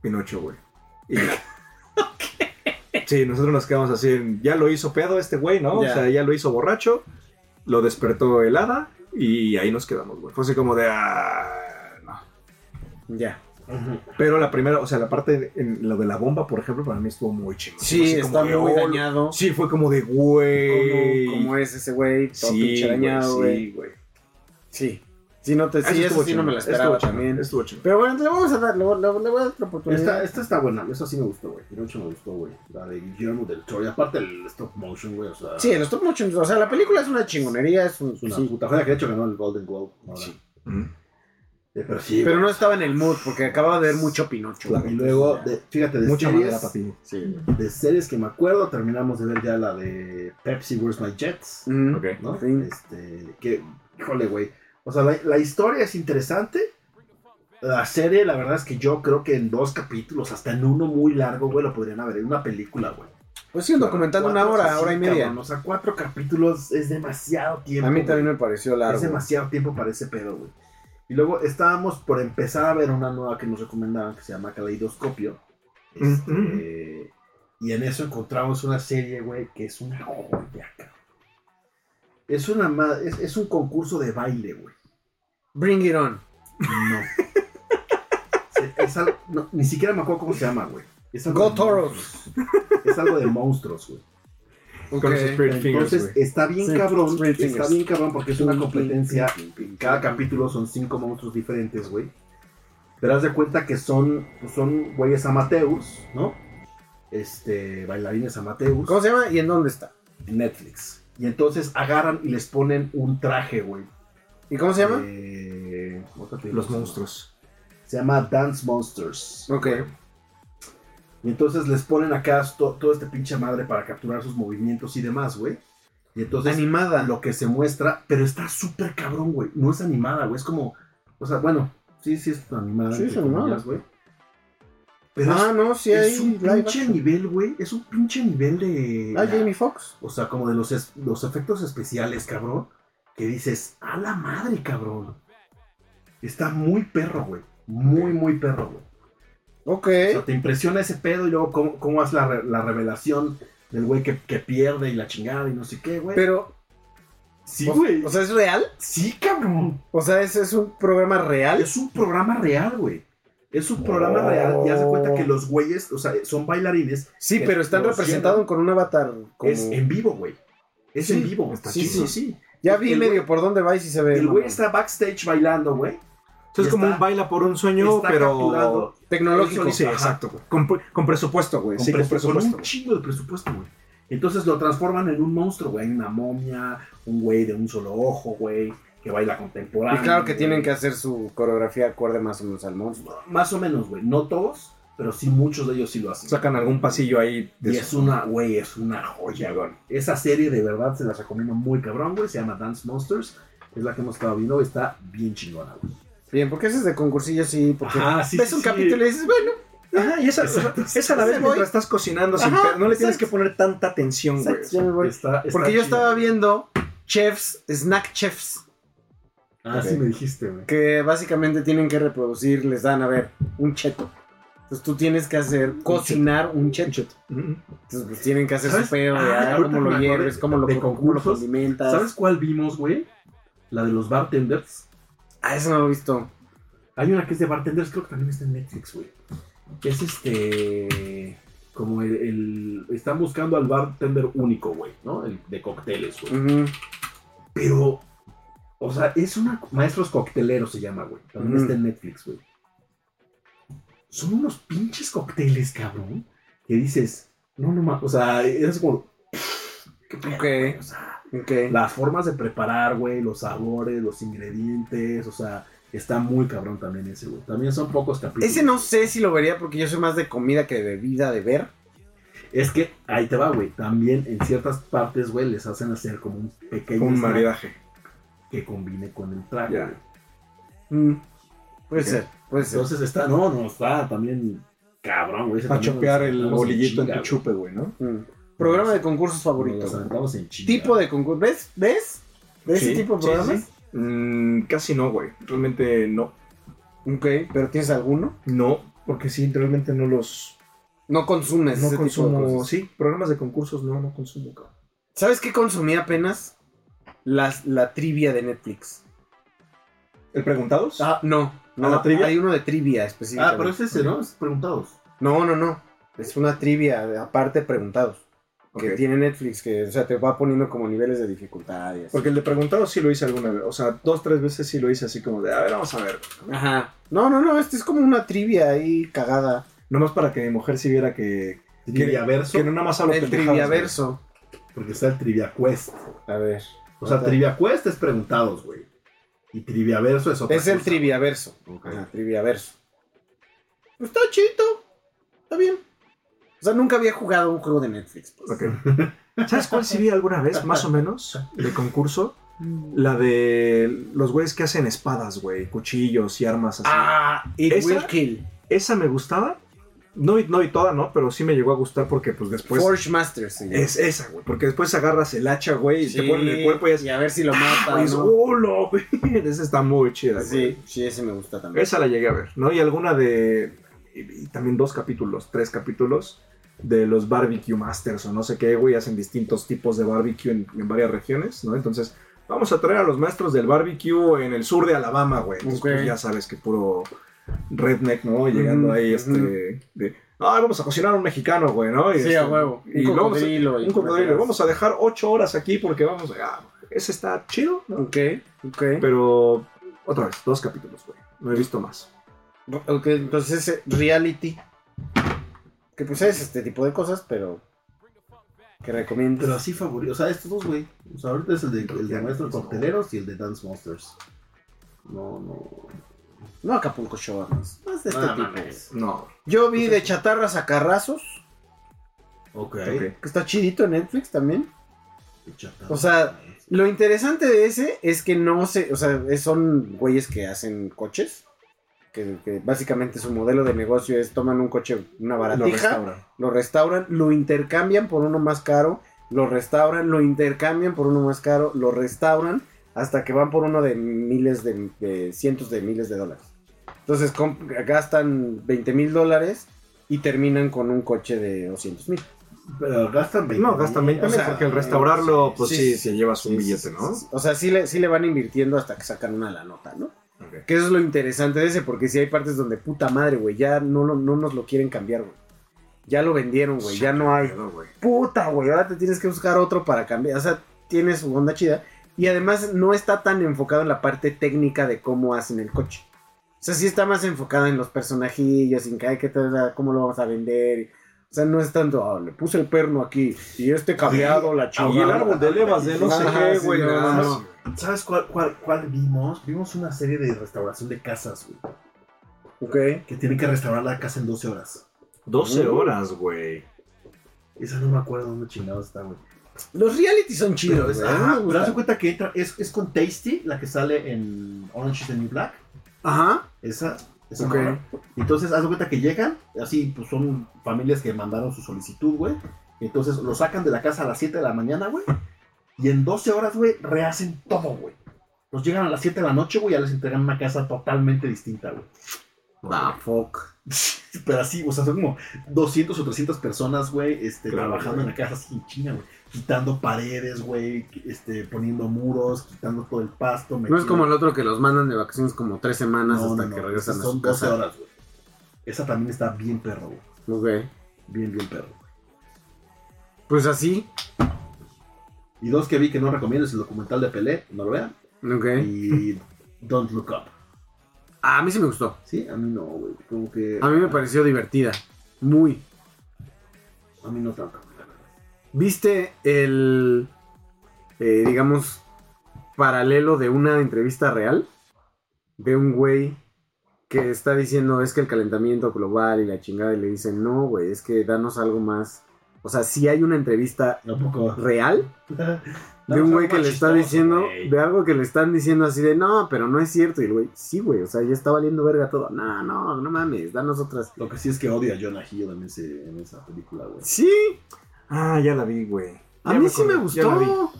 S5: Pinocho, güey. Y ya. Sí, nosotros nos quedamos así en. Ya lo hizo pedo este güey, ¿no?
S4: Ya.
S5: O sea, ya lo hizo borracho. Lo despertó el hada. Y ahí nos quedamos, güey. Fue así como de. "Ah, no".
S4: Ya.
S3: Ujú.
S5: Pero la primera, o sea, la parte. En, lo de la bomba, por ejemplo, para mí estuvo muy chingón.
S4: Sí,
S5: Así como
S4: está
S5: de,
S4: muy
S5: "Oh,
S4: dañado.
S5: Sí, fue como de, güey.
S4: como, como es ese güey, todo
S5: Sí,
S4: pinche
S5: güey,
S4: dañado, güey.
S5: sí, güey.
S4: Sí. Sí, no te, sí, eso sí no me la esperaba también.
S5: Estuvo chingón.
S4: Pero bueno, le vamos a dar, le, voy- le- le voy a dar otra oportunidad.
S3: Esta, esta está buena, esa sí me gustó, güey. Pinocho me gustó, güey. La de Guillermo del Toro. Y aparte el stop motion, güey. O sea,
S4: Sí, los top motion, o sea, la película es una chingonería, es un,
S3: es una
S4: sí.
S3: puta. Joder, que de hecho ganó el Golden Globe. ahora.
S4: Sí.
S5: Ujú.
S3: Eh, Pero sí,
S4: Pero no estaba en el mood, porque acababa de ver mucho Pinocho.
S3: güey.
S4: güey.
S3: Y luego,
S4: Ya.
S3: de- fíjate, de
S5: Mucha
S3: series,
S5: madera, papi.
S4: Sí. güey.
S3: de series que me acuerdo, terminamos de ver ya la de Pepsi Where's My Jets,
S4: Mm.
S5: Ok.
S3: ¿no?
S4: Sí.
S3: Este, que, híjole, güey. O sea, la, la historia es interesante. La serie, la verdad es que yo creo que en dos capítulos, hasta en uno muy largo, güey, lo podrían haber en una película, güey.
S4: Pues sí, un documental de una
S3: Cuatro,
S4: hora,
S3: sí,
S4: hora y media.
S3: cabrón, o sea, cuatro capítulos es demasiado tiempo.
S4: A mí
S3: güey.
S4: también me pareció largo.
S3: Es demasiado tiempo para ese pedo, güey. Y luego estábamos por empezar a ver una nueva que nos recomendaban que se llama Caleidoscopio. Este, Y en eso encontramos una serie, güey, que es una joya, cabrón. Es, una ma- es, es un concurso de baile, güey.
S4: Bring it on.
S3: No. Sí, es algo- no, Ni siquiera me acuerdo cómo se llama, güey. Es algo
S4: Go
S3: de
S4: Toros.
S3: monstruos. Es algo de monstruos, güey.
S4: Ok.
S5: Con sus Spirit Fingers,
S3: Entonces
S5: güey.
S3: está bien
S4: Sí,
S3: cabrón,
S4: Three
S3: está
S4: Fingers.
S3: bien cabrón porque es una
S4: Ping, ping,
S3: competencia.
S4: ping, ping, ping.
S3: Cada capítulo son cinco monstruos diferentes, güey. Pero haz de cuenta que son, pues, son güeyes amateurs, ¿no? Este, bailarines amateurs
S4: ¿Cómo se llama y en dónde está?
S3: en Netflix. Y entonces agarran y les ponen un traje, güey.
S4: ¿Y cómo se llama?
S3: Eh, ahorita te digo
S5: Los
S3: cómo se
S5: monstruos.
S3: llama. Se llama Dance Monsters.
S4: Ok.
S3: Y entonces les ponen acá to- todo este pinche madre para capturar sus movimientos y demás, güey. Y entonces
S4: Animada.
S3: pues, lo que se muestra, pero está súper cabrón, güey. No es animada, güey. Es como, o sea, bueno, sí, sí es animada.
S4: Sí, es
S3: entre
S4: animada.
S3: comillas, güey. Pero
S4: Ah,
S3: es-
S4: no, sí
S3: es,
S4: hay
S3: un
S4: live
S3: pinche
S4: action.
S3: nivel, güey. Es un pinche nivel de.
S4: Ah, Jamie Foxx.
S3: O sea, como de los, es- los efectos especiales, cabrón. Que dices, a la madre, cabrón. Está muy perro, güey. Muy, muy perro, güey.
S4: Ok.
S3: O sea, te impresiona ese pedo y luego cómo, cómo haces la, re- la revelación del güey que, que pierde y la chingada y no sé qué, güey.
S4: Pero,
S3: sí,
S4: o,
S3: güey.
S4: o sea, ¿es real?
S3: sí, cabrón.
S4: O sea, ¿es, es un programa real?
S3: Es un programa real, güey. Es un programa real. Y haz de cuenta que los güeyes, o sea, son bailarines.
S4: sí,
S3: es-
S4: pero están
S3: lo
S4: representados
S3: siento.
S4: con un avatar. Como...
S3: Es en vivo, güey. Es
S4: Oh. Sí,
S3: en vivo.
S5: está
S3: sí,
S5: chido.
S3: sí, sí.
S4: ya vi
S3: el güey-
S4: medio por dónde va y si se ve.
S3: El
S4: mamón.
S3: güey está backstage bailando, güey.
S5: Entonces,
S3: Y
S5: como
S3: está-
S5: un baila por un sueño,
S3: está
S5: pero.
S3: capturado.
S4: Tecnológico.
S5: Sí,
S3: Ajá.
S5: exacto. güey. Con, pre- con presupuesto, güey.
S3: Con,
S5: Sí, con
S3: presu- con
S5: presupuesto.
S3: un chingo de presupuesto, güey. Entonces lo transforman en un monstruo, güey. Hay Una momia, un güey de un solo ojo, güey. Que baila
S4: Y
S3: contemporáneo.
S4: claro que tienen
S3: güey.
S4: que hacer su coreografía acorde más o menos al monstruo.
S3: Más o menos, güey. No todos, pero sí muchos de ellos sí lo hacen.
S5: Sacan algún pasillo ahí.
S3: Y
S5: De
S3: es una, güey, es una joya, güey. Esa serie de verdad se las recomiendo muy cabrón, güey. Se llama Dance Monsters. Es la que hemos estado viendo, güey, está bien chingona, güey.
S4: Bien, porque ese es de concursillo, sí. Porque
S3: Ajá, sí,
S4: ves
S3: sí,
S4: un
S3: sí.
S4: capítulo y dices, bueno,
S5: Ajá, y esa,
S3: Exacto.
S5: esa la vez
S4: Ese
S5: mientras
S4: güey.
S5: estás cocinando sin
S4: Ajá,
S5: per- No le tienes
S4: exacto.
S5: que poner tanta atención, güey.
S4: ya me voy.
S3: Está- está
S4: Porque yo
S3: chida.
S4: estaba viendo chefs, snack chefs.
S3: Ah, sí me dijiste, güey.
S4: que básicamente tienen que reproducir, les dan, a ver, un cheto. Entonces tú tienes que hacer, cocinar un cheto.
S5: Ujú.
S4: Entonces pues, tienen que hacer su
S3: ¿Sabes?
S4: pedo,
S3: Ah,
S4: ya,
S3: ahorita me
S4: cómo lo
S3: acordé
S4: hierves, cómo lo,
S3: de
S4: cómo lo
S3: concursos.
S4: condimentas.
S3: ¿Sabes cuál vimos, güey? La de los bartenders.
S4: Ah, eso no lo he visto.
S3: Hay una que es de bartenders, creo que también está en Netflix, güey. Que es este. Como el, el- Están buscando al bartender único, güey, ¿no? El de cócteles, güey.
S4: Ujú.
S3: Pero, o sea, es una. Maestros cocteleros se llama, güey. También
S4: Ujú.
S3: está en Netflix, güey. Son unos pinches cócteles, cabrón. Que dices, no, no ma- O sea, es como. ¿Qué pedo,
S4: Ok.
S3: güey? O sea,
S4: Ok.
S3: las formas de preparar, güey, los sabores, los ingredientes, o sea, está muy cabrón también ese, güey. También son pocos capítulos.
S4: Ese no sé si lo vería porque yo soy más de comida que de bebida, de ver.
S3: Es que ahí te va, güey. También en ciertas partes, güey, les hacen hacer como un pequeño
S5: Un
S3: snack
S5: maridaje.
S3: que combine con el trago.
S5: Ya.
S3: güey.
S4: Mm, Puede
S3: Ok.
S4: ser, puede ser.
S3: Entonces está, no, no, está también cabrón, güey. Ese
S5: Para
S3: también
S5: chopear
S3: nos
S5: el
S3: aventamos
S5: bolillito en
S3: chinga,
S5: tu chupe, güey, ¿no?
S4: Mm. Programa de concursos
S3: güey.
S4: favorito.
S3: Nos aventamos en chinga.
S4: tipo de concurso. ¿Ves? ¿Ves? ¿Ves
S5: Sí,
S4: ese tipo de
S5: sí,
S4: programas?
S5: Mm, casi no, güey. Realmente no.
S4: Ok, pero ¿tienes alguno?
S5: No, porque sí, realmente no los.
S4: No consumes
S5: No
S4: ese tipo de
S5: consumo.
S4: cosas.
S5: Sí, programas de concursos no, no consumo, cabrón.
S4: ¿Sabes qué consumí apenas? Las, la trivia de Netflix.
S5: ¿El preguntados?
S4: Ah, no. no
S3: la trivia?
S4: Hay uno de trivia específica.
S3: Ah, pero es ese, ¿no? Es preguntados.
S4: No, no, no. Es una trivia aparte preguntados. Que
S5: Ok.
S4: tiene Netflix, que o sea, te va poniendo como niveles de dificultad y así.
S5: Porque el de preguntados sí lo hice alguna vez. O sea, dos, tres veces sí lo hice así como de, a ver, vamos a ver.
S4: Ajá. No, no, no, este es como una trivia ahí cagada.
S5: Nomás para que mi mujer sí viera que,
S3: Triviaverso,
S5: que no nada más hablo
S4: El
S5: pendejadas,
S4: triviaverso.
S3: porque está el Trivia Quest.
S4: A ver.
S3: O sea,
S4: Otra.
S3: Trivia Quest es preguntados, güey. Y Triviaverso es otra
S4: Es el
S3: cosa.
S4: triviaverso.
S3: Ok.
S4: Ajá, triviaverso. Pues está chido. Está bien. O sea, nunca había jugado un juego de Netflix. pues.
S5: güey. Ok. ¿Sabes cuál sí vi alguna vez, más o menos, de concurso?
S3: Mm.
S5: La de los güeyes que hacen espadas, güey, cuchillos y armas así.
S4: Ah, It
S5: ¿Esa?
S4: Will Kill.
S5: Esa me gustaba. No vi, no vi toda, ¿no? Pero sí me llegó a gustar porque pues después...
S4: Forge Masters. se llama.
S5: Es esa, güey. Porque después agarras el hacha, güey, y
S4: Sí,
S5: te ponen el cuerpo y es...
S4: y a ver si lo mata.
S5: "Ah,
S4: o
S5: es-
S4: no.
S5: ¡Oh, no, güey! Esa está muy chida, güey.
S4: Sí, sí, ese me gusta también.
S5: Esa la llegué a ver, ¿no? Y alguna de. Y, y también dos capítulos, tres capítulos de los Barbecue Masters o no sé qué, güey. Hacen distintos tipos de barbecue en, en varias regiones, ¿no? Entonces, vamos a traer a los maestros del barbecue en el sur de Alabama, güey. Entonces,
S4: Ok.
S5: pues, ya sabes que puro redneck, ¿no? Llegando
S4: Ujú,
S5: ahí, este.
S4: ujú.
S5: de, ah, vamos a cocinar a un mexicano, güey, ¿no? Y
S4: Sí,
S5: este,
S4: a huevo.
S5: Y
S4: un
S5: vamos a-
S4: cocodrilo. y-
S5: un cocodrilo. Vamos a dejar ocho horas aquí porque vamos a. ah, ese está chido, ¿no?
S4: Ok, ok.
S5: Pero, otra vez, dos capítulos, güey. No he visto más.
S4: Ok, entonces ese reality. Que pues es este tipo de cosas, pero. Que recomiendo.
S3: Pero así favorito. O sea, estos dos, güey. O sea, ahorita es el de, el de Maestros Cocteleros y el de Dance Monsters. No, no.
S4: No Acapulco Shore, más, más de este
S3: Ah,
S4: tipo.
S3: mames.
S5: No.
S4: Yo vi de chatarras a carrazos,
S3: Ok.
S5: Ok.
S4: que está chidito en Netflix también.
S3: Chatarra.
S4: O sea, Lo interesante de ese es que no se, o sea, es- son güeyes que hacen coches. Que, que básicamente su modelo de negocio es toman un coche, una
S5: Lo
S4: baratija,
S5: restauran.
S4: lo restauran, lo intercambian por uno más caro, lo restauran, lo intercambian por uno más caro, lo restauran, hasta que van por uno de miles de, de cientos de miles de dólares. Entonces comp- gastan 20 mil dólares y terminan con un coche de 200 mil.
S3: Pero gastan 20.
S5: No, gastan 20
S4: o
S5: mil
S4: sea,
S5: porque el restaurarlo, pues
S4: sí,
S5: sí,
S4: sí,
S5: se llevas un billete, ¿no?
S4: O sea, sí le, sí le van invirtiendo hasta que sacan una la nota, ¿no?
S5: Ok.
S4: Que eso es lo interesante de ese, porque si hay partes donde puta madre, güey, ya no, lo- no nos lo quieren cambiar, güey. Ya lo vendieron, güey, ya no hay.
S5: Miedo, güey.
S4: Puta, güey, ahora te tienes que buscar otro para cambiar. O sea, tiene su onda chida. Y además no está tan enfocado en la parte técnica de cómo hacen el coche. O sea, sí está más enfocada en los personajillos, en que hay que traer, cómo lo vamos a vender. O sea, no es tanto, "Ah, le puse el perno aquí y este cableado, la chingada.
S5: Y el árbol de levas de no sé
S4: Ajá,
S5: qué,
S4: sí,
S5: güey.
S4: eh, no,
S5: nada más.
S4: no.
S3: ¿Sabes cuál, cuál, cuál vimos? Vimos una serie de restauración de casas, güey.
S4: Ok.
S3: Que tienen que restaurar la casa en 12 horas.
S5: 12 horas, güey.
S3: Esa no me acuerdo dónde chingados está, güey.
S4: Los reality son
S3: Pero,
S4: chidos,
S3: es, ah,
S4: güey, a mí me
S3: ajá, pero
S4: gustan.
S3: haz de cuenta que entra, es, es con Tasty, la que sale en Orange is the New Black.
S4: Ajá.
S3: Esa, esa
S4: Ok.
S3: morra. Entonces, haz de cuenta que llegan, así, pues son familias que mandaron su solicitud, güey. Entonces, lo sacan de la casa a las 7 de la mañana, güey. Y en 12 horas, güey, rehacen todo, güey. Los llegan a las 7 de la noche, güey, ya les entregan una casa totalmente distinta, güey.
S4: Ah, fuck.
S3: Pero así, o sea, son como 200 o 300 personas, güey, este,
S5: Claro,
S3: trabajando en la casa así en China, güey. Quitando paredes, güey, este, poniendo muros, quitando todo el pasto.
S4: No es
S3: metiendo-
S4: como el otro que los mandan de vacaciones como tres semanas
S3: No,
S4: hasta
S3: no, no,
S4: que regresan a
S3: esas
S4: su
S3: Son 12
S4: casa.
S3: horas, güey. Esa también está bien perro, güey.
S4: Ok.
S3: Bien, bien perro.
S4: Pues así.
S3: Y dos que vi que no recomiendo es el documental de Pelé, no lo vean.
S4: Ok.
S3: Y Don't Look Up.
S4: A mí sí me gustó.
S3: Sí, a mí no, güey. Como que.
S4: A mí me pareció divertida. Muy.
S3: A mí no tanto. güey, la verdad.
S4: ¿Viste el, eh, digamos, paralelo de una entrevista real? De un güey que está diciendo es que el calentamiento global y la chingada y le dicen, no, güey, es que danos algo más. O sea, si hay una entrevista
S3: Tampoco.
S4: real
S3: No,
S4: de un
S3: está
S4: güey que
S3: muy
S4: le está
S3: chistoso,
S4: diciendo,
S3: güey.
S4: de algo que le están diciendo así de, no, pero no es cierto. Y el güey, sí, güey, o sea, ya está valiendo verga todo. No, no, no mames, danos otras.
S3: Lo que sí es que odio a Jonah Hill en, ese, en esa película, güey.
S4: Sí,
S5: Ah, ya la vi, güey.
S4: a
S5: Ya
S4: mí sí me
S5: acordé, ya la vi.
S4: gustó.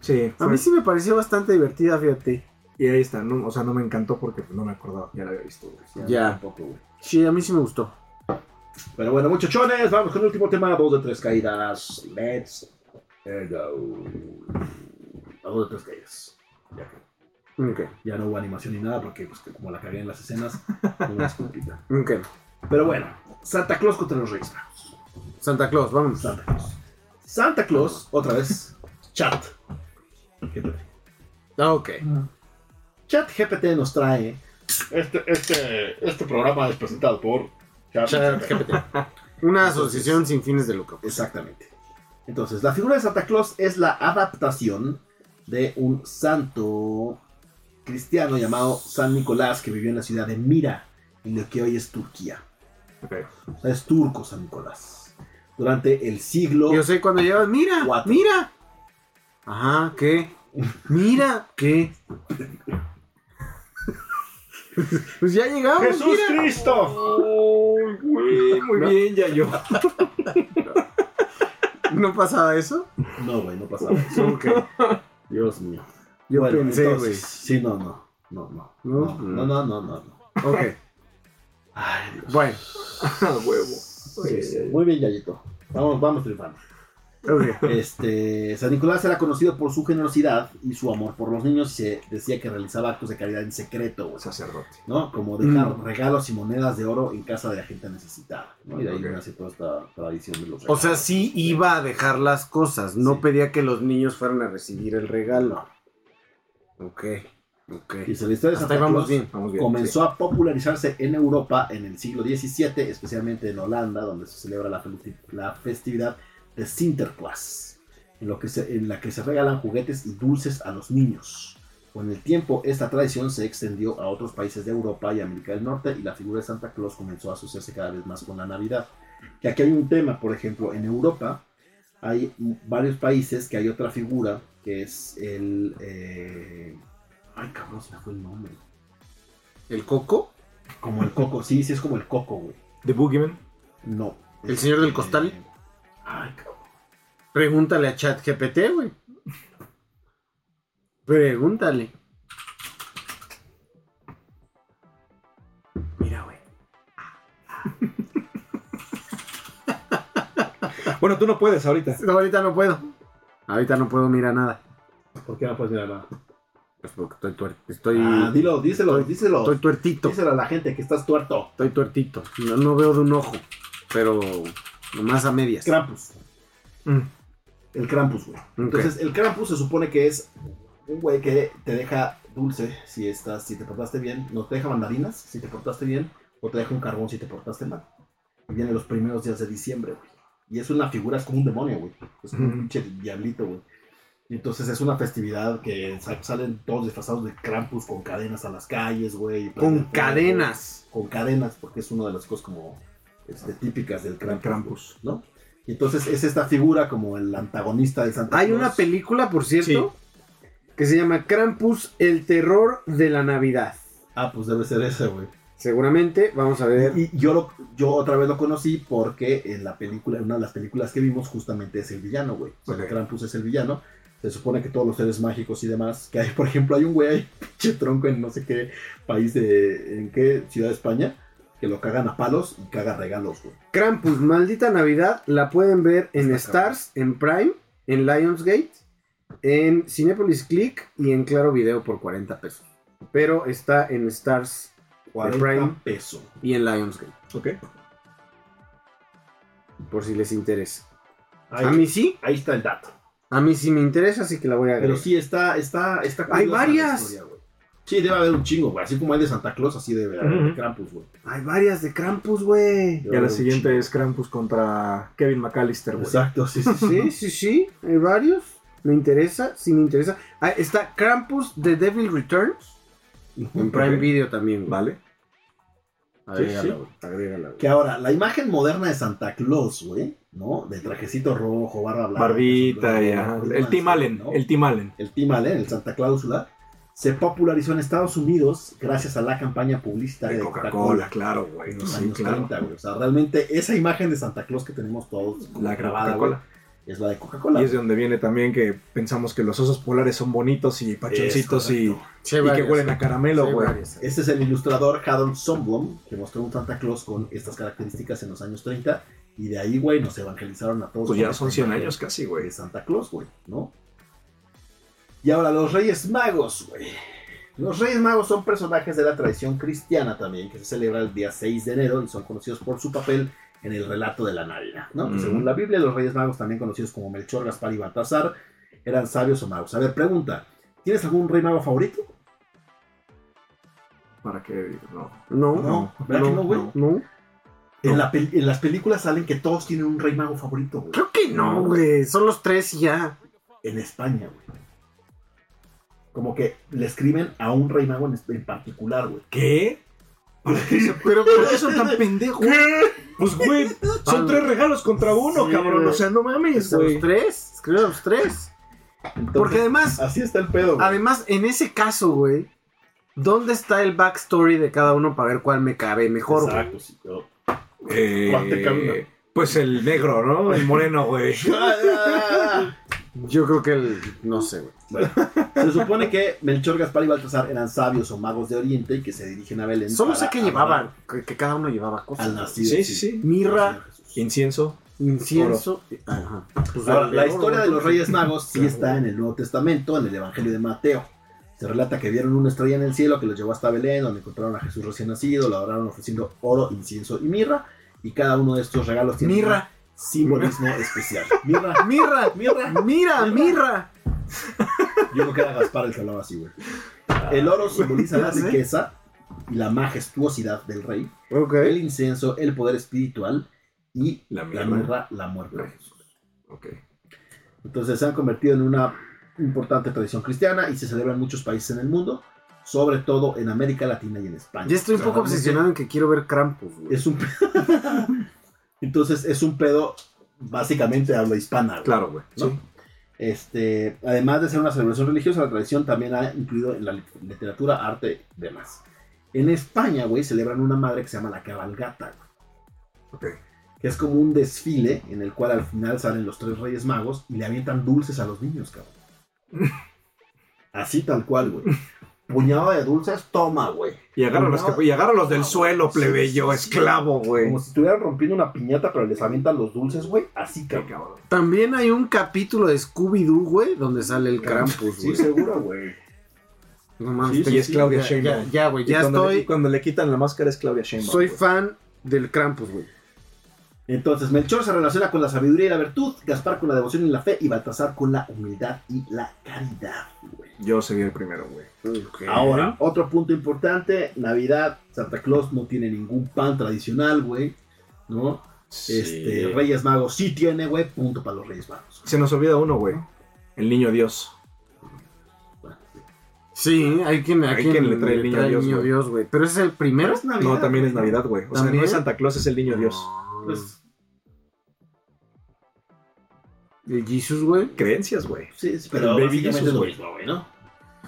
S5: Sí,
S4: A
S5: fue-
S4: mí sí me pareció bastante divertida, fíjate.
S5: Y ahí está, no, o sea, no me encantó porque no me acordaba, ya la había visto, güey.
S3: Sí, a mí
S4: Ya.
S3: Tampoco, güey.
S4: Sí, a mí sí me gustó.
S3: Pero bueno, muchachones, vamos con el último tema. Dos de tres caídas. Let's go. A dos de tres caídas. Ya,
S4: Ok,
S3: ya no hubo animación ni nada porque, pues, que como la cagué en las escenas, una disculpita.
S4: ok.
S3: Pero bueno, Santa Claus contra los Reyes Magos.
S4: Santa Claus, vamos.
S3: Santa Claus. Santa Claus, otra vez, chat. GPT.
S4: Ah, ok.
S3: Chat GPT nos trae. Este, este, este programa es presentado por Chat.
S4: Una asociación sin fines de lucro.
S3: Exactamente. Entonces, la figura de Santa Claus es la adaptación de un santo cristiano llamado San Nicolás que vivió en la ciudad de Mira, en lo que hoy es Turquía.
S5: Ok.
S3: O sea, es turco San Nicolás. Durante el siglo.
S4: Yo sé cuando llevas, mira,
S3: Cuatro.
S4: mira. Ajá, ¿qué? Mira, ¿qué? Pues ya llegamos, mira.
S3: Cristo!
S5: muy bien, ya yo.
S4: ¿No pasaba eso?
S3: No, güey, no pasaba eso.
S4: Ok.
S3: Dios mío.
S4: Yo
S3: Bueno,
S4: pensé, güey.
S3: entonces, Sí, no, no. No, no.
S4: No, Mm.
S3: No, no, no, no, no. no.
S4: Ok,
S3: Ay, Dios.
S4: bueno.
S5: Ah, huevo.
S3: Sí, sí. Muy bien, Yayito. Vamos, vamos triunfando.
S4: Ok.
S3: Este, San Nicolás era conocido por su generosidad y su amor por los niños y se decía que realizaba actos de caridad en secreto, o sea,
S5: Sacerdote.
S3: ¿no? Como dejar
S4: Mm.
S3: regalos y monedas de oro en casa de la gente necesitada, ¿no? Y de ahí
S5: Ok.
S3: nace toda esta tradición de los
S4: O
S3: regalos.
S4: sea, sí iba a dejar las cosas, no
S3: Sí.
S4: pedía que los niños fueran a recibir el regalo. Ok, ok.
S3: y se la historia de Santa
S4: Hasta ahí vamos
S3: Claus
S4: bien.
S5: Vamos bien.
S3: comenzó a popularizarse en Europa en el siglo XVII, especialmente en Holanda, donde se celebra la, fe- la festividad de Sinterklaas, en, lo que se- en la que se regalan juguetes y dulces a los niños. Con el tiempo, esta tradición se extendió a otros países de Europa y América del Norte y la figura de Santa Claus comenzó a asociarse cada vez más con la Navidad. Que aquí hay un tema, por ejemplo, en Europa hay m- varios países que hay otra figura que es el... eh, Ay, cabrón, se me fue el nombre.
S4: ¿El coco?
S3: Como el coco, sí, sí es como el coco, güey.
S5: The Boogeyman.
S3: No.
S4: ¿El señor del costal?
S3: Eh, Ay, cabrón.
S4: Pregúntale a ChatGPT, güey. Pregúntale. Mira, güey.
S5: Bueno, tú no puedes ahorita.
S4: No, ahorita no puedo. Ahorita no puedo mirar nada.
S3: ¿Por qué no puedes mirar nada?
S4: Pues porque estoy tuer- estoy,
S3: Ah, dilo, díselo,
S4: estoy-
S3: díselo.
S4: estoy tuertito.
S3: díselo a la gente que estás tuerto.
S4: Estoy tuertito. No, no veo de un ojo, pero nomás a medias.
S3: Krampus.
S5: Mm.
S3: El Krampus, güey.
S4: Ok.
S3: Entonces, el Krampus se supone que es un güey que te deja dulce si estás, si te portaste bien. No, te deja mandarinas si te portaste bien. O te deja un carbón si te portaste mal. Y viene los primeros días de diciembre, güey. Y es una figura, es como un demonio, güey. Es como un
S5: Ujú.
S3: pinche diablito, güey. Y entonces es una festividad que sa- salen todos disfrazados de Krampus con cadenas a las calles, güey. y prenden
S4: Con
S3: fuego,
S4: cadenas.
S3: Con cadenas, porque es una de las cosas como este, típicas del
S5: Gran
S3: Krampus.
S5: Krampus.
S3: ¿no? Y entonces es esta figura como el antagonista de Santa
S4: Hay
S3: Claus.
S4: una película, por cierto, que se llama Krampus, el terror de la Navidad.
S3: Ah, pues debe ser esa, güey.
S4: Seguramente, vamos a ver.
S3: Y yo, lo, yo otra vez lo conocí porque en la película, en una de las películas que vimos, justamente es el villano, güey. O sea,
S5: Ok.
S3: Krampus es el villano. Se supone que todos los seres mágicos y demás, que hay, por ejemplo, hay un güey ahí, pinche tronco en no sé qué país de, en qué ciudad de España, que lo cagan a palos y caga regalos, güey.
S4: Krampus, maldita Navidad, la pueden ver en
S3: Está cabrón.
S4: Stars, en Prime, en Lionsgate, en Cinepolis Click y en Claro Video por 40 pesos. Pero está en Stars
S3: 40
S4: Prime.
S3: pesos.
S4: y en Lionsgate,
S5: Ok.
S4: por si les interesa.
S3: Ahí,
S4: A mí sí,
S3: ahí está el dato.
S4: A mí sí me interesa, así que la voy a
S3: Pero
S5: Eh,
S4: agregar.
S3: sí, está, está, está
S4: Hay
S3: curiosa la
S4: varias.
S3: historia, güey. sí, debe haber un chingo, güey. Así como hay de Santa Claus, así debe haber de
S5: Ujú.
S3: Krampus, güey.
S4: Hay varias de Krampus, güey.
S3: Debe
S5: Y a
S3: haber
S5: la
S3: un
S5: siguiente es Krampus contra Kevin McAllister,
S3: chingo.
S5: güey.
S3: Exacto, sí, sí. sí.
S4: Sí, sí, sí. Hay varios. Me interesa, sí me interesa. Ah, está Krampus The Devil Returns. En Prime
S5: Ok.
S4: Video también, güey.
S5: Vale.
S4: Agrégala,
S3: sí.
S4: güey. Agrégala, güey.
S3: Que ahora, la imagen moderna de Santa Claus, güey, ¿no? De trajecito rojo, barba blanca.
S5: Barbita y
S3: sombrero,
S5: ajá.
S3: pluma
S5: El
S3: de
S5: Tim
S3: sol,
S5: Allen.
S3: ¿no?
S5: El Tim Allen.
S3: el Team Allen, el Santa Clausula, se popularizó en Estados Unidos gracias a la campaña publicitaria
S5: De
S3: de
S5: Coca-Cola,
S3: Coca-Cola.
S5: claro, güey.
S3: En los
S5: Sí,
S3: años
S5: claro.
S3: 30, güey. O sea, realmente esa imagen de Santa Claus que tenemos todos como
S5: La
S3: güey,
S5: Coca-Cola.
S3: es la de Coca-Cola.
S5: Y es de donde viene también que pensamos que los osos polares son bonitos y pachoncitos
S3: Es
S5: y, pues,
S3: correcto.
S4: Sí,
S5: y que
S4: varias,
S5: huelen a
S4: güey.
S5: caramelo,
S4: Sí,
S5: güey.
S4: varias,
S3: Este es el ilustrador Haddon Somblom, que mostró un Santa Claus con estas características en los años 30. Y de ahí, güey, nos evangelizaron a todos.
S5: Pues
S3: con
S5: ya
S3: esta
S5: son 100
S3: imagen
S5: años casi,
S3: de
S5: güey.
S3: Santa Claus, güey, ¿no? Y ahora, los Reyes Magos, güey. Los Reyes Magos son personajes de la tradición cristiana también, que se celebra el día 6 de enero y son conocidos por su papel en el relato de la Navidad, ¿no? Que
S5: Ujú.
S3: Según la Biblia, los Reyes Magos, también conocidos como Melchor, Gaspar y Baltasar, eran sabios o magos. A ver, pregunta, ¿tienes algún Rey Mago favorito?
S5: Para que. No.
S4: No,
S3: No,
S4: no,
S3: ¿verdad que no, güey?
S4: no.
S3: En, la pel- en las películas salen que todos tienen un Rey Mago favorito, güey.
S4: Creo que no, güey. Son los tres y ya.
S3: en España, güey. Como que le escriben a un rey mago en, en particular, güey.
S5: ¿Qué? ¿Para qué se- Pero ¿por qué son tan pendejos? Pues, güey,
S3: Ah,
S5: son tres regalos contra uno,
S4: Sí,
S5: cabrón.
S4: güey.
S5: O sea, no mames,
S4: Son
S5: güey.
S4: los tres. Escribe a los tres.
S3: Entonces,
S4: Porque además,
S3: así está el pedo, güey.
S4: además, en ese caso, güey, ¿dónde está el backstory de cada uno para ver cuál me cabe mejor, güey?
S3: Exacto, sí, pero- ¿Cuál te cabe
S5: Eh, pues el negro, ¿no? El moreno, güey.
S3: Ah,
S4: Yo creo que el. No sé, güey.
S3: Bueno, ah, se supone que Melchor, Gaspar y Baltasar eran sabios o magos de Oriente y que se dirigen a Belén.
S4: Solo sé
S3: para
S4: que
S3: adorar
S4: llevaban, que, que cada uno llevaba
S3: al
S4: cosas.
S3: nacido.
S5: Sí, sí, sí.
S4: Mirra,
S5: Incienso.
S4: incienso. Ajá. Pues,
S3: Ahora, la
S4: oro,
S3: historia de
S4: güey.
S3: los Reyes Magos sí está en el Nuevo Testamento, en el Evangelio de Mateo. Se relata que vieron una estrella en el cielo que los llevó hasta Belén, donde encontraron a Jesús recién nacido, lo adoraron ofreciendo oro, incienso y mirra. Y cada uno de estos regalos tiene
S4: Mirra.
S3: un simbolismo especial. Mirra,
S4: Mirra,
S3: mirra.
S4: mira, mirra.
S3: Yo creo que era Gaspar el que hablaba así, güey. El oro simboliza la
S4: Ya sé.
S3: riqueza y la majestuosidad del rey.
S4: Ok.
S3: El incienso, el poder espiritual y
S5: La
S3: la
S5: mierda.
S3: mirra, la muerte de Jesús.
S5: Ok.
S3: Entonces se han convertido en una importante tradición cristiana y se celebra en muchos países en el mundo, sobre todo en América Latina y en España.
S4: Ya estoy un poco
S3: Claramente,
S4: obsesionado en que quiero ver Krampus, güey.
S3: Es un Entonces es un pedo básicamente habla hispana. güey,
S5: Claro, güey.
S3: ¿no?
S5: Sí.
S3: Este, además de ser una celebración religiosa, la tradición también ha incluido en la lit- literatura, arte y demás. En España, güey, celebran una madre que se llama la cabalgata, güey,
S5: Ok.
S3: que es como un desfile en el cual al final salen los tres reyes magos y le avientan dulces a los niños, cabrón. Así tal cual, güey. Puñado de dulces, toma, güey.
S5: Y agarra los, que- y agarra los del suelo, plebeyo, esclavo, güey.
S3: Como si estuvieran rompiendo una piñata, pero les avientan los dulces, güey. Así,
S5: Qué
S3: cabrón.
S5: cabrón.
S4: También hay un capítulo de Scooby-Doo, güey, donde sale el Krampus,
S3: Sí,
S4: güey.
S3: seguro, güey.
S4: No mames,
S3: Sí,
S4: te-
S5: Y es Claudia
S4: ya, ya,
S5: Sheinbaum.
S4: ya, güey,
S5: Y
S4: ya
S5: cuando le- y
S4: estoy.
S5: cuando le quitan la máscara es Claudia Sheinbaum.
S4: Soy
S5: güey.
S4: fan del Krampus, güey.
S3: Entonces, Melchor se relaciona con la sabiduría y la virtud, Gaspar con la devoción y la fe, y Baltasar con la humildad y la caridad. güey.
S5: Yo seguí el primero, güey.
S3: Ahora, otro punto importante, Navidad, Santa Claus no tiene ningún pan tradicional, güey, ¿no? Este,
S5: Sí.
S3: Reyes Magos sí tiene, güey, punto para los Reyes Magos.
S5: Se nos olvida uno, güey. El niño Dios.
S3: Bueno, sí.
S4: Sí, hay quien, hay
S5: Hay
S4: quien
S5: quien le trae el niño Dios,
S4: niño
S5: güey.
S4: Dios, güey. Pero ese es el primero.
S3: Navidad.
S5: No, también es Navidad, güey. O sea,
S4: ¿También?
S5: no es Santa Claus, es el niño Dios.
S3: Pues,
S4: El Jesus, güey.
S5: Creencias, güey.
S3: sí, sí, pero
S5: El Baby
S3: básicamente
S5: Jesus,
S3: es lo
S5: güey.
S3: mismo, güey, ¿no?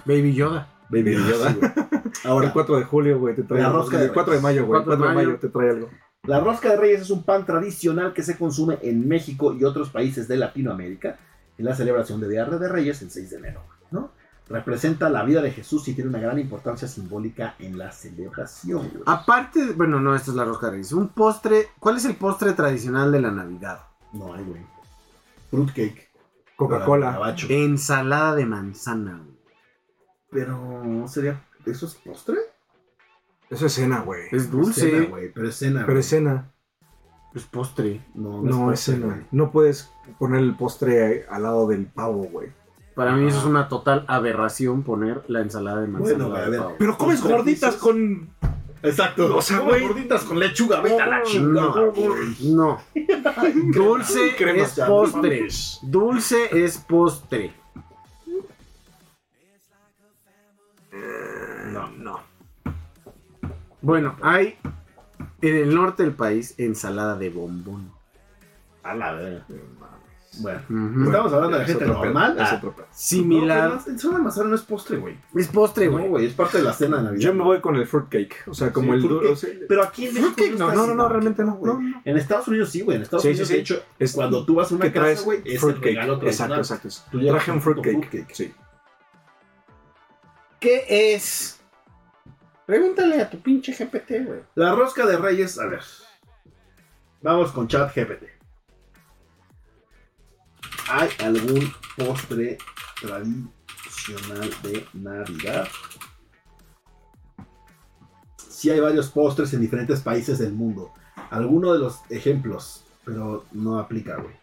S4: Baby Yoda.
S5: Baby
S3: Sí,
S5: Yoda.
S3: güey.
S5: El
S3: Ahora,
S5: 4 de julio, güey, te trae
S3: La
S5: algo.
S3: rosca de
S5: El 4 de mayo, güey. El 4 de mayo te trae algo.
S3: La rosca de reyes es un pan tradicional que se consume en México y otros países de Latinoamérica en la celebración de Día de Reyes el 6 de enero, ¿no? Representa la vida de Jesús y tiene una gran importancia simbólica en la celebración.
S5: Ah.
S3: güey.
S4: Aparte, de- bueno, no, esta es la rosca de Reyes. Un postre. ¿Cuál es el postre tradicional de la Navidad?
S3: No hay, güey. Fruitcake.
S5: Coca-Cola. Eh.
S3: Gabacho.
S4: Ensalada de manzana, güey.
S3: Pero sería. ¿Eso es postre?
S5: Eso es cena, güey.
S4: Es dulce.
S3: Cena, güey. Pero es cena.
S5: Pero
S3: güey.
S5: es cena.
S4: Es postre.
S3: No,
S5: No, es
S3: postre,
S5: cena.
S3: güey.
S5: No puedes poner el postre al lado del pavo, güey.
S4: Para mí eso es una total aberración poner la ensalada de manzana.
S3: Bueno,
S4: de
S3: a ver,
S4: pavo.
S5: Pero comes
S3: Con
S5: gorditas
S3: permisos.
S5: con.
S3: Exacto.
S5: O sea,
S3: Come
S5: güey.
S3: Gorditas con lechuga, vete a la
S4: No,
S3: chingada.
S4: no. Dulce
S5: crema,
S4: es
S3: ya, no
S4: postre. Dulce es postre.
S5: Eh,
S3: No, no.
S4: Bueno, hay en el norte del país ensalada de bombón.
S3: A la verga. Bueno.
S4: Ujú.
S3: Estamos hablando de
S5: Es
S3: gente
S5: otro pedo,
S3: normal.
S5: es
S3: Ah.
S5: otro pedo.
S3: No,
S4: Similar.
S3: pero ensalada de manzana no es postre, güey.
S4: Es postre,
S3: No,
S4: güey.
S3: güey, es parte de la cena de Navidad.
S5: Yo me voy con el fruitcake. O sea, como
S3: Sí,
S5: el duro.
S3: fruitcake.
S5: o sea,
S3: Pero aquí en México
S5: Fruitcake, no,
S3: está
S5: no,
S3: así,
S5: no, no, realmente no, güey.
S3: güey. En Estados Unidos sí, güey. En Estados
S5: Sí, sí,
S3: Unidos,
S5: sí.
S3: de hecho,
S5: Es-
S3: cuando tú vas a una
S5: que
S3: casa,
S5: traes
S3: güey, es el
S5: fruitcake.
S3: regalo
S5: Exacto,
S3: tradicional.
S5: exacto.
S3: Tú llevas
S5: Traje un
S3: tu puto
S5: fruitcake.
S3: fruitcake.
S5: Sí.
S4: ¿Qué es? Pregúntale a tu pinche GPT, güey.
S3: La rosca de reyes, a ver. Vamos con chat GPT. ¿Hay algún postre tradicional de Navidad? Sí hay varios postres en diferentes países del mundo. Alguno de los ejemplos, pero no aplica, güey.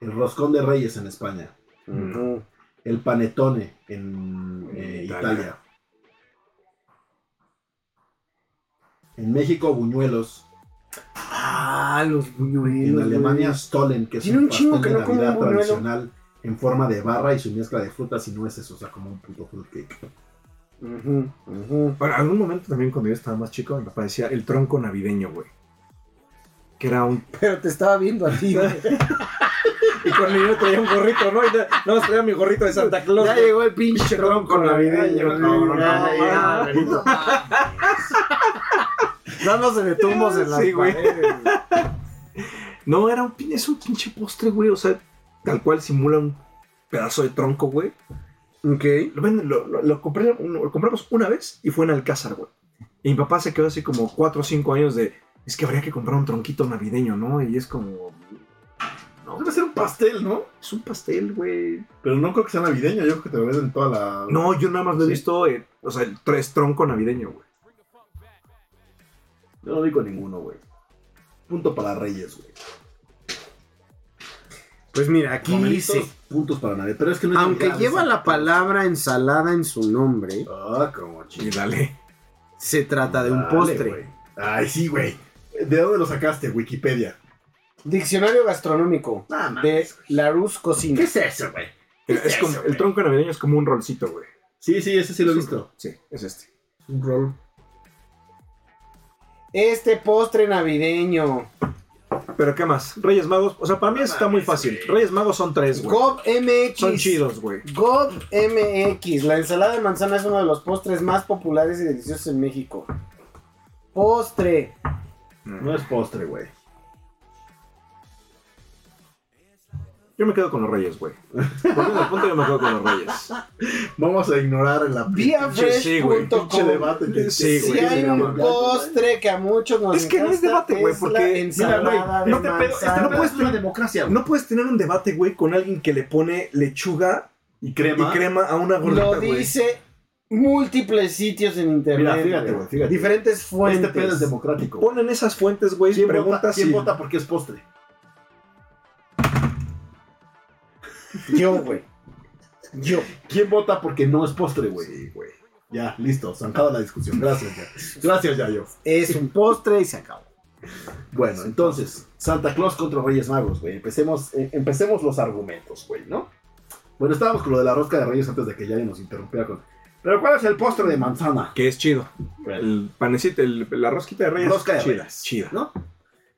S3: El roscón de reyes en España.
S4: Ujú.
S3: El panetone en,
S5: En
S3: eh, Italia.
S5: Italia.
S3: En México, buñuelos.
S4: Ah, los buñuelos.
S3: En
S4: güey.
S3: Alemania, Stollen, que es
S4: Tiene
S3: un
S4: un chingo
S3: pastel
S4: que
S3: de
S4: no como
S3: Navidad
S4: un buñuelo.
S3: tradicional en forma de barra y su mezcla de frutas y nueces, o sea, como un puto fruitcake.
S4: Ujú, ujú.
S5: Bueno, algún momento también cuando yo estaba más chico me parecía el tronco navideño, güey. Que era un.
S4: Pero te estaba viendo a ti, güey.
S5: Y con el niño traía un gorrito, ¿no? Y na- nada más traía mi gorrito de Santa Claus.
S4: Ya
S5: güey.
S4: llegó el pinche tronco navideño.
S5: No, no, no,
S4: Ay,
S5: no,
S4: ya,
S5: no,
S4: Benito. Dándose de tumbos en las
S5: Sí, güey.
S4: paredes, güey.
S5: No, era un, pin- es un pinche postre, güey. O sea, tal cual simula un pedazo de tronco, güey.
S4: Ok.
S5: Lo, venden- lo, lo- lo compré- lo compramos una vez y fue en Alcázar, güey. Y mi papá se quedó así como 4 o 5 años de. Es que habría que comprar un tronquito navideño, ¿no? Y es como. No,
S3: Debe ser un pastel, ¿no?
S5: es un pastel, güey.
S3: Pero no creo que sea navideño, yo creo que te lo venden toda la.
S5: No, yo nada más lo he
S3: Sí.
S5: visto, eh, o sea, el tres tronco navideño, güey.
S3: Yo no digo ninguno, güey. Punto para Reyes, güey.
S4: Pues mira, aquí
S3: Romeritos,
S4: dice.
S3: Puntos para Navidad. Pero es que no es
S4: Aunque
S3: Navidad,
S4: lleva la
S3: exacto.
S4: palabra ensalada en su nombre,
S3: Ah, como chido.
S5: Y dale.
S4: se trata de un
S3: Dale,
S4: postre.
S3: güey. Ay, sí, güey. ¿De dónde lo sacaste? Wikipedia.
S4: Diccionario gastronómico
S3: Nada
S4: de Larus
S3: ¿Qué
S4: Cocina.
S3: es eso, güey? ¿Qué
S5: Es como,
S3: eso,
S5: el
S3: güey?
S5: tronco navideño es como un rolcito, güey.
S3: Sí, sí, ese sí lo he visto.
S5: Sí, es este.
S3: Un rol.
S4: Este postre navideño.
S5: Pero ¿qué más? Reyes Magos, o sea, para mí eso está muy fácil. Reyes Magos son tres, güey.
S4: Gob MX.
S5: Son chidos, güey.
S4: God MX, la ensalada de manzana es uno de los postres más populares y deliciosos en México. Postre.
S3: No es postre, güey.
S5: Yo me quedo con los Reyes, güey. Volviendo al punto, yo me quedo con los Reyes.
S3: Vamos a ignorar la
S5: sí, güey.
S4: Viafresh.com.
S3: pinche debate. que-
S5: Sí,
S4: si
S5: güey.
S4: hay un postre que a muchos nos
S5: Es que no es
S4: encanta,
S5: debate, güey,
S4: es
S5: porque-
S4: la
S5: mira,
S4: ensalada
S5: güey, no
S4: de
S5: te pedo, este
S4: manzana.
S5: no puedes-
S3: una democracia,
S5: No puedes tener un debate, güey, con alguien que le pone lechuga
S3: Y crema.
S5: y crema a una
S4: Lo
S5: gordita, güey.
S4: dice múltiples sitios en internet.
S3: Mira, fíjate,
S4: güey.
S3: güey, fíjate.
S4: Diferentes
S3: Este
S4: fuentes.
S3: pedo es democrático. güey.
S5: Ponen esas fuentes, güey,
S3: ¿Quién, vota,
S5: preguntas
S3: ¿quién
S5: y...
S3: vota porque es postre?
S4: Yo, güey. Yo.
S3: ¿Quién vota porque no es postre, güey?
S5: Sí, güey.
S3: Ya, listo, zancada la discusión. Gracias, ya. Gracias, Yayo.
S4: Es un postre y se acabó.
S3: Bueno, entonces, Santa Claus contra Reyes Magos, güey. Empecemos, eh, empecemos los argumentos, güey, ¿no? Bueno, estábamos con lo de la rosca de Reyes antes de que Yayo nos interrumpiera con. Pero ¿cuál es el postre de manzana?
S5: Que es chido. El panecito, el- la rosquita de Reyes.
S3: Rosca de
S5: chida,
S3: Reyes.
S5: Chida.
S3: ¿no?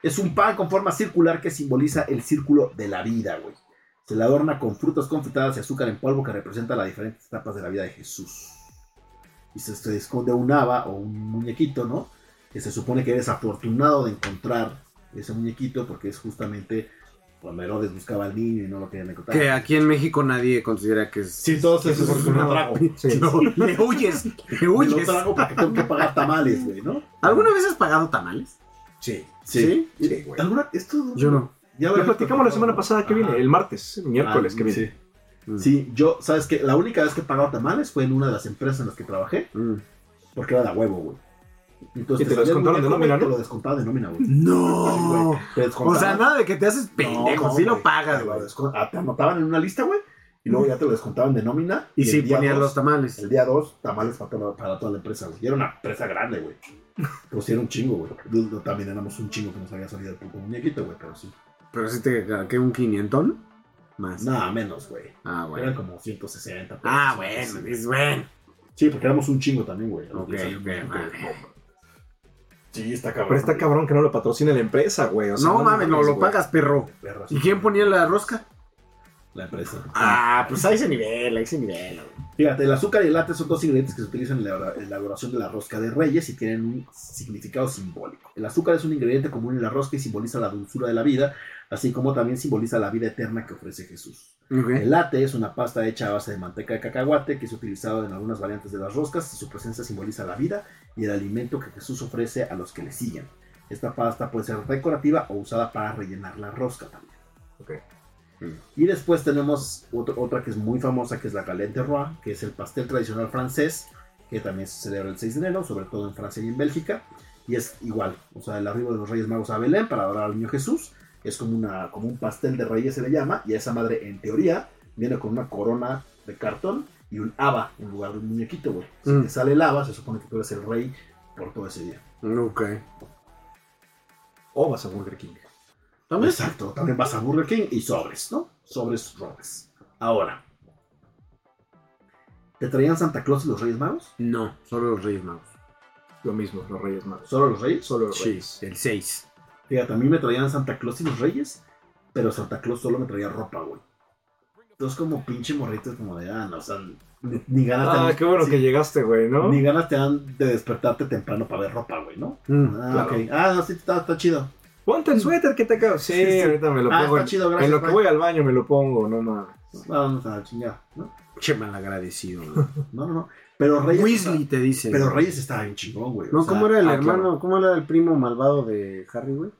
S3: Es un pan con forma circular que simboliza el círculo de la vida, güey. Se le adorna con frutas confitadas y azúcar en polvo que representa las diferentes etapas de la vida de Jesús. Y se, se esconde un haba o un muñequito, ¿no? Que se supone que eres afortunado de encontrar ese muñequito porque es justamente cuando Herodes buscaba al niño y no lo querían encontrar.
S4: Que aquí en México nadie considera que es.
S3: Sí, todo eso
S4: que
S3: es un trago.
S5: Sí.
S4: No, le huyes, le
S3: Uy, lo
S4: huyes.
S3: trago porque tengo que pagar tamales, güey, ¿no?
S4: ¿Alguna vez has pagado tamales?
S5: Sí.
S3: Sí.
S5: Sí, güey.
S3: ¿Alguna? Esto,
S4: Yo no.
S3: Ya
S5: Lo platicamos la semana pasada que viene,
S3: Ajá.
S5: el martes, el miércoles
S3: Ah,
S5: que viene.
S3: sí.
S4: Mm.
S3: Sí, yo, ¿sabes qué? La única vez que he pagado tamales fue en una de las empresas en las que trabajé,
S4: Mm.
S3: porque era de a huevo, güey. Entonces,
S5: Y te lo
S3: salías muy
S5: descontaron de
S3: bien,
S5: nómina,
S3: güey,
S5: ¿no?
S3: Te lo descontaron de nómina, güey. Sí,
S4: No.
S3: güey, te
S4: O
S3: descontaban-
S4: sea, nada de que te haces pendejo,
S3: No,
S4: sí lo
S3: güey.
S4: pagas,
S3: Te lo
S4: güey.
S3: descon- ah, Te anotaban en una lista, güey, y luego ya te lo descontaban de nómina.
S4: Y
S3: el
S4: sí
S3: día
S4: ponían
S3: dos-
S4: los tamales.
S3: El día 2, tamales para toda, para toda la empresa, güey. Y era una empresa grande, güey. Pero sí era un chingo, güey. Dudo, También éramos un chingo que nos había salido el puto muñequito, güey, pero sí.
S4: Pero sí te que un quinientón más.
S3: Nada menos, güey.
S4: Ah,
S3: Eran
S4: bueno.
S3: como 160. pesos,
S4: Ah,
S3: sí,
S4: bueno,
S3: sí.
S4: es bueno.
S3: Sí, porque éramos un chingo también, güey.
S4: Ok, ok, vale.
S3: Sí, está cabrón.
S5: Pero está cabrón que no lo patrocine la empresa, güey. o sea,
S4: No mames, no lo
S5: güey.
S4: pagas, perro.
S3: Perros.
S4: ¿Y quién ponía la rosca?
S3: La empresa.
S4: Ah, pues ahí se nivela, ahí se nivela, güey.
S3: Fíjate, el azúcar y el latte son dos ingredientes que se utilizan en la elaboración de la rosca de reyes y tienen un significado simbólico. El azúcar es un ingrediente común en la rosca y simboliza la dulzura de la vida, así como también simboliza la vida eterna que ofrece Jesús.
S4: Ok.
S3: El latte es una pasta hecha a base de manteca de cacahuate que es utilizado en algunas variantes de las roscas y su presencia simboliza la vida y el alimento que Jesús ofrece a los que le siguen. Esta pasta puede ser decorativa o usada para rellenar la rosca también.
S5: Ok.
S3: Y después tenemos otro- otra que es muy famosa que es la galette de roi, que es el pastel tradicional francés que también se celebra el 6 de enero, sobre todo en Francia y en Bélgica. Y es igual, o sea, el arribo de los Reyes Magos a Belén para adorar al niño Jesús. Es como, una, como un pastel de reyes se le llama, y a esa madre, en teoría, viene con una corona de cartón y un haba en lugar de un muñequito, güey. Si
S4: Mm.
S3: te sale el haba, se supone que tú eres el rey por todo ese día.
S4: Ok.
S5: O vas a Burger King.
S4: ¿Dónde?
S3: Exacto, también vas a Burger King y sobres, ¿no? Sobres robes. Ahora, ¿te traían Santa Claus y los Reyes Magos?
S4: No, solo los Reyes Magos.
S5: Lo mismo, los Reyes Magos.
S3: ¿Solo los Reyes?
S5: Solo los
S4: Sí,
S5: Reyes.
S4: el 6.
S3: Fíjate, a mí me traían Santa Claus y los Reyes, pero Santa Claus solo me traía ropa, güey. Entonces, como pinche morrito, es como de, ah, no, o sea, ni, ni ganas te
S5: Ah,
S3: dan-
S5: qué bueno
S3: sí,
S5: que llegaste, güey, ¿no?
S3: Ni ganas te dan de despertarte temprano para ver ropa, güey, ¿no? Ah,
S5: claro.
S3: ok. Ah, no, sí, está, está chido.
S5: Ponte el suéter que te acabo. Sí,
S3: Sí, sí.
S5: ahorita me lo
S3: Ah,
S5: pongo.
S3: está
S5: en-
S3: chido, gracias.
S5: en lo que
S3: bye.
S5: voy al baño me lo pongo, no mames.
S3: Ah, Vamos a la chingada, ¿no?
S4: Che malagradecido, güey.
S3: No, no, no. Pero Reyes.
S4: Weasley te dice.
S3: Pero Reyes estaba bien chingón, güey.
S4: No,
S3: o sea,
S4: ¿cómo era el
S5: ah,
S4: hermano?
S5: claro.
S4: ¿Cómo era el primo malvado de Harry, güey?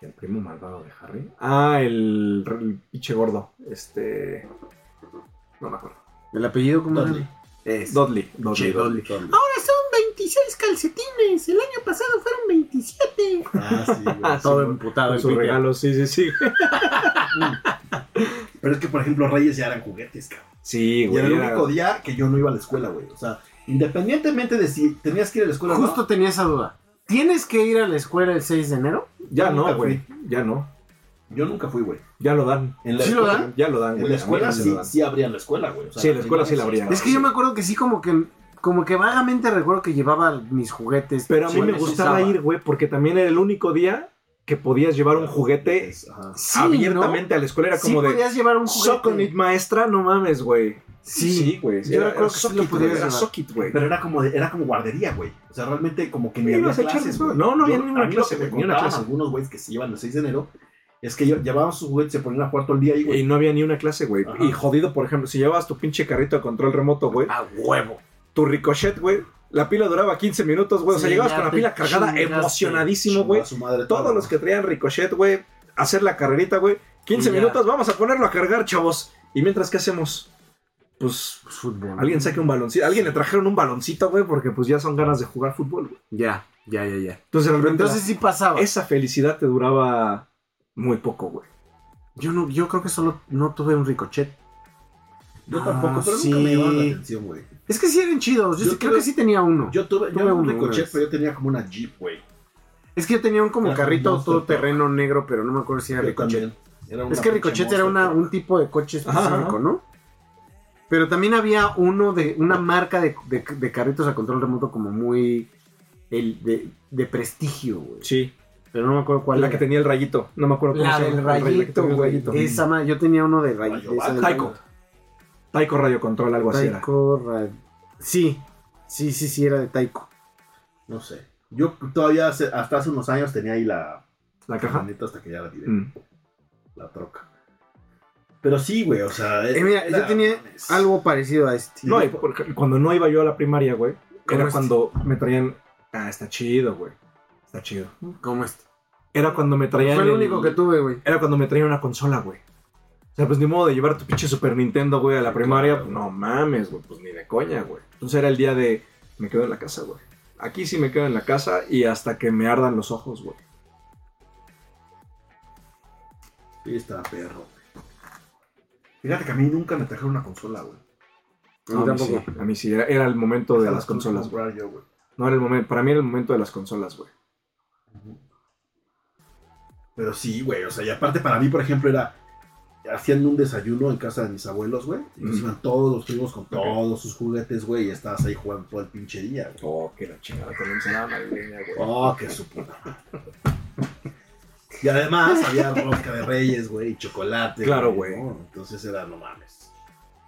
S5: ¿El primo malvado de Harry? Ah, el, el pinche gordo. Este. No me acuerdo.
S4: ¿El apellido cómo
S3: Dudley.
S4: era? Es.
S5: Dudley. Dudley.
S4: Che,
S5: Dudley. Ah,
S4: Dudley.
S3: Dudley.
S4: Ahora son 26 calcetines. El año pasado fueron 27.
S3: Ah, sí, güey.
S5: Ah,
S4: Todo
S5: sí,
S4: emputado
S5: Con
S4: el
S5: sus
S4: Peter.
S5: regalos, sí, sí, sí.
S3: Pero es que, por ejemplo, Reyes ya eran juguetes, cabrón.
S5: Sí,
S3: Y
S5: güey.
S3: era el
S5: era-
S3: único día que yo no iba a la escuela, güey. O sea, independientemente de si tenías que ir a la escuela o no,
S4: Justo tenía esa duda. ¿Tienes que ir a la escuela el 6 de enero?
S5: Ya
S3: Yo
S5: no,
S3: nunca
S5: güey. Ya no.
S3: Yo nunca fui, güey.
S5: Ya lo dan.
S3: En la
S4: ¿Sí lo
S3: escuela,
S4: dan?
S5: Ya lo dan,
S3: En
S5: Ah, güey.
S3: la
S5: A mí
S3: escuela
S5: ya me
S3: sí,
S5: lo dan.
S3: sí abrían la escuela, güey. O sea,
S5: Sí, en la escuela sí la
S3: no,
S5: abrían.
S4: Es que yo me acuerdo que sí, como que, como que vagamente recuerdo que llevaba mis juguetes.
S5: Pero a mí
S3: Sí,
S5: me
S3: sí
S5: gustaba
S3: usaba.
S5: ir, güey, porque también era el único día que podías llevar un juguete
S3: Ajá.
S4: Sí,
S5: abiertamente a la escuela.
S4: ¿no?
S5: Era
S4: Sí
S5: como de.
S4: podías llevar un
S5: Suck on it,
S4: juguete.
S5: maestra, no mames, güey.
S4: Sí.
S5: güey.
S4: Yo recuerdo que sí
S5: suck
S4: lo
S5: it,
S4: podías
S5: güey, Era
S4: llevar.
S5: suck it, güey.
S3: Pero era como, de- era como guardería, güey. O sea, realmente como que ni
S5: Sí,
S3: había
S5: ibas a
S3: clases,
S5: echarles,
S3: güey.
S5: no, no había
S3: Yo-
S5: ninguna
S3: a mí
S5: clase,
S3: lo que me
S5: güey, ni una
S3: contaban
S5: clase.
S3: algunos güeyes que se iban el 6 de enero es que yo- llevaban sus juguetes, se ponían a jugar todo el día ahí,
S5: Y
S3: güey.
S5: no había ni una clase, güey.
S3: Ajá.
S5: Y jodido, por ejemplo, si llevabas tu pinche carrito a control remoto, güey,
S4: A huevo.
S5: tu ricochet, güey, la pila duraba 15 minutos, güey. O sea,
S4: Sí,
S5: llegabas
S4: ya
S5: con la
S4: te
S5: pila cargada,
S4: chingaste.
S5: emocionadísimo,
S3: Chingó
S5: güey.
S3: a su madre
S5: Todos
S3: todo.
S5: los que traían ricochet, güey, hacer la carrerita, güey. 15
S4: Y ya.
S5: minutos, vamos a ponerlo a cargar, chavos. Y mientras, ¿qué hacemos? Pues
S4: Pues fútbol.
S5: alguien saque un baloncito. Alguien le trajeron un baloncito, güey, porque pues ya son ganas de jugar fútbol, güey.
S4: Ya, ya, ya, ya.
S5: Entonces,
S4: Pero
S5: realmente,
S4: entonces sí pasaba.
S5: la- esa felicidad te duraba muy poco, güey.
S4: Yo no, yo creo que solo no tuve un ricochet.
S3: Yo tampoco,
S4: Ah,
S3: pero
S4: sí.
S3: nunca me llamaban la atención, güey.
S4: Es que sí eran chidos. Yo,
S3: Yo
S4: sí creo
S3: tuve-
S4: que sí tenía uno.
S3: Yo tuve, yo
S4: Tuve
S3: tuve un
S4: uno una
S3: ricochet,
S4: vez.
S3: pero yo tenía como una Jeep, güey.
S4: Es que yo tenía un como
S3: Era
S4: carrito
S3: un Monster
S4: todo terreno negro, pero no me acuerdo si era
S3: Yo
S4: ricochet.
S3: también. Era una
S4: Es que
S3: pinche
S4: Ricochet
S3: monster,
S4: era una-
S3: pero-
S4: un tipo de coche
S5: Ajá,
S4: específico,
S5: ajá.
S4: ¿no? Pero también había uno de una marca de, de- de carritos a control remoto como muy el- de, de prestigio, güey.
S5: Sí.
S4: Pero no me acuerdo cuál
S5: La
S4: era.
S5: que tenía el rayito. No me acuerdo
S4: la del rayito, güey. Esa ma- yo tenía uno de
S3: Rayo
S4: rayito. esa del-
S5: Taiko. Taiko Radio Control, algo así era.
S4: Taiko, ra- Sí, sí, sí, sí, era de Taiko.
S3: No sé. Yo todavía hace- hasta hace unos años tenía ahí la
S5: La caja.
S3: camioneta hasta que ya la tiré.
S5: Mm.
S3: La troca. Pero sí, güey, o sea.
S4: Eh, mira, yo tenía algo parecido a este.
S5: No, y por ejemplo, cuando no iba yo a la primaria, güey,
S4: ¿Cómo
S5: era
S4: es?
S5: cuando me traían. Ah, está chido, güey. Está chido.
S4: Como este.
S5: Era cuando me traían.
S4: Fue el
S5: el-
S4: único que tuve, güey.
S5: Era cuando me traían una consola, güey. O sea, pues ni modo de llevar tu pinche Super Nintendo, güey, a la primaria. pues, no mames, güey, pues ni de coña, güey. Entonces era el día de. Me quedo en la casa, güey. Aquí sí me quedo en la casa y hasta que me ardan los ojos, güey.
S3: Sí, está perro.
S6: Fíjate que a mí nunca me trajeron una consola, güey.
S5: No, a, mí sí, a mí sí, era, era el momento de
S6: Hasta tuve
S5: las
S6: que
S5: consolas, güey.
S6: comprar yo, güey.
S5: No era el momento, para mí era el momento de las consolas, güey.
S3: Pero sí, güey, o sea, y aparte para mí, por ejemplo, era haciendo un desayuno en casa de mis abuelos, güey. Y nos
S5: Ujú.
S3: iban todos los primos con
S5: Ok.
S3: todos sus juguetes, güey, y estabas ahí jugando todo el pinche día, güey.
S5: Oh, que la chingada con la ensalada navideña, güey.
S3: Oh, qué su puta madre. Y además había rosca de reyes, güey, y chocolate.
S5: Claro, güey.
S3: ¿no? Entonces era, no mames.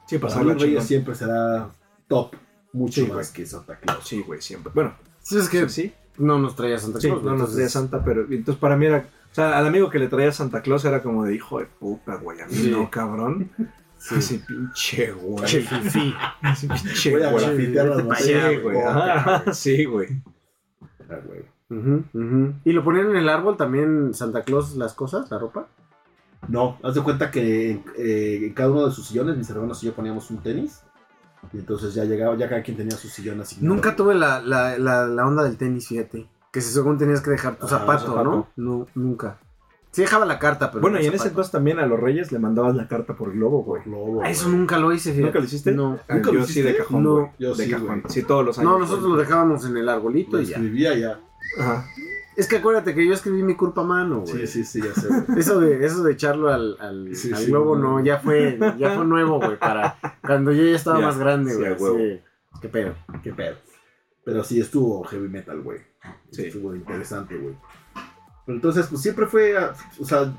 S5: Sí,
S3: Para
S5: pasaba
S3: mí
S5: la
S3: reyes
S5: chingada.
S3: siempre será top, mucho
S5: Sí,
S3: más que Santa Claus.
S5: Sí, güey, siempre. Bueno,
S4: Sí, es que
S5: sí, sí.
S4: no nos traía Santa
S5: Sí,
S4: Claus.
S5: no nos traía
S4: entonces-
S5: Santa, pero entonces para mí era. O sea, al amigo que le traía Santa Claus era como de hijo de puta, güey. A mí
S4: Sí.
S5: no, cabrón. Ese pinche güey.
S4: Che, fifí.
S5: Ese pinche
S3: Voy a
S5: güey.
S3: grafitear las
S4: vete pa'
S3: botellas,
S4: allá,
S5: Sí, güey. Ajá, sí, güey.
S3: Ah, Oh, güey.
S4: Ujú, ujú. ¿Y lo ponían en el árbol también Santa Claus las cosas, la ropa?
S3: No, haz de cuenta que eh, en cada uno de sus sillones, mis hermanos y yo poníamos un tenis. Y entonces ya llegaba, ya cada quien tenía su sillón así.
S4: Nunca tuve la, la, la, la onda del tenis, fíjate. Que si según tenías que dejar tu
S3: Ajá,
S4: zapato,
S5: Ah, zapato.
S4: ¿no? No, nunca. Sí dejaba la carta, pero.
S5: Bueno,
S4: no
S5: y
S4: el
S5: en ese
S4: zapato.
S5: entonces también a los reyes le mandabas la carta por globo, güey.
S3: Lobo,
S4: Ah, Eso
S3: güey.
S4: nunca lo hice, fíjate.
S5: ¿Nunca lo hiciste?
S4: No.
S5: Ah,
S3: ¿Nunca lo
S5: yo sí de
S3: hiciste?
S5: cajón,
S4: No.
S5: güey.
S3: Yo
S5: de
S3: sí,
S5: cajón.
S3: güey.
S5: Sí, todos los años.
S4: No, nosotros lo
S5: güey.
S4: dejábamos en el arbolito
S3: Lo
S4: y ya.
S3: escribía ya.
S5: Ajá.
S4: Es que acuérdate que yo escribí mi culpa a mano,
S3: Sí,
S4: güey.
S3: sí, sí, ya sé, güey.
S4: Eso de, eso de echarlo al, al,
S3: Sí,
S4: al
S3: sí,
S4: globo,
S3: güey.
S4: no, ya fue, ya fue nuevo, güey, para cuando yo ya estaba
S5: Ya,
S4: más grande,
S5: sí,
S4: güey.
S5: a huevo.
S4: sí. Qué pedo.
S3: Qué pedo. Pero sí estuvo heavy metal, güey.
S5: Sí.
S3: Estuvo interesante, güey. Pero entonces, pues siempre fue. ah, O sea,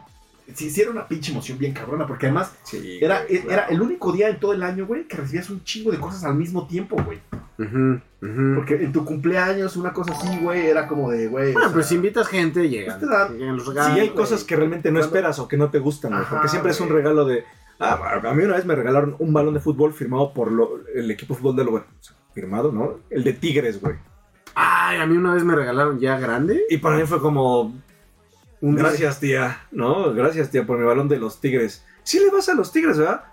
S3: sí, sí era una pinche emoción bien cabrona, porque además
S5: Sí,
S3: era,
S5: güey,
S3: e- era el único día en todo el año, güey, que recibías un chingo de cosas al mismo tiempo, güey.
S4: Ujú, ujú.
S3: Porque en tu cumpleaños, una cosa así, güey, era como de, güey. o
S4: Bueno,
S3: sea,
S4: pues si invitas gente, llegan.
S3: Pues te dan-
S4: llegan los regalos.
S5: Sí, este hay
S4: güey.
S5: cosas que realmente no
S3: Cuando-
S5: esperas o que no te gustan, güey,
S3: Ajá,
S5: porque siempre es un
S3: güey.
S5: regalo de... Ah, a mí una vez me regalaron un balón de fútbol firmado por lo- el equipo de fútbol de lo bueno, firmado, ¿no? El de Tigres, güey.
S4: Ay, a mí una vez me regalaron ya grande.
S5: Y para mí fue como...
S4: Un
S5: Gracias, tía, ¿no? Gracias, tía, por mi balón de los Tigres. Sí le vas a los Tigres, ¿verdad?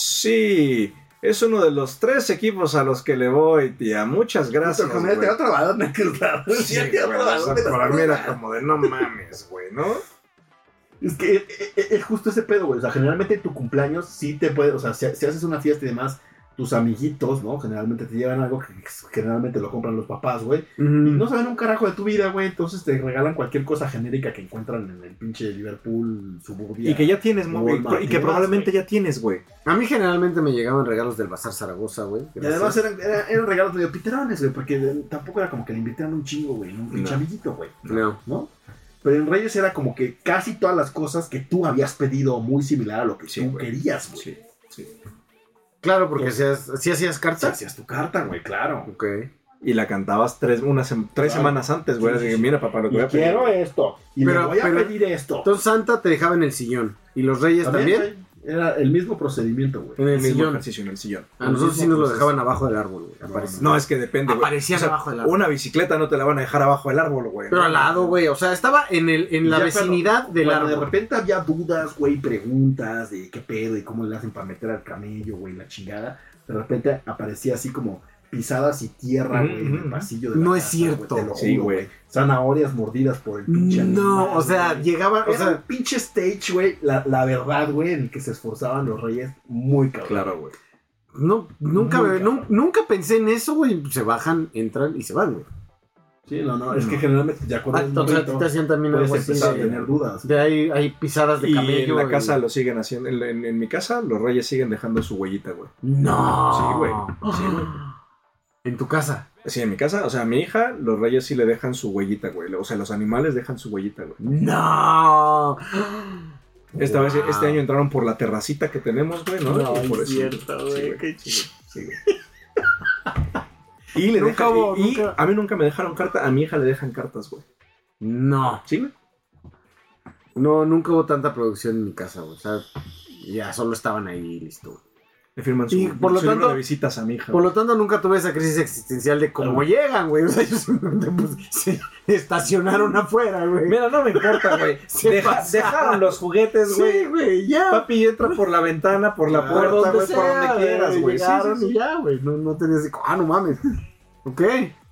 S5: Sí, es uno de los tres equipos a los que le voy, tía. Muchas gracias,
S3: Puta, comerte
S5: güey.
S3: otro balón de aquel lado.
S5: Sí,
S3: Comerte otro
S5: güey, o
S3: balón
S5: sea,
S3: de las
S5: para mí era
S3: cosas.
S5: como de no mames, güey, ¿no?
S3: Es que es- es es justo ese pedo, güey. O sea, generalmente en tu cumpleaños sí te puede, o sea, si, si haces una fiesta y demás, tus amiguitos, ¿no? Generalmente te llevan algo que generalmente lo compran los papás, güey. Y
S5: Mm.
S4: Ujú.
S3: no saben un carajo de tu vida, güey. Entonces te regalan cualquier cosa genérica que encuentran en el pinche Liverpool suburbia.
S5: Y que ya tienes,
S3: No,
S5: güey,
S3: Martín,
S5: y que probablemente ya tienes, güey.
S4: A mí generalmente me llegaban regalos del Bazar Zaragoza, güey.
S3: Y
S4: Gracias.
S3: además eran, eran, eran regalos medio piterones, güey, porque de- tampoco era como que le invitaran un chingo, güey, en un pinche
S5: No.
S3: amiguito, güey,
S4: No.
S3: ¿no? Pero en Reyes era como que casi todas las cosas que tú habías pedido muy similar a lo que
S5: Sí,
S3: tú
S5: güey.
S3: querías, güey.
S4: Claro, porque si, has- si hacías
S3: O sea,
S4: cartas.
S3: hacías tu carta, güey, claro.
S4: Ok.
S5: Y la cantabas tres, una sem- tres
S4: Ah.
S3: Claro.
S5: semanas antes, güey.
S3: Sí,
S5: así
S3: sí,
S5: que,
S3: sí.
S5: mira, papá, lo que voy a
S3: Y quiero
S5: pedir".
S3: esto, y
S4: Pero-
S3: me voy a
S4: pero-
S3: pedir esto.
S4: Entonces Santa te dejaba en el sillón. ¿Y los reyes también?
S3: güey, Era el mismo procedimiento, güey.
S4: En el
S5: El mismo
S4: sillón.
S5: ejercicio en el sillón.
S4: A nosotros sí nos lo
S3: Mismo
S4: dejaban abajo del árbol, güey. aparecía.
S5: pues, No, es que depende, güey.
S4: Aparecían abajo del árbol.
S5: Una bicicleta no te la van a dejar abajo del árbol, güey.
S4: Pero
S5: ¿no?
S4: al lado, güey. O sea, estaba en, el, en la
S3: Ya cuando-
S4: vecinidad del
S3: cuando de
S4: árbol.
S3: repente había dudas, güey, preguntas de qué pedo y cómo le hacen para meter al camello, güey, la chingada. De repente aparecía así como pisadas y tierra, güey, en
S5: Ujú.
S3: el pasillo de la
S4: No es
S3: casa,
S4: cierto.
S3: güey, te lo
S5: Sí,
S3: juro,
S5: güey.
S3: Zanahorias mordidas por el pinche
S4: No,
S3: animal,
S4: o sea,
S3: güey.
S4: llegaba. O
S3: Era un
S4: sea,
S3: pinche stage, güey, la, la verdad, güey, en el que se esforzaban los reyes muy cabrón.
S5: Claro, güey.
S4: no, nunca,
S3: Muy
S4: me-
S3: cabrón.
S4: nun- nunca pensé en eso, güey. Se bajan, entran y se van, güey.
S3: Sí, no, no, es que generalmente ya
S4: Ah,
S3: cuando es
S4: entonces a ti
S3: morrito,
S4: te hacían también
S3: puedes
S4: algo así.
S3: empezar a
S4: de-
S3: tener dudas.
S4: De ahí hay pisadas de
S5: Y
S4: camello.
S5: en la
S4: y-
S5: casa lo siguen haciendo. En, en- en mi casa, los reyes siguen dejando su huellita, güey.
S4: No.
S5: Sí, güey. Sí, güey.
S4: En tu casa.
S5: Sí, en mi casa, o sea, a mi hija, los reyes sí le dejan su huellita, güey. O sea, los animales dejan su huellita, güey.
S4: No.
S5: Esta vez,
S4: Wow.
S5: este año entraron por la terracita que tenemos, güey, ¿no?
S4: No,
S5: Y por
S4: es cierto, güey, qué
S5: sí, güey, sí, güey. Y le
S4: Nunca
S5: dejan-
S4: hubo-
S5: y- y
S4: nunca-
S5: a mí nunca me dejaron carta, a mi hija le dejan cartas, güey.
S4: No.
S5: Sí, güey.
S4: No, nunca hubo tanta producción en mi casa, güey. O sea, ya solo estaban ahí y listo. güey.
S5: Le firman su,
S4: Y por lo
S5: su libro
S4: tanto-
S5: de visitas a mi hija.
S4: Por
S5: güey.
S4: lo tanto, nunca tuve esa crisis existencial de cómo llegan, güey. O sea, ellos simplemente, pues, se estacionaron afuera, güey.
S5: Mira, no me importa, güey.
S4: Se
S5: Deja-
S4: pasaron.
S5: dejaron los juguetes, güey.
S4: Sí, Pues, güey, ya.
S5: Papi entra por la ventana, por la
S4: Por
S5: puerta, güey, por
S4: sea,
S5: donde quieras, güey. Sí,
S4: Llegaron
S5: sí, sí.
S4: y ya, güey. No, no tenías... Ah, no mames. ok,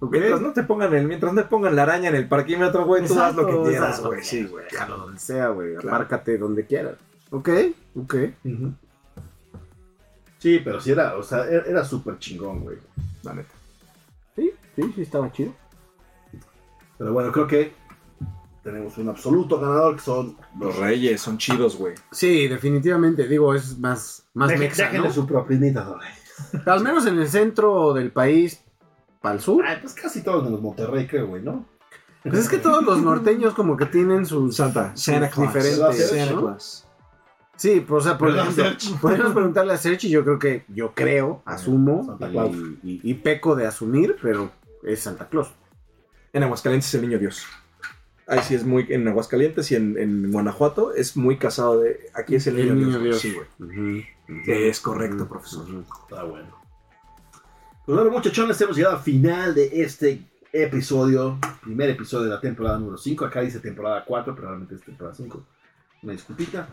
S4: Ok.
S5: Mientras no te pongan el, mientras no te pongan la araña en el parquímetro, güey, tú haz lo que
S4: Exacto,
S5: quieras,
S4: haz lo
S5: güey.
S4: que
S5: Sí,
S4: quieras,
S5: güey.
S4: Déjalo donde sea, güey.
S5: Claro.
S4: Apárcate donde quieras. Ok, ok.
S5: Ujú,
S3: Sí, pero sí era, o sea, era, era súper chingón, güey.
S5: La neta.
S6: Sí, sí, sí, estaba chido.
S3: Pero bueno, creo que tenemos un absoluto ganador que son
S5: Los
S3: los
S5: reyes son chidos, güey.
S4: Sí, definitivamente. Digo, es más, más
S3: Dejen-
S4: mexa,
S3: déjenle
S4: ¿no?
S3: su propinita, dólares.
S4: Al menos en el centro del país, para el sur.
S3: Ay, pues casi todos menos Monterrey, creo, güey, ¿no?
S4: Pues es que todos los norteños como que tienen sus...
S5: Santa,
S4: Santa Claus.
S5: Diferentes.
S4: Santa
S5: Santa
S4: Claus.
S5: Claus.
S4: Sí, pues, o sea, por
S3: Perdón,
S4: ejemplo,
S3: Serge.
S4: podemos preguntarle a Sergi, yo creo que, yo creo, asumo,
S3: Santa Claus.
S4: y, y- y peco de asumir, pero es Santa Claus.
S5: En Aguascalientes es el niño Dios. Ahí sí es muy. En Aguascalientes y en, en Guanajuato es muy casado de. Aquí es el niño, Dios. Sí, güey. Es correcto, profesor.
S3: Está bueno. Pues bueno, muchachones, hemos llegado al final de este episodio, primer episodio de la temporada número 5. Acá dice temporada 4, pero realmente es temporada 5. Una disculpita.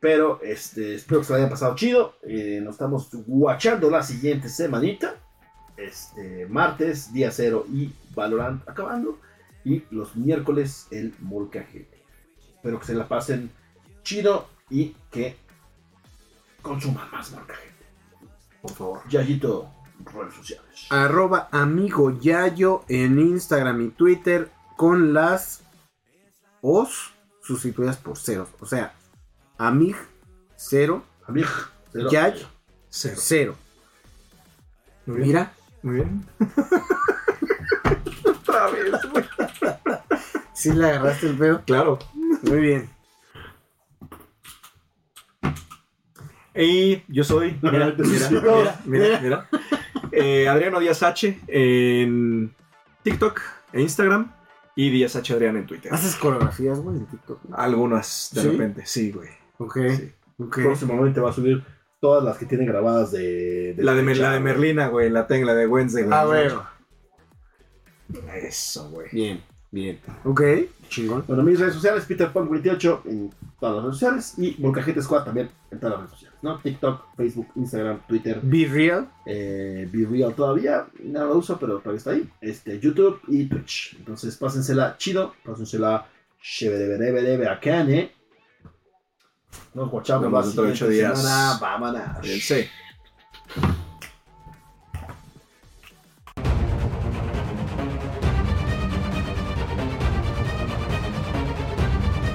S3: Pero este, espero que se lo hayan pasado chido. Eh, nos estamos guachando la siguiente semanita. Este, martes, día 0 y Valorant acabando. Y los miércoles, el Molcajete. Espero que se la pasen chido y que consuman más Molcajete. Por favor. Yayito, redes sociales.
S4: Ah, Arroba amigo Yayo en Instagram y Twitter con las os sustituidas por ceros. O sea, amig cero,
S3: Amig, cero.
S4: Yayo
S5: Cero.
S4: cero.
S5: Muy bien.
S4: Mira,
S5: Muy bien. Otra vez, güey.
S4: si le agarraste el pedo.
S5: Claro.
S4: Muy bien.
S5: Y yo soy. Mira, mira, mira, mira, mira. Eh, Adriano Díaz H en TikTok e Instagram. Y Díaz H Adrián en Twitter.
S4: Haces coreografías, güey, en TikTok.
S5: Algunas de
S4: ¿Sí?
S5: repente, sí, güey.
S4: Ok,
S5: Sí.
S4: ok.
S3: Próximamente va a subir todas las que tiene grabadas de.
S5: La de, Mer- la de Merlina, güey, la tengo, la de Wednesday, güey.
S4: A ver.
S5: Eso, güey.
S4: Bien, bien. Ok, chingón.
S3: Bueno, mis redes sociales, PeterPunk28 en todas las redes sociales y Volcajete Squad también en todas las redes sociales, ¿no? TikTok, Facebook, Instagram, Twitter,
S4: Be real.
S3: eh, Be Real todavía, no lo uso, pero todavía está ahí, este, YouTube y Twitch. Entonces, pásensela chido, pásensela chévere, acá, ¿eh? Nos guachamos
S5: Nos vemos
S3: la
S5: dentro de ocho
S3: siguiente
S5: días.
S3: semana, vámonos.
S5: Cuídense.